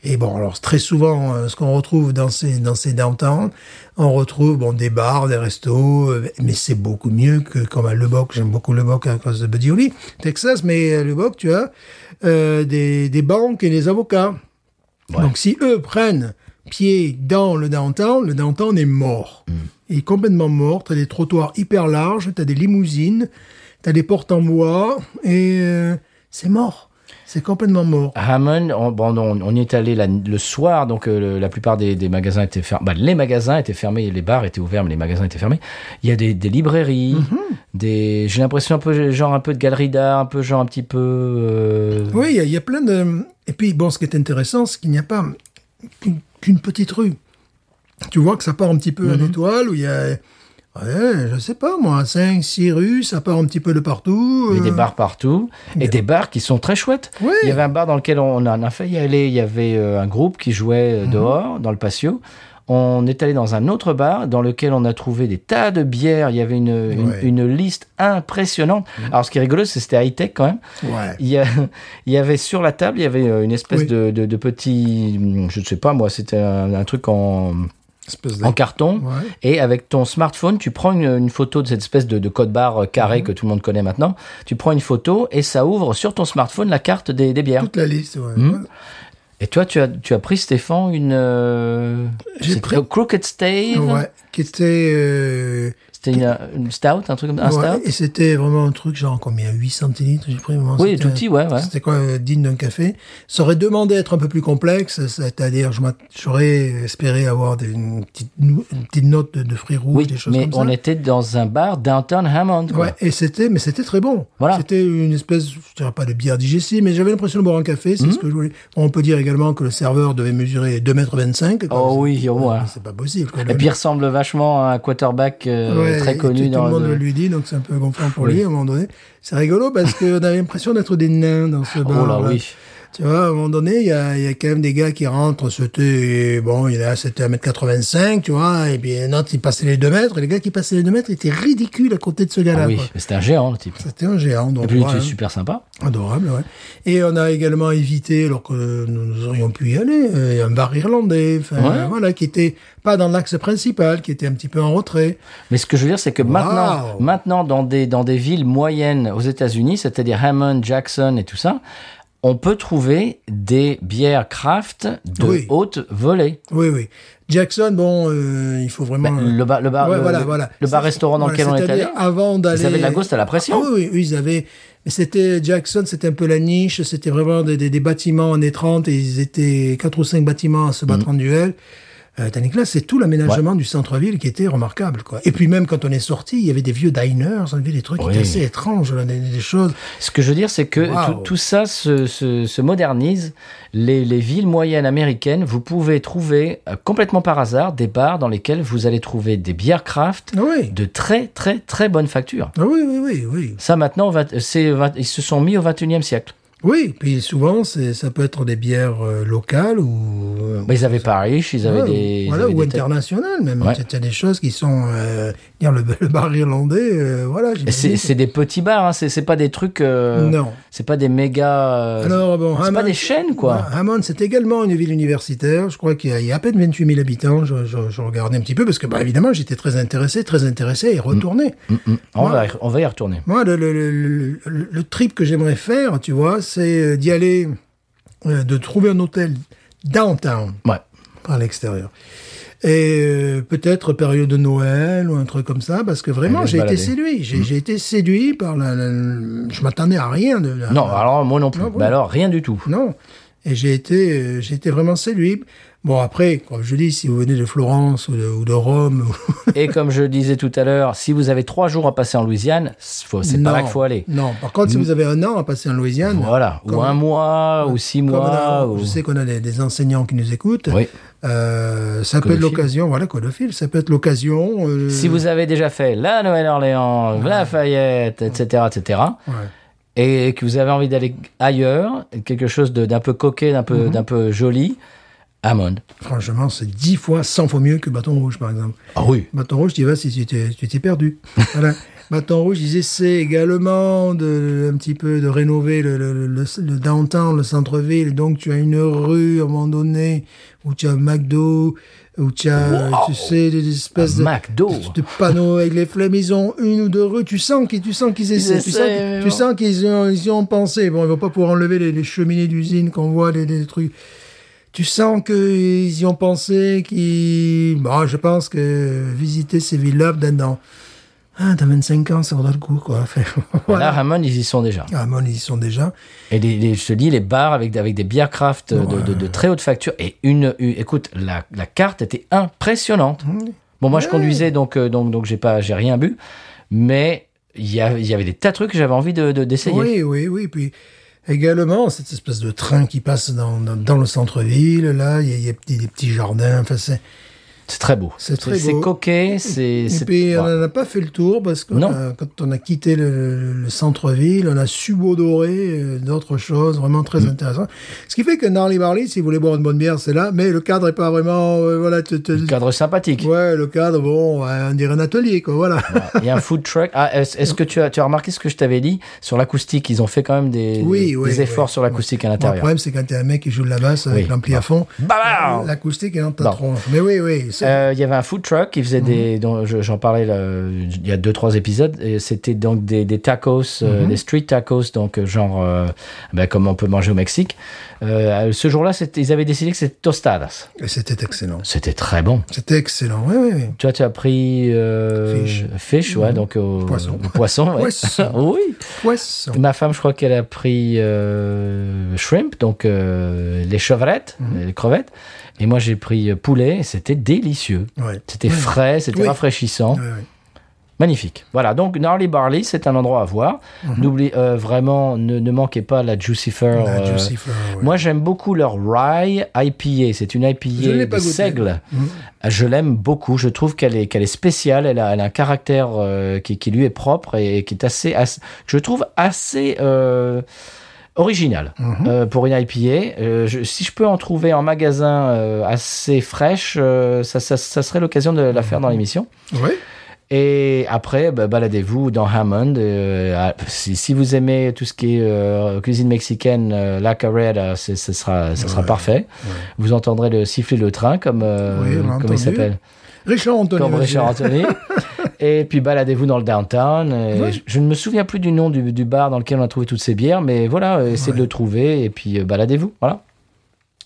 Et bon, alors très souvent, euh, ce qu'on retrouve dans ces dans ces downtowns, on retrouve bon des bars, des restos, euh, mais c'est beaucoup mieux que comme à Lubbock. J'aime beaucoup Lubbock à cause de Buddy Holly, Texas, mais à Lubbock, tu as euh, des des banques et des avocats. Ouais. Donc si eux prennent pied dans le downtown, le downtown est mort. Il est complètement mort. T'as des trottoirs hyper larges, t'as des limousines, t'as des portes en bois et euh, c'est mort. C'est complètement mort. Hammond, on, bon, on, on y est allé la- le soir, donc euh, le- la plupart des, des magasins étaient fermés. Bah, les magasins étaient fermés, les bars étaient ouverts, mais les magasins étaient fermés. Il y a des, des librairies, des, j'ai l'impression un peu genre un peu de galerie d'art, un peu genre un petit peu. euh, Oui, il y a- il y, a plein de. Et puis, bon, ce qui est intéressant, c'est qu'il n'y a pas qu'une- qu'une petite rue. Tu vois que ça part un petit peu Mhm. en étoile, où il y a. Ouais, je sais pas, moi, 5, 6 rues, ça part un petit peu de partout. Il y a euh, des bars partout et des bars qui sont très chouettes. Oui. Il y avait un bar dans lequel on, on en a failli aller. Il y avait euh, un groupe qui jouait Mhm. euh, dehors, dans le patio. On est allé dans un autre bar dans lequel on a trouvé des tas de bières. Il y avait une, une- Ouais. Mhm. une liste impressionnante. Alors, ce qui est rigolo, c'est que c'était high-tech quand même. Ouais. Il y, a- <laughs> il y avait sur la table, il y avait euh, une espèce Oui. de, de- de petit. hmm, Je ne sais pas moi, c'était un, un truc en, Espèce de- en carton. Ouais. Et avec ton smartphone, tu prends une, une photo de cette espèce de, de code barre euh, Mhm. carré que tout le monde connaît maintenant. Tu prends une photo et ça ouvre sur ton smartphone la carte des, des bières. Toute la liste, ouais. Mhm. Et toi, tu as, tu as pris, Stéphane, une. euh, J'ai c'était pris- au Crooked Stave. Ouais, Qui était. euh, C'était une, une stout, un truc comme un ouais, stout. et c'était vraiment un truc, genre combien 8 centilitres, j'ai pris. vraiment, Oui, c'était tout un- petit, ouais, ouais. C'était quoi, euh, digne d'un café Ça aurait demandé à être un peu plus complexe, c'est-à-dire je m'att- j'aurais espéré avoir des, une, petite, nou- une petite note de, de fruits rouges, Oui, des choses mais comme ça. on était dans un bar downtown Hammond. quoi. Ouais, et c'était, mais c'était très bon. Voilà. C'était une espèce, je dirais pas de bière digestive, mais j'avais l'impression de boire un café, c'est Mhm. ce que je voulais. On peut dire également que le serveur devait mesurer 2,25 m. Oh oui, au moins. C'est pas possible. quoi. Et puis il ressemble vachement à un quarterback euh, Ouais, très et connu tout, dans tout le monde le- lui dit, donc c'est un peu gonflant pour Oui. lui à un moment donné. C'est rigolo parce qu'on avait l'impression d'être des nains dans ce bar. Oh là oui. Tu vois, à un moment donné, il y a, il y a quand même des gars qui rentrent, c'était, bon, il y en a, c'était 1m85, tu vois, et puis un autre, il passait les 2 mètres, et les gars qui passaient les 2 mètres étaient ridicules à côté de ce Ah gars-là, oui, quoi. hein. mais c'était un géant, le type. C'était un géant, donc Et puis il voilà, était super sympa. adorable, ouais. Et on a également évité, alors que nous, nous aurions pu y aller, euh, un bar irlandais, enfin, Ouais. euh, voilà, qui était pas dans l'axe principal, qui était un petit peu en retrait. Mais ce que je veux dire, c'est que maintenant, Wow. maintenant dans, des, dans des villes moyennes aux États-Unis, c'est-à-dire Hammond, Jackson et tout ça, on peut trouver des bières craft de Oui. haute volée. Ben, Oui, oui. Jackson, bon, euh, il faut vraiment... euh, Le, bar- le bar, Ouais, le, voilà, le- voilà. le bar C'est- restaurant dans voilà, lequel on est allé, c'est-à-dire ah. avant d'aller. ils avaient de la ghost à la pression. Ah oui, oui, oui, ils avaient. Mais c'était Jackson, c'était un peu la niche, c'était vraiment des, des, des bâtiments années 30 et ils étaient quatre ou cinq bâtiments à se Mhm. battre en duel. Euh, tandis que là, c'est tout l'aménagement du centre-ville qui était remarquable, quoi. Et puis même quand on est sorti, il y avait des vieux diners, on avait des trucs qui Oui. étaient assez étranges, là, des, des choses. Ce que je veux dire, c'est que Wow. tout, tout ça se, se- se modernise. Les, les villes moyennes américaines, vous pouvez trouver euh, complètement par hasard des bars dans lesquels vous allez trouver des bières craft Ah oui. de très très très bonne facture. Ah oui, oui, oui, oui. Ça maintenant, vingt- c'est vingt- ils se sont mis au 21e siècle. Oui, puis souvent, c'est, ça peut être des bières euh, locales ou, euh, Mais ils avaient Paris, ils avaient Ouais, des. ils voilà, avaient ou des têtes. international même. Ouais. Il y a des choses qui sont, euh, dire le, <laughs> le bar irlandais, euh, voilà. Et c'est- j'imagine. C'est des petits bars, hein, c'est c'est pas des trucs. euh, Non. C'est pas des méga. euh, Alors bon, c'est pas Hammond- des chaînes, quoi. Ouais, Hammond, c'est également une ville universitaire. Je crois qu'il y, a- il y a à peine 28 000 habitants. Je, je- je regardais un petit peu parce que, bah, évidemment, j'étais très intéressé, très intéressé et retourné. Mm. On, va, y- on va y retourner. Moi, le, le- le- le- le- le trip que j'aimerais faire, tu vois, c'est euh, d'y aller, euh, de trouver un hôtel downtown. Ouais. par l'extérieur. Et euh, peut-être période de Noël ou un truc comme ça, parce que vraiment, Aller se j'ai été balader. Hmm. séduit. J'ai j'ai été séduit par la... la- la- je m'attendais à rien de... la- Non, la- Ah, alors moi non plus. Non, oui. Bah alors, rien du tout. Non. Et j'ai été, euh, j'ai été vraiment séduit. Bon, après, comme je dis, si vous venez de Florence ou de, ou de Rome, Et comme je le disais tout à l'heure, si vous avez trois jours à passer en Louisiane, c'est faut- <laughs> c'est pas non. là qu'il faut aller. Hmm. Non, par contre, si vous avez un an à passer en Louisiane, Voilà, ou Comme- un mois, ou six comme mois. on a- ou- je sais qu'on a des, des enseignants qui nous écoutent, Oui. euh, ça peut être Codophiles. l'occasion, voilà, codophile, ça peut être l'occasion. euh, Si vous avez déjà fait la Nouvelle-Orléans, la Fayette, etc., etc., ouais. et que vous avez envie d'aller ailleurs, quelque chose de- d'un peu coquet, d'un Mhm. peu, d'un peu joli, Hammond. Franchement, c'est 10 fois, 100 fois mieux que Bâton Rouge, par exemple. Ah oui. Bâton Rouge, tu y vas si tu t'es tu t'es perdu. voilà. Bâton Rouge, ils essaient également de, un petit peu de rénover le, le, le, le downtown, le centre-ville. Donc, tu as une rue, à un moment donné, où tu as McDo, où tu as, tu sais, des espèces Un de, McDo. de panneaux avec les flemmes. Ils ont une ou deux rues. Tu sens qu'ils, tu sens qu'ils essaient. essaient, tu, sens, mais qu'ils- tu bon. sens qu'ils y ont, ils y ont pensé. Bon, ils vont pas pouvoir enlever les, les cheminées d'usine qu'on voit, les, les trucs. Tu sens qu'ils y ont pensé, qu'ils... Bon, je pense que visiter ces villes-là, peut-être dans... Ah, dans 25 ans, ça vaudra le coup, quoi. <laughs> Enfin, Là, voilà. Hammond, ils y sont déjà. Ah, bon, ils y sont déjà. Et les, les- je te dis, les bars avec, avec des bières craft de, de- de très haute facture. Et une, une- écoute, la, la carte était impressionnante. Mhm. Bon, moi, je conduisais, donc, euh, donc, donc j'ai pas, j'ai rien bu. Mais il y, avait- il y avait des tas de trucs que j'avais envie de- de- d'essayer. Oui, oui, oui. Puis également, cette espèce de train qui passe dans, dans, dans le centre-ville, là, il y a, il y a des, des petits jardins. Enfin, c'est... c'est très beau. C'est très C'est beau. coquet. C'est. Et c'est- puis, euh, on voilà. n'en a pas fait le tour parce que Non. euh, quand on a quitté le, le centre-ville, on a subodoré euh, d'autres choses vraiment très Mm. intéressantes. Ce qui fait que Gnarly Barley, si vous voulez boire une bonne bière, c'est là, mais le cadre est pas vraiment. euh, voilà, te- te- Un cadre sympathique. ouais, le cadre, bon, ouais, on dirait un atelier, quoi, voilà. <laughs> Il y a un food truck. Ah, est-ce est-ce que tu as, tu as remarqué ce que je t'avais dit sur l'acoustique Ils ont fait quand même des, Oui, des oui, efforts oui. sur l'acoustique à Bon, le l'intérieur. problème, c'est quand t'es un mec qui joue de la basse avec Oui. l'ampli à fond, Bah, bah l'acoustique est dans ta Bon. tronche. Mais oui, oui. c'est- Euh, Il y avait un food truck qui Mhm. faisait des. dont je- J'en parlais là, il y a deux trois épisodes. et C'était donc des, des tacos, euh, Mhm. des street tacos, donc euh, genre euh, ben, comme on peut manger au Mexique. Euh, ce jour-là, c'était- ils avaient décidé que c'était tostadas. et C'était excellent. C'était très bon. C'était excellent, oui, oui, oui. Toi, tu as pris euh, Fish. Mhm. fish, ouais, donc au Poisson. au poisson, ouais. <laughs> Poisson. <laughs> oui. Poisson. Ma femme, je crois qu'elle a pris euh, shrimp, donc euh, les chevrettes, Mhm. les crevettes. Et moi, j'ai pris euh, poulet. et C'était délicieux. Ouais. C'était frais, c'était Oui. rafraîchissant. Ouais, ouais. Magnifique. Voilà, donc Gnarly Barley, c'est un endroit à voir. Mhm. N'oubliez euh, vraiment, ne, ne manquez pas la Jucifer. La euh, Juicy Flower, ouais. Moi, j'aime beaucoup leur rye IPA. C'est une Je IPA l'ai de pas goûté. Mhm. seigle. Je l'aime beaucoup. Je trouve qu'elle est, qu'elle est spéciale. Elle a, elle a un caractère euh, qui, qui lui est propre et qui est assez, assez- je trouve assez euh, original Mhm. euh, pour une IPA. Euh, je- si je peux en trouver en magasin euh, assez fraîche, euh, ça, ça- ça serait l'occasion de la Mhm. faire dans l'émission. Ouais. Et après, bah, baladez-vous dans Hammond. euh, à- si, si vous aimez tout ce qui est euh, cuisine mexicaine, euh, la carrera, c'est- ce sera, ça sera parfait. Vous entendrez le siffler le train, comme, euh, Oui, on l'a comme il entendu. s'appelle, Richard Anthony. comme vas-y. Richard <laughs> Anthony. Et puis baladez-vous dans le downtown. Et Ouais. je, je ne me souviens plus du nom du, du bar dans lequel on a trouvé toutes ces bières, mais voilà, euh, essayez de le trouver et puis euh, baladez-vous. Voilà.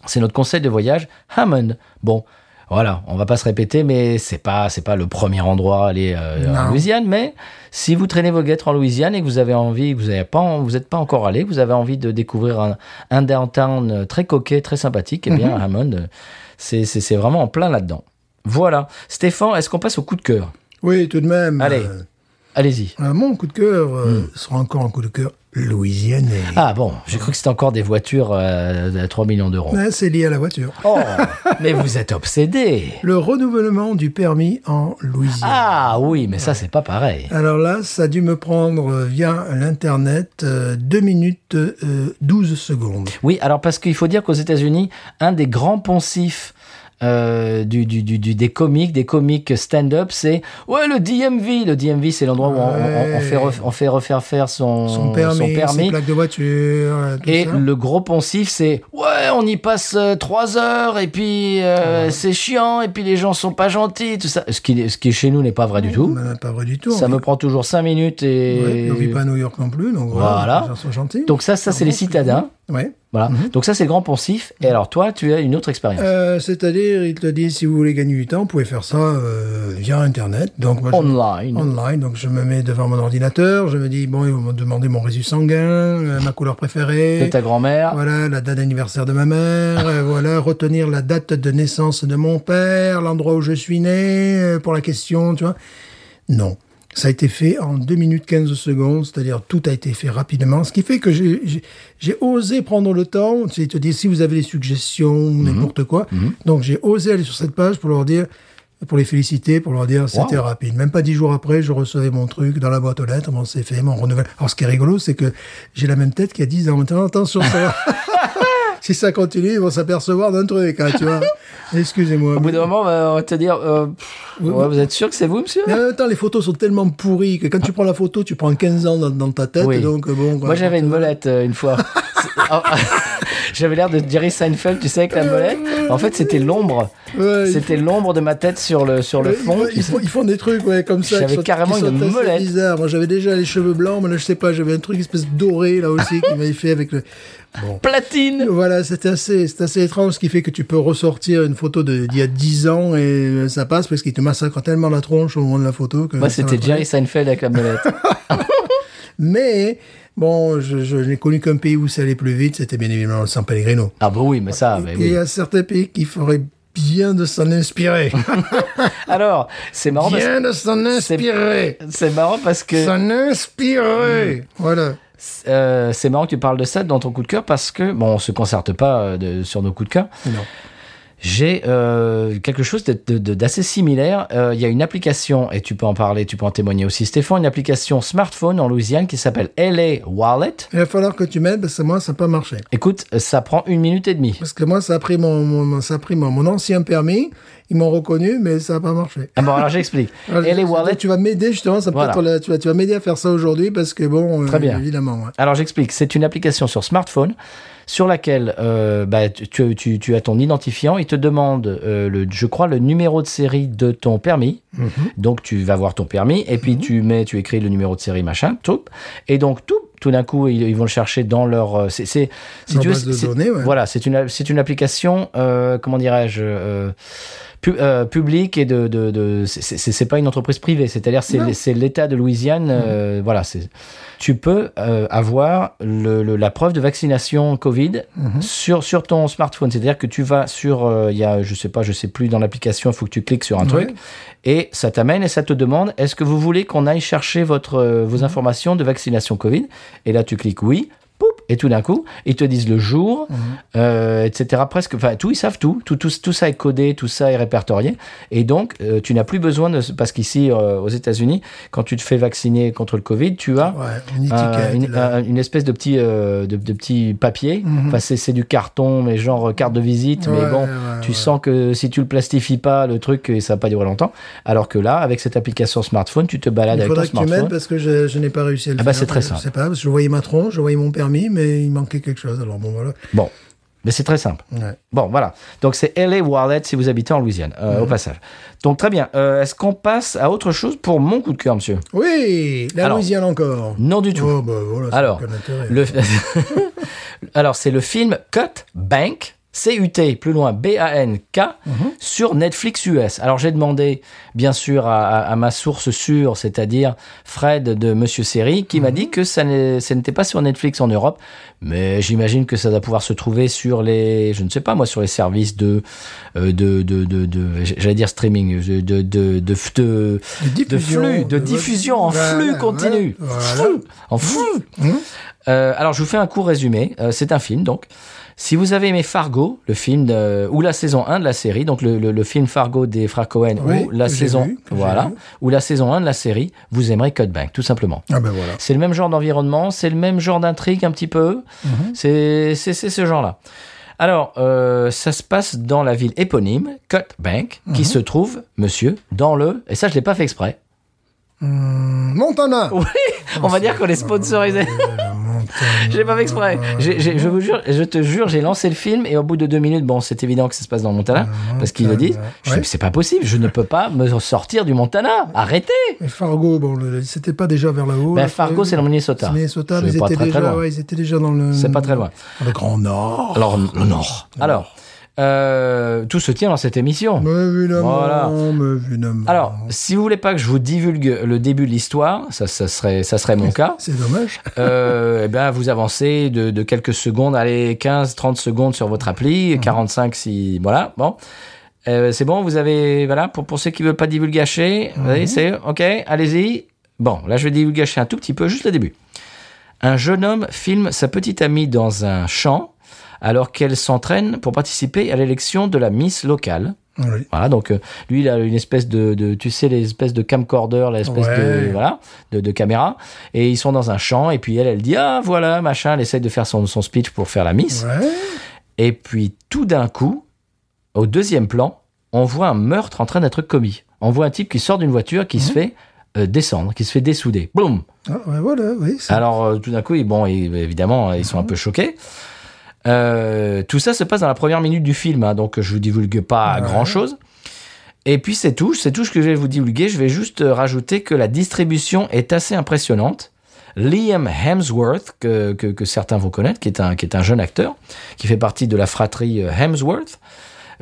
C'est notre conseil de voyage, Hammond. Bon, voilà, on va pas se répéter, mais c'est pas c'est pas le premier endroit à aller euh, en Non. Louisiane. Mais si vous traînez vos guêtres en Louisiane et que vous avez envie, que vous n'êtes pas en- vous êtes pas encore allé, vous avez envie de découvrir un, un downtown euh, très coquet, très sympathique, eh bien Hammond, euh, c'est c'est c'est vraiment en plein là-dedans. Voilà, Stéphane, est-ce qu'on passe au coup de cœur Oui, tout de même. Allez. euh, Allez-y. euh, mon coup de cœur euh, sera encore un coup de cœur louisianais. Ah bon, j'ai cru que c'était encore des voitures euh, à 3 millions d'euros. Ouais, c'est lié à la voiture. Oh, mais vous êtes obsédé. Le renouvellement du permis en Louisiane. Ah oui, mais ça c'est pas pareil. Alors là, ça a dû me prendre euh, via l'Internet euh, 2 minutes euh, 12 secondes. Oui, alors parce qu'il faut dire qu'aux États-Unis, un des grands poncifs euh, du, du, du, du- des comiques, des comiques stand-up, c'est ouais le DMV. Le DMV, c'est l'endroit où on, on- on fait ref- on fait refaire faire son, Son permis, ses plaques de voiture, euh, tout Et ça. le gros poncif, c'est ouais, on y passe euh, trois heures et puis euh, c'est chiant et puis les gens sont pas gentils, tout ça. Ce qui, ce qui chez nous n'est pas vrai du tout. Bah, pas vrai du tout. Ça on me vit- prend toujours cinq minutes ouais, et puis on vit pas à New York non plus, donc Voilà. les gens sont gentils. donc ça, ça c'est les citadins. Ouais. Voilà. Donc ça, c'est le grand poncif. Mhm. Et alors, toi, tu as une autre expérience. Euh, C'est-à-dire, il te dit, si vous voulez gagner du temps, vous pouvez faire ça euh, via Internet. Donc, moi, je- Online. Online. Donc, je me mets devant mon ordinateur, je me dis, bon, ils vont me demander mon résus sanguin, euh, ma couleur de préférée. ta grand-mère. Voilà, la date d'anniversaire de ma mère, euh, voilà, retenir la date de naissance de mon père, l'endroit où je suis né, euh, pour la question, tu vois. Non. Ça a été fait en 2 minutes 15 secondes, c'est-à-dire tout a été fait rapidement, ce qui fait que j'ai- j'ai j'ai osé prendre le temps, tu sais, te dire si vous avez des suggestions, n'importe quoi. Donc j'ai osé aller sur cette page pour leur dire, pour les féliciter, pour leur dire c'était Wow. rapide. Même pas dix jours après, je recevais mon truc dans la boîte aux lettres, bon c'est fait, mon renouvelle. Alors ce qui est rigolo, c'est que j'ai la même tête qu'il y a 10 ans. Maintenant, attention, ça va. <laughs> si ça continue, ils vont s'apercevoir d'un truc, hein, tu vois. Excusez-moi. Au bout d'un moment, euh, on va te dire, euh, pff, ouais, vous êtes sûr que c'est vous, monsieur Mais en même temps, les photos sont tellement pourries que quand tu prends la photo, tu prends 15 ans dans, dans ta tête. Oui. Donc, euh, bon, quoi. Moi, j'avais une molette euh, une <laughs> fois. C'est- ah, ah, <laughs> J'avais l'air de Jerry Seinfeld, tu sais, avec la molette. En fait, c'était l'ombre. Ouais, il C'était l'ombre de ma tête sur le, sur le Ouais, fond. ils font- tu Ils sais. font, ils font des trucs ouais, comme ça. J'avais qui sont- carrément qui sont une assez molette. bizarres. Moi, j'avais déjà les cheveux blancs, mais là, je sais pas, j'avais un truc espèce doré là aussi qui m'avait fait avec le. Bon. Platine Voilà, c'est assez, c'est assez étrange, ce qui fait que tu peux ressortir une photo de- d'il y a 10 ans et euh, ça passe parce qu'ils te massacrent tellement la tronche au moment de la photo que. Moi, ça va c'était pas. Jerry Seinfeld avec la <laughs> molette. Mais bon, je, je n'ai connu qu'un pays où ça allait plus vite, c'était bien évidemment le San Pellegrino. Ah, bah oui, mais ça, mais et euh, il oui. y a certains pays qui feraient bien de s'en <laughs> inspirer. Alors, c'est marrant parce bien de s'en Oh, c'est- inspirer. C'est marrant parce que Hmm. S'en inspirer. Voilà. euh, c'est marrant que tu parles de ça dans ton coup de cœur parce que bon, on se concerte pas euh, de- sur nos coups de cœur. Non. J'ai euh, quelque chose de- de- de- d'assez similaire. Euh, Il y a une application, et tu peux en parler, tu peux en témoigner aussi, Stéphane, une application smartphone en Louisiane qui s'appelle LA Wallet. Il va falloir que tu m'aides parce que moi, ça n'a pas marché. Écoute, ça prend une minute et demie. Parce que moi, ça a pris mon, mon- mon- ça a pris mon, mon ancien permis. Ils m'ont reconnu, mais ça n'a pas marché. Ah <laughs> bon, alors j'explique. Alors, LA Wallet, Tu vas m'aider justement, ça peut Voilà. être la- tu vas, tu vas m'aider à faire ça aujourd'hui parce que bon, euh, Très bien. évidemment. ouais. Alors j'explique, c'est une application sur smartphone sur laquelle euh, bah, tu, tu- tu as ton identifiant, il te demande, euh, le, je crois, le numéro de série de ton permis. Donc tu vas voir ton permis et Mhm. puis tu mets, tu écris le numéro de série machin, tout. Et donc tout, tout d'un coup ils, ils vont le chercher dans leur, euh, c'est, c'est- si Leur tu veux, base de c'est- données, ouais. voilà, c'est une, c'est une application, euh, comment dirais-je, euh, pu- euh, publique et de, de, de c'est- c'est c'est pas une entreprise privée, c'est-à-dire c'est Non. Mm. l'é- c'est l'État de Louisiane, euh, voilà, c'est tu peux euh, avoir le- le- la preuve de vaccination Covid Mm-hmm. sur, sur ton smartphone. C'est-à-dire que tu vas sur, euh, il y a, je sais pas, je sais plus, dans l'application, il faut que tu cliques sur un Ouais. truc et ça t'amène et ça te demande est-ce que vous voulez qu'on aille chercher votre, euh, Mm-hmm. vos informations de vaccination Covid Et là, tu cliques oui. poup, Et tout d'un coup, ils te disent le jour, Mhm. euh, etc. Presque, enfin, tout, ils savent tout. Tout, tout. tout ça est codé, tout ça est répertorié. Et donc, euh, tu n'as plus besoin de. Parce qu'ici, euh, aux États-Unis, quand tu te fais vacciner contre le Covid, tu as Ouais, une étiquette. un- Euh, une, Oh, là. un- une espèce de petit, euh, de, de petit papier. Mhm. Enfin, c'est c'est du carton, mais genre euh, carte de visite. mais Ouais, bon, ouais, tu ouais. sens que si tu le plastifies pas, le truc, euh, ça va pas durer longtemps. Alors que là, avec cette application smartphone, tu te balades Il Ah, avec ton faudrait que tu smartphone. m'aides parce que je, je n'ai pas réussi à le Ah bah, faire. c'est très Je simple. sais pas, parce que je voyais ma tronche, je voyais mon permis, mais il manquait quelque chose. Alors bon, voilà. Bon, mais c'est très simple. Ouais. Bon, voilà. Donc c'est LA Wallet si vous habitez en Louisiane, euh, au passage. Donc très bien. Euh, Est-ce qu'on passe à autre chose pour mon coup de cœur, monsieur Oui, la Alors, Louisiane encore. Non du tout. Oh, bah, voilà, ça Alors, n'a aucun intérêt. Le... Alors, c'est le <laughs> film Cut Bank, C-U-T, plus loin B-A-N-K, sur Netflix US. Alors, j'ai demandé, bien sûr, à, à- à ma source sûre, c'est-à-dire Fred de Monsieur Seri, qui m'a dit que ça n'est- ça n'était pas sur Netflix en Europe, mais j'imagine que ça doit pouvoir se trouver sur les, je ne sais pas moi, sur les services de, euh, de, de, de, de- j'allais dire streaming, de, de, de, de, de- De de flux, de diffusion en Voilà, flux continu. voilà, voilà. Mmh. Flux, en flux. Euh, alors, je vous fais un court résumé. Euh, c'est un film, donc. Si vous avez aimé Fargo, le film de- ou la saison 1 de la série, donc le, le- le film Fargo des frères Cohen Oui, ou la que j'ai saison vu, que j'ai voilà, vu. ou la saison 1 de la série, vous aimerez Code Bank, tout simplement. Ah ben voilà. C'est le même genre d'environnement, c'est le même genre d'intrigue un petit peu. Mhm. C'est- C'est c'est ce genre-là. Alors, euh, ça se passe dans la ville éponyme, Cut Bank, Mhm. qui se trouve, monsieur, dans le... Et ça, je l'ai pas fait exprès. Hum, Montana Oh. <laughs> On va dire qu'on est sponsorisé. <laughs> Euh, Montana. Je l'ai pas fait exprès. J'ai- j'ai- je vous jure, je te jure, j'ai lancé le film et au bout de deux minutes, bon, c'est évident que ça se passe dans le Montana parce qu'ils le disent. Je dis, Ah, Ouais. mais c'est pas possible, je ne peux pas me sortir du Montana. Arrêtez. Et Fargo, bon, le- c'était pas déjà vers là-haut. Ben, là, Fargo, c'est dans le Minnesota. C'est euh, Minnesota, C'est mais ils pas étaient, très, très déjà, loin. ouais, Oh. ils étaient déjà dans le. C'est pas très loin. dans Le Grand Nord. Alors, le Nord. Alors, euh, tout se tient dans cette émission. Mais évidemment, Voilà. mais évidemment. Alors, si vous voulez pas que je vous divulgue le début de l'histoire, ça, ça serait, ça serait mon cas. C'est dommage. euh, eh ben, vous avancez de, de quelques secondes, allez, 15, 30 secondes sur votre appli, 45 si, voilà, bon. Euh, c'est bon, vous avez, voilà, pour, pour ceux qui veulent pas divulgacher, vous voyez, c'est, ok, allez-y. Bon, là, je vais divulgacher un tout petit peu, juste le début. Un jeune homme filme sa petite amie dans un champ, alors qu'elle s'entraîne pour participer à l'élection de la Miss locale. Oui. Voilà, donc euh, lui, il a une espèce de, de- tu sais, les espèces de camcorder, l'espèce Ouais. de, voilà, de, de caméra. Et ils sont dans un champ, et puis elle, elle dit, ah, voilà, machin, elle essaye de faire son, son speech pour faire la miss. Ouais. Et puis, tout d'un coup, au deuxième plan, on voit un meurtre en train d'être commis. On voit un type qui sort d'une voiture, Mhm. qui se fait euh, descendre, qui se fait dessouder. Boum! Ah, ouais, voilà, oui. c'est- Alors, euh, tout d'un coup, ils- bon, ils- évidemment, ils sont Mhm. un peu choqués. Euh, tout ça se passe dans la première minute du film, hein, donc je vous divulgue pas Ouais. grand chose. Et puis c'est tout, c'est tout ce que je vais vous divulguer. Je vais juste euh, rajouter que la distribution est assez impressionnante. Liam Hemsworth, que, que- que certains vont connaître, qui est, un, qui est un jeune acteur, qui fait partie de la fratrie euh, Hemsworth.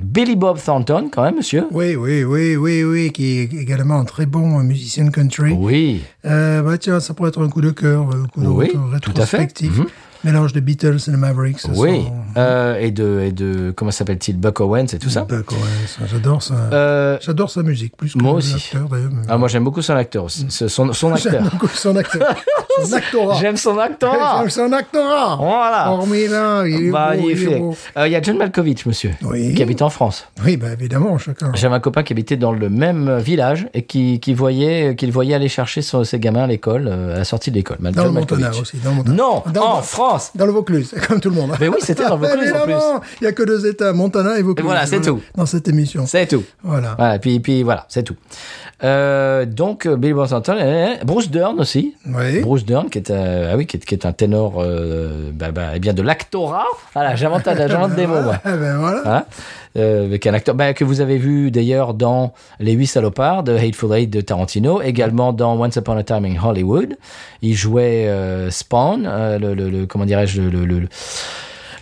Billy Bob Thornton, quand même, monsieur. Oui, oui, oui, oui, oui, qui est également un très bon euh, musicien de country. Oui. Euh, bah, tiens, ça pourrait être un coup de cœur, un coup de Oui, retour tout à fait. rétrospectif. Mhm. Mélange de Beatles et de Mavericks. ça Oui. sent- Euh, et, de, et de. Comment s'appelle-t-il Buck Owens et tout ça. Buck Owens, J'adore ça. Euh, J'adore sa musique, plus que moi aussi. l'acteur d'ailleurs. mais- Ah, moi j'aime beaucoup son acteur aussi. Ce- Son, <laughs> son J'aime acteur. beaucoup son acteur. <laughs> son actorat. J'aime son acteur. <laughs> J'aime son actorat. Voilà. Hormis là, il est Bah, beau, il est fait. Euh, beau. Il y a John Malkovich, monsieur, Oui. qui habite en France. Oui, bah, évidemment, chacun. J'avais un copain qui habitait dans le même village et qui, qui voyait qu'il voyait aller chercher son- ses gamins à l'école, euh, à la sortie de l'école. Mal- Dans John le Montana Malkovich. aussi. Dans le Montana. Non, Dans en le- France. Dans le Vaucluse, <laughs> comme tout le monde. Mais oui, c'était <laughs> dans le Vaucluse, en plus. Évidemment, Il n'y a que deux États, Montana et Vaucluse. Et voilà, c'est tout. Dans cette émission. C'est tout. Voilà. Voilà, puis, puis voilà, c'est tout. Euh, donc, euh, Billy Bob Thornton, euh, Bruce Dern aussi. Oui. Bruce Dern, qui est, euh, ah oui, qui est, qui est un ténor euh, bah, bah, eh bien de l'actorat. Voilà, j'invente un- j'invente des mots, moi. Eh ben voilà. Voilà. Euh, avec un acteur bah, que vous avez vu d'ailleurs dans Les Huit Salopards de Hateful Eight de Tarantino, également dans Once Upon a Time in Hollywood. Il jouait euh, Spawn, euh, le, le- le- comment dirais-je, le, le, le-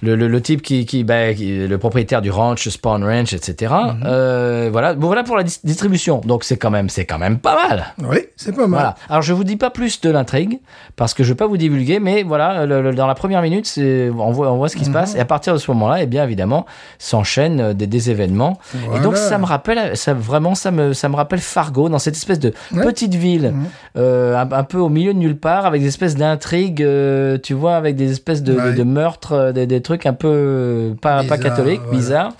le- le- le type qui, qui, bah, qui- le propriétaire du ranch, Spawn Ranch, etc. Euh, voilà, bon, voilà pour la dis- distribution. Donc c'est quand même, c'est quand même pas mal. Oui, c'est pas mal. Voilà. Alors je vous dis pas plus de l'intrigue parce que je vais pas vous divulguer, mais voilà, le- le- dans la première minute, c'est- on voit, on voit ce qui se passe et à partir de ce moment-là, eh bien évidemment, s'enchaînent euh, des, des événements. Et Voilà. donc ça me rappelle, ça vraiment, ça me, ça me rappelle Fargo dans cette espèce de Ouais. petite ville, euh, un, un peu au milieu de nulle part, avec des espèces d'intrigues, euh, tu vois, avec des espèces de, de- Ouais. de meurtres, euh, des, des trucs un peu euh, pas, pas Bizarre, catholiques, voilà. bizarres.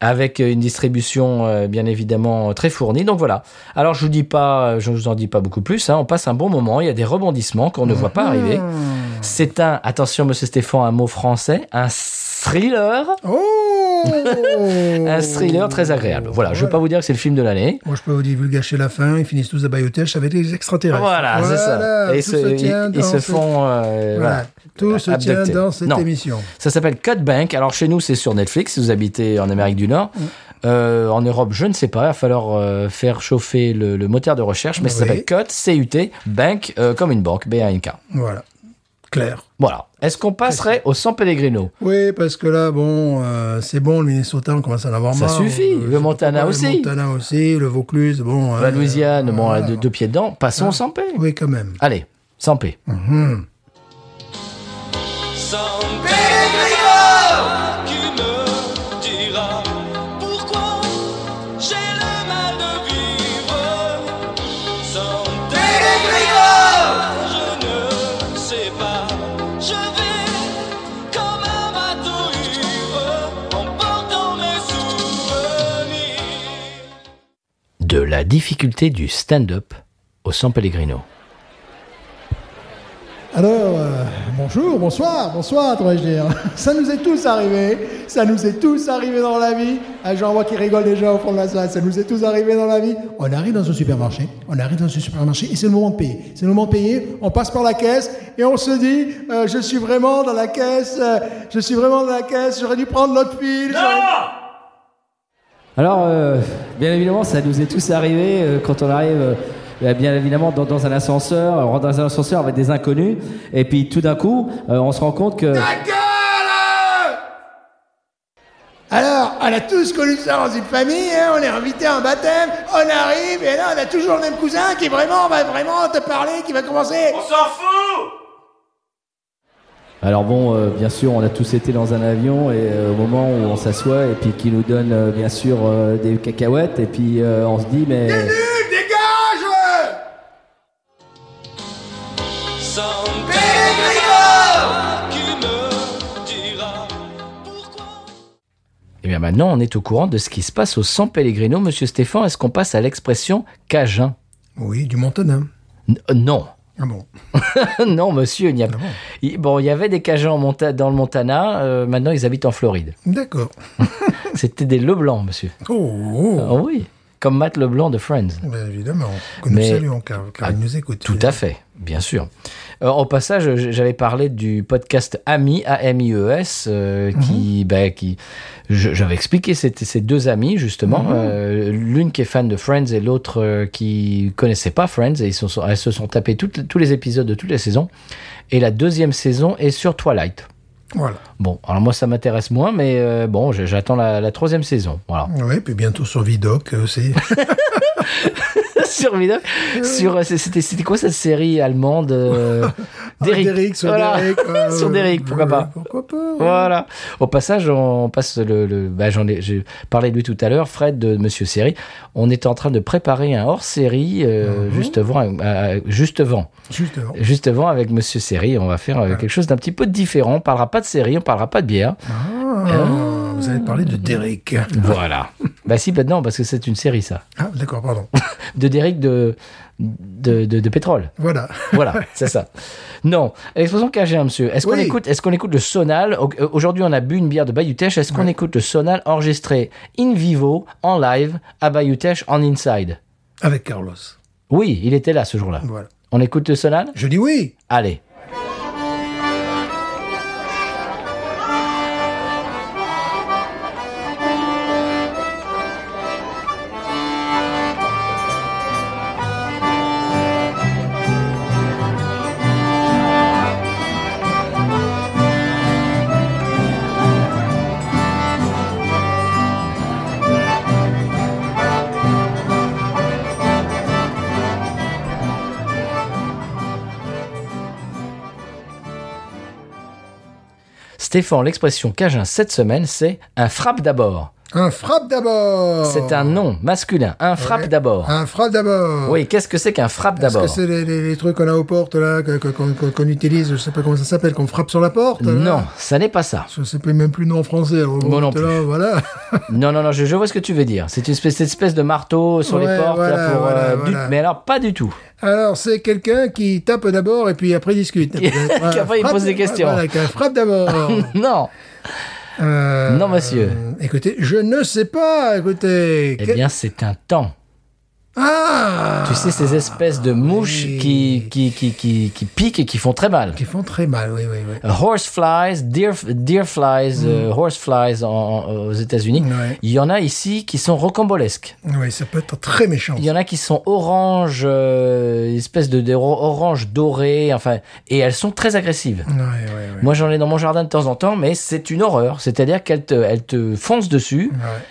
Avec euh, une distribution euh, bien évidemment euh, très fournie. Donc voilà. Alors je vous dis pas, euh, je vous en dis pas beaucoup plus. hein. On passe un bon moment. Il y a des rebondissements qu'on ne voit Ah. pas arriver. C'est un, attention Monsieur Stéphane, un mot français, un thriller, Oh <laughs> un thriller très agréable. Voilà. Je vais pas vous dire que c'est le film de l'année. Moi, je peux vous divulgacher la fin. Ils finissent tous à Bayotech avec les extraterrestres. Voilà, c'est ça. Voilà, Et tout se, se ils- tient ils dans se ce- font. euh, voilà. Voilà. Tout se tient abductés. dans cette Non. émission. Ça s'appelle Code Bank. Alors chez nous, c'est sur Netflix. Si vous habitez en Amérique du Nord, Euh, en Europe, je ne sais pas. Il va falloir euh, faire chauffer le, le moteur de recherche, mais ça Oui. s'appelle Code C-U-T Bank euh, comme une banque B A N K. Voilà. Claire. Voilà. Est-ce qu'on passerait au San Pellegrino Oui, parce que là, bon, euh, c'est bon, le Minnesota, on commence à en avoir Ça marre. suffit. Le je sais pas Montana pourquoi, aussi. Le Montana aussi, le Vaucluse, bon. La hein, Louisiane, euh, bon, voilà. deux, deux pieds dedans. Passons au San P. Oui, quand même. Allez, San P. San Pellegrino qui me dira pourquoi j'ai le mal de vivre. San Pellegrino, je ne sais pas. Je vais comme un bateau ivre en portant mes souvenirs. De la difficulté du stand-up au San Pellegrino. Alors, euh, bonjour, bonsoir, bonsoir, devrais-je dire. <laughs> Ça nous est tous arrivé, ça nous est tous arrivé dans la vie. Ah, j'en vois qui rigole déjà au fond de la salle, ça nous est tous arrivé dans la vie. On arrive dans un supermarché, on arrive dans un supermarché et c'est le moment de payer. C'est le moment de payer, on passe par la caisse et on se dit, euh, je suis vraiment dans la caisse, euh, je suis vraiment dans la caisse, j'aurais dû prendre l'autre fil. j'aurais- Alors, euh, bien évidemment, ça nous est tous arrivé euh, quand on arrive, euh, euh, bien évidemment, dans, dans un ascenseur, on rentre dans un ascenseur avec des inconnus, et puis tout d'un coup, euh, on se rend compte que... Alors, on a tous connu ça dans une famille, hein, on est invité à un baptême, on arrive, et là, on a toujours le même cousin qui vraiment va vraiment te parler, qui va commencer. Alors bon, euh, bien sûr, on a tous été dans un avion et euh, au moment où on s'assoit et puis qui nous donne euh, bien sûr euh, des cacahuètes et puis euh, on se dit mais Sans Périgord qui me dira pourquoi Eh bien maintenant, on est au courant de ce qui se passe au San Pellegrino. Monsieur Stéphane, est-ce qu'on passe à l'expression Cajun Oui, du Montana. N- euh, Non. Ah bon <laughs> non, monsieur, il n'y a il- Ah Bon, il y avait des Cajuns en Monta- dans le Montana, euh, maintenant ils habitent en <laughs> Floride. D'accord. C'était des Leblanc, monsieur. Oh, oh, Ah oui, comme Matt Leblanc de Friends. ben évidemment, que nous Mais- ah, saluons car, car il nous écoute. Tout à fait, bien sûr. Euh, au passage, j- j'avais parlé du podcast Ami, A-M-I-E-S, euh, qui, bah, qui je- j'avais expliqué ces, ces deux amis, justement, euh, l'une qui est fan de Friends et l'autre euh, qui connaissait pas Friends, et ils se sont, elles se sont tapées toutes- tous les épisodes de toute la saison. Et la deuxième saison est sur Twilight. Voilà. Bon, alors moi ça m'intéresse moins, mais euh, bon, j- j'attends la, la troisième saison. Voilà. Oui, puis bientôt sur Vidoc euh, aussi. <laughs> sur Vidal, sur euh, c'est- c'était c'était quoi cette série allemande euh, d'Eric Derrick, Ah, sur Voilà. Derrick. euh, Sur Derrick, pourquoi euh, pas Pourquoi pas <laughs> Voilà. Au passage, on passe le. le- bah, J'en ai, j'ai parlé de lui tout à l'heure, Fred de Monsieur Série. On est en train de préparer un hors série euh, juste avant, euh, juste avant, Justement. juste avant avec Monsieur Série. On va faire euh, quelque chose d'un petit peu différent. On parlera pas de série, on parlera pas de bière. Ah, vous avez parlé de Derrick. Voilà. bah si, maintenant parce que c'est une série ça. Ah, d'accord, pardon. <laughs> De Derrick de de, de, de pétrole. Voilà. Voilà, c'est ça. Non, l'expression cajun, monsieur. Est-ce qu'on Oui. écoute, est-ce qu'on écoute le sonal Au- euh, Aujourd'hui, on a bu une bière de Bayutech. Est-ce qu'on écoute le sonal enregistré in vivo, en live, à Bayutech, en inside Avec Carlos. Oui, il était là ce jour-là. Voilà. On écoute le sonal Je dis oui. Allez. Stéphane, l'expression cajun cette semaine, c'est un frappe d'abord. Un frappe d'abord. C'est un nom masculin. Un frappe Oh. Ouais. d'abord. Un frappe d'abord. Oui, qu'est-ce que c'est qu'un frappe Est-ce que d'abord c'est les, les- les trucs qu'on a aux portes, là, que- que- qu'on qu'on- qu'on utilise, je sais pas comment ça s'appelle, qu'on frappe sur la porte là Non, ça n'est pas ça. Je sais plus- même plus le nom en français. alors, Moi non tout à l'heure, Voilà. <laughs> Non, non, non, je, je vois ce que tu veux dire. C'est une espèce, cette espèce de marteau sur Ouais, les portes, là, voilà, pour, euh, voilà, du- voilà. mais alors pas du tout. <laughs> Alors, c'est quelqu'un qui tape d'abord et puis après <laughs> discute. Qui- Voilà, qui après, il frappe- pose des questions. Voilà, qui frappe d'abord. <laughs> non, Euh, Non, monsieur. Écoutez, je ne sais pas, écoutez. eh Quel- bien c'est un temps. Ah Tu sais ces espèces de mouches oui. qui, qui, qui, qui, qui piquent et qui font très mal. Qui font très mal, oui, oui, oui. Horse flies, deer, deer flies, euh, horse flies en- en- aux États-Unis. Hmm. Ouais. Il y en a ici qui sont rocambolesques. Oui, ça peut être très méchant. Il y en a qui sont orange, euh, espèce de, de ro- orange doré, enfin, et elles sont très agressives. Ouais, ouais, ouais. Moi, j'en ai dans mon jardin de temps en temps, mais c'est une horreur. C'est-à-dire qu'elle te, elle te fonce dessus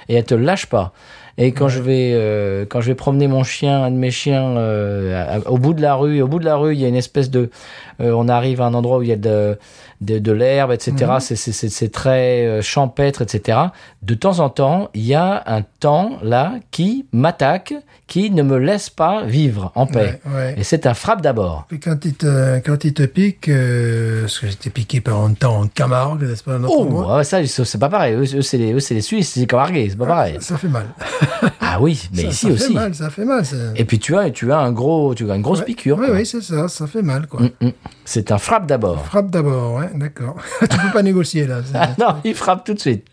et elle te lâche pas. Et quand je vais, euh, quand je vais promener mon chien, un de mes chiens, euh, à- au bout de la rue, et au bout de la rue, il y a une espèce de, euh, on arrive à un endroit où il y a de, de, de l'herbe, etc. Mhm. C'est- c'est- C'est c'est très euh, champêtre, etc. De temps en temps, il y a un temps là qui m'attaque, qui ne me laisse pas vivre en paix. Ouais, ouais. Et c'est un frappe d'abord. Puis quand il te, quand il te pique, euh, parce que j'étais piqué par un temps en Camargue, n'est-ce pas un autre Oh, endroit, ah, ça, c'est c'est pas pareil. Eux, eux, c'est les, eux, c'est les Suisses, c'est les Camarguais, c'est pas pareil. Ça fait mal. Ah oui, <laughs> mais ça, ici ça aussi. fait mal, ça fait mal. ça. Et puis tu as, tu as un gros, tu as une grosse Ouais. piqûre. Oui, quoi. oui, c'est ça, ça fait mal, quoi. Mm, mm. C'est un frappe d'abord. Frappe d'abord, ouais, d'accord. <laughs> tu peux pas négocier, là. <laughs> c'est- Ah non, il frappe tout de suite.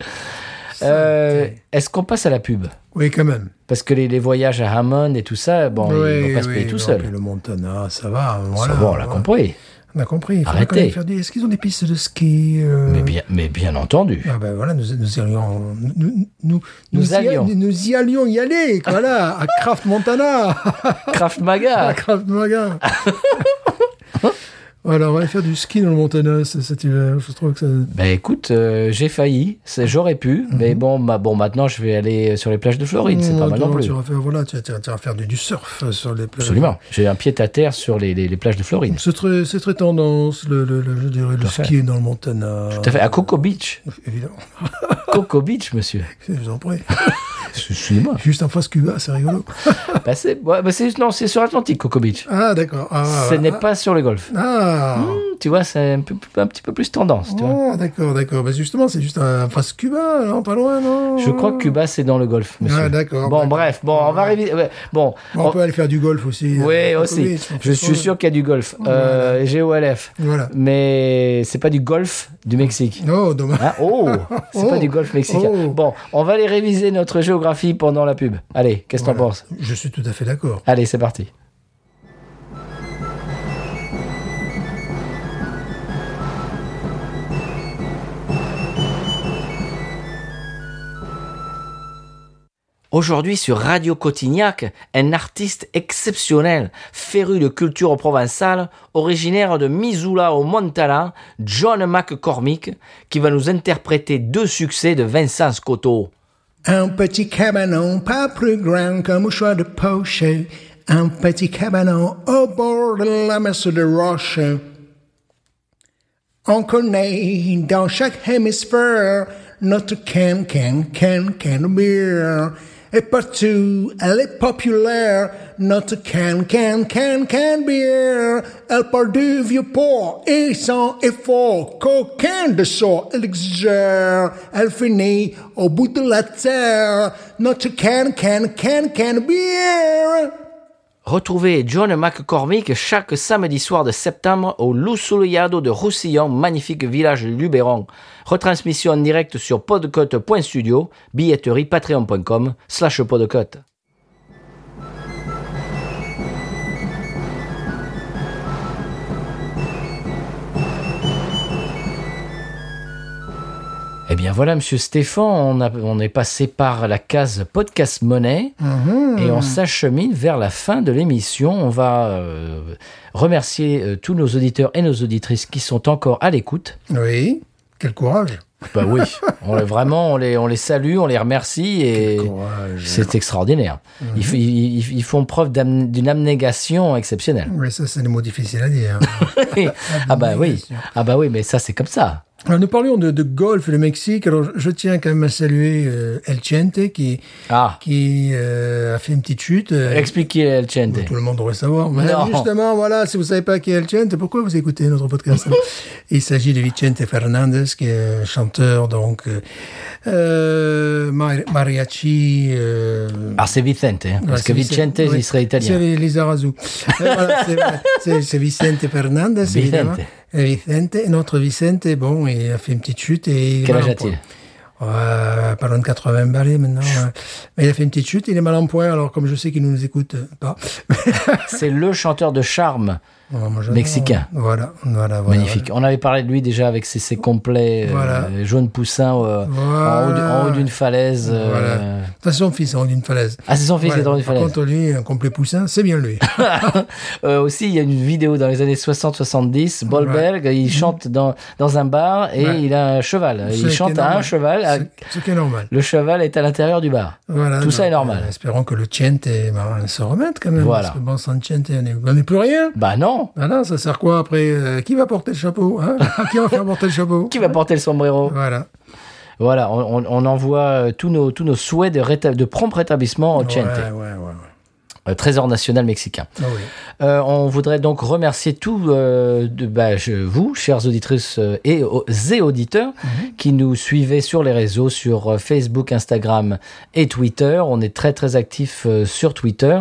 Euh, Est-ce qu'on passe à la pub Oui, quand même. Parce que les, les voyages à Hammond et tout ça, bon, ils oui, vont pas se oui, payer tout non, puis seuls. Le Montana, ça va. Voilà, Ça, bon, on l'a voilà. compris. On a compris. Il faudrait Arrêtez. quand même faire des- Est-ce qu'ils ont des pistes de ski euh, Mais bien, mais bien entendu. Ah ben voilà, nous, nous allions, nous, nous, nous, y- allions. nous, y allions y aller, quoi, là, à Kraft Montana, <laughs> Kraft à Maga Kraft <laughs> Ah, Maga. voilà, on va aller faire du ski dans le Montana c- cet hiver. Je trouve que ça... Ben écoute, euh, j'ai failli, C'est- j'aurais pu, Mhm. mais bon, bah, bon, maintenant je vais aller euh, sur les plages de Floride, c'est pas mal non Tu- plus. Tu vas faire, voilà, tu, vas- tu vas- tu vas faire du, du surf euh, sur les plages. Absolument. J'ai un pied à terre sur les, les- les plages de Floride. C'est très, c'est très tendance, le, le, le- je dirais, le à fait. ski dans le Montana. Tout à fait, à Coco Beach. Évidemment, <laughs> Coco Beach, monsieur. je vous en prie. Excusez-moi. Juste en face Cuba, c'est rigolo. Bah, c'est- ouais, bah, c'est- non, c'est sur Atlantique, Coco Beach. Ah, d'accord. Ah, Ce ah, n'est pas sur le golf. Ah, Tu vois, c'est un, peu- un petit peu plus tendance. Tu vois. Oh, d'accord, d'accord. Bah justement, c'est juste en face Cuba, non Pas loin, non Je crois que Cuba, c'est dans le golf, monsieur. Ah, d'accord, Bon, d'accord. bref, bon, on va réviser. ouais, bon, Bon, on peut aller faire du golf aussi. oui, euh, aussi. Covid, on Je fait suis ça. sûr qu'il y a du golf. Euh, GOLF. Voilà. Mais c'est pas du golf du Mexique. Oh, dommage. <laughs> Hein oh, c'est Oh. pas du golf mexicain. Oh. Bon, on va aller réviser notre géographie pendant la pub. Allez, qu'est-ce que t'en penses Je suis tout à fait d'accord. Allez, c'est parti. Aujourd'hui sur Radio Cotignac, un artiste exceptionnel, féru de culture provençale, originaire de Missoula au Montana, John McCormick, qui va nous interpréter deux succès de Vincent Scotto. Un petit cabanon, pas plus grand qu'un mouchoir de poche. Un petit cabanon au bord de la masse de roche. On connaît dans chaque hémisphère notre can, can, can, can beer. Et partout, elle est populaire, notre can, can, can, can beer. Elle part du vieux port et sans effort, qu'aucun de sort elle exagère. Elle finit au bout de la terre, notre can, can, can, can beer. Retrouvez John McCormick chaque samedi soir de septembre au Lusulliado de Roussillon, magnifique village du Luberon. Retransmission en direct sur podcote.studio, billetterie patreon.com slash podcote. Eh bien voilà, Monsieur Stéphane, on, a- on est passé par la case podcast monnaie et on s'achemine vers la fin de l'émission. On va euh, remercier euh, tous nos auditeurs et nos auditrices qui sont encore à l'écoute. Oui, quel courage. Bah oui, <laughs> on les- vraiment, on les, on les salue, on les remercie et c'est extraordinaire. Ils f- ils, ils- ils font preuve d'am- d'une amnégation <laughs> exceptionnelle. Oui, ça, c'est des mots difficiles à dire. ah bah oui, ah bah oui, mais ça c'est comme ça. Alors, nous parlions de, de golf et le Mexique. Alors, je- je tiens quand même à saluer euh, El Chente qui, Ah, qui euh, a fait une petite chute. euh, expliquez El Chente. tout le monde devrait savoir. Mais Non. justement, voilà, si vous savez pas qui est El Chente, pourquoi vous écoutez notre podcast <laughs> Il s'agit de Vicente Fernandez, qui est un chanteur, donc euh, euh, mari- mariachi. euh, Ah c'est Vicente, hein, parce Ouais, que c'est Vicente, Vicente, oui. il serait italien. <laughs> C'est Lizarazu. Mais voilà, c'est- c'est- c'est Vicente Fernandez, Vicente. évidemment. Et Vicente, notre Vicente, bon, il a fait une petite chute et... il est Quel mal âge en a-t-il point. Euh, pas loin de 80 balais maintenant. ouais. Mais il a fait une petite chute, il est mal en point, alors comme je sais qu'il ne nous écoute euh, <laughs> pas. C'est le chanteur de charme. Bon, moi, j'adore. hein. Mexicain. Voilà, voilà, voilà. Magnifique. On avait parlé de lui déjà avec ses, ses complets euh, Voilà. jaune poussin euh, Voilà. en haut d- en haut d'une falaise. euh, Voilà. De toute façon, fils, en haut d'une falaise. Ah, c'est son fils qui est en haut d'une Par falaise. contre, lui, un complet poussin, c'est bien lui. <laughs> Euh, aussi, il y a une vidéo dans les années 60-70. Bolberg, il chante dans, dans un bar et Mm-hmm. Ouais. il a un cheval. Ce qui Il est chante à un normal. cheval. à- Ce- Ce qui est normal. Le cheval est à l'intérieur du bar. Voilà, Tout ça est donc, normal. euh, espérons que le Chente bah, se remette quand même. Voilà. Parce que bon, sans Chente, on n'est- on n'est plus rien. Bah non Voilà, ça sert quoi après euh, Qui va porter le chapeau hein <laughs> Qui va faire porter le chapeau qui va porter le sombrero Voilà. Voilà, on, on- on envoie euh, tous nos, tous nos souhaits de, réta- de prompt rétablissement au Chente. Ouais, ouais, ouais. ouais. euh, trésor national mexicain. Ah oui. Euh, on voudrait donc remercier tous euh, de- bah, je- vous, chères auditrices euh, et, au- et auditeurs, qui nous suivez sur les réseaux, sur euh, Facebook, Instagram et Twitter. On est très très actifs euh, sur Twitter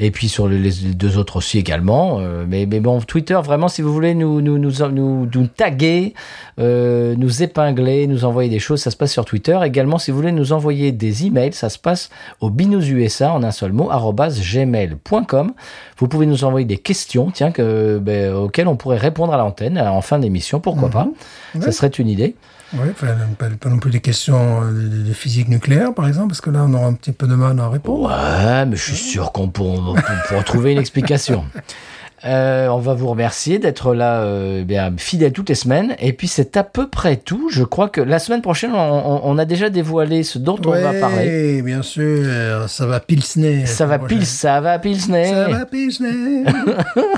et puis sur les, les deux autres aussi également. Euh, mais, mais bon, Twitter, vraiment, si vous voulez nous, nous, nous, nous, nous taguer, euh, nous épingler, nous envoyer des choses, ça se passe sur Twitter. Également, si vous voulez nous envoyer des emails, ça se passe au binoususa en un seul mot, arobase gmail.com. Vous pouvez nous envoyer des questions, tiens, que, ben, auxquelles on pourrait répondre à l'antenne euh, en fin d'émission, pourquoi pas. Ça Mhm. Ouais. serait une idée. Ouais, enfin, pas, pas non plus des questions euh, de, de physique nucléaire, par exemple, parce que là, on aura un petit peu de mal à répondre. Ouais, mais je suis sûr qu'on pour- on pourra trouver une explication. <laughs> Euh, on va vous remercier d'être là, euh, bien fidèle toutes les semaines. Et puis c'est à peu près tout. Je crois que la semaine prochaine, on, on- on a déjà dévoilé ce dont on va Ouais, parler. bien sûr, ça va pilsner. Ça va Moi, pils, ça va pilsner. Ça va <laughs> pilsner.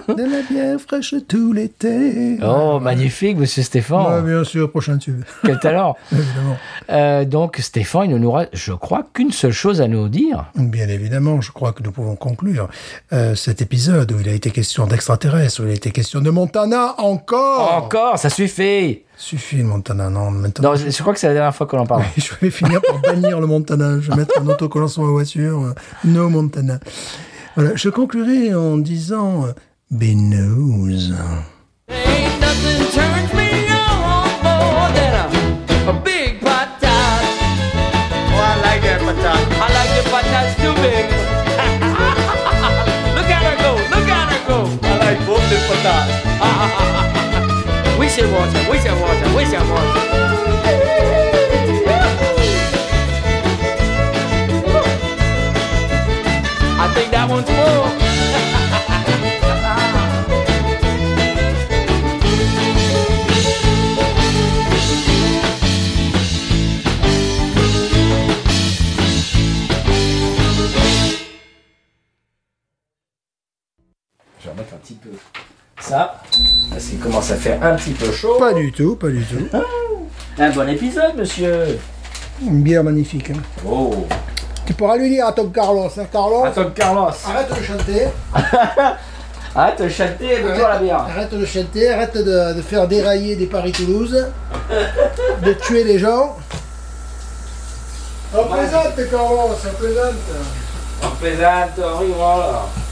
de la bière fraîche tout l'été. Oh, magnifique, monsieur Ouais, Stéphane. bien sûr, prochain tube, <laughs> Quel talent. évidemment. Euh, donc Stéphane, il nous aura, je crois, qu'une seule chose à nous dire. Bien évidemment, je crois que nous pouvons conclure euh, cet épisode où il a été question d'extraterrestres, où il a été question de Montana Oh. encore. Encore, ça suffit. Suffit le Montana, non, maintenant. Non, je, je crois que c'est la dernière fois qu'on en parle. <laughs> Je vais finir par bannir le Montana. Je vais mettre un autocollant sur ma voiture. euh, No Montana. Voilà, je conclurai en disant euh, Be news. Ain't nothing turns me on more than a, a big patat. Oh, I like that patat. I like the patats too big. <laughs> look at her go, look at her go. I like both the patats. <laughs> we should watch her, we should watch her, we should watch her. I think that one's full. Je vais remettre un petit peu ça, parce qu'il commence à faire un petit peu chaud. Pas du tout, pas du tout. Hein Un bon épisode, monsieur Une bière magnifique. hein. Oh Tu pourras lui dire à Tom Carlos. Hein, Carlos, Attends, Carlos arrête de chanter. Arrête de chanter, bois la bière Arrête de chanter, arrête de, de faire dérailler des Paris-Toulouse, de tuer les gens. On plaisante, Carlos, on plaisante. On plaisante, on rigole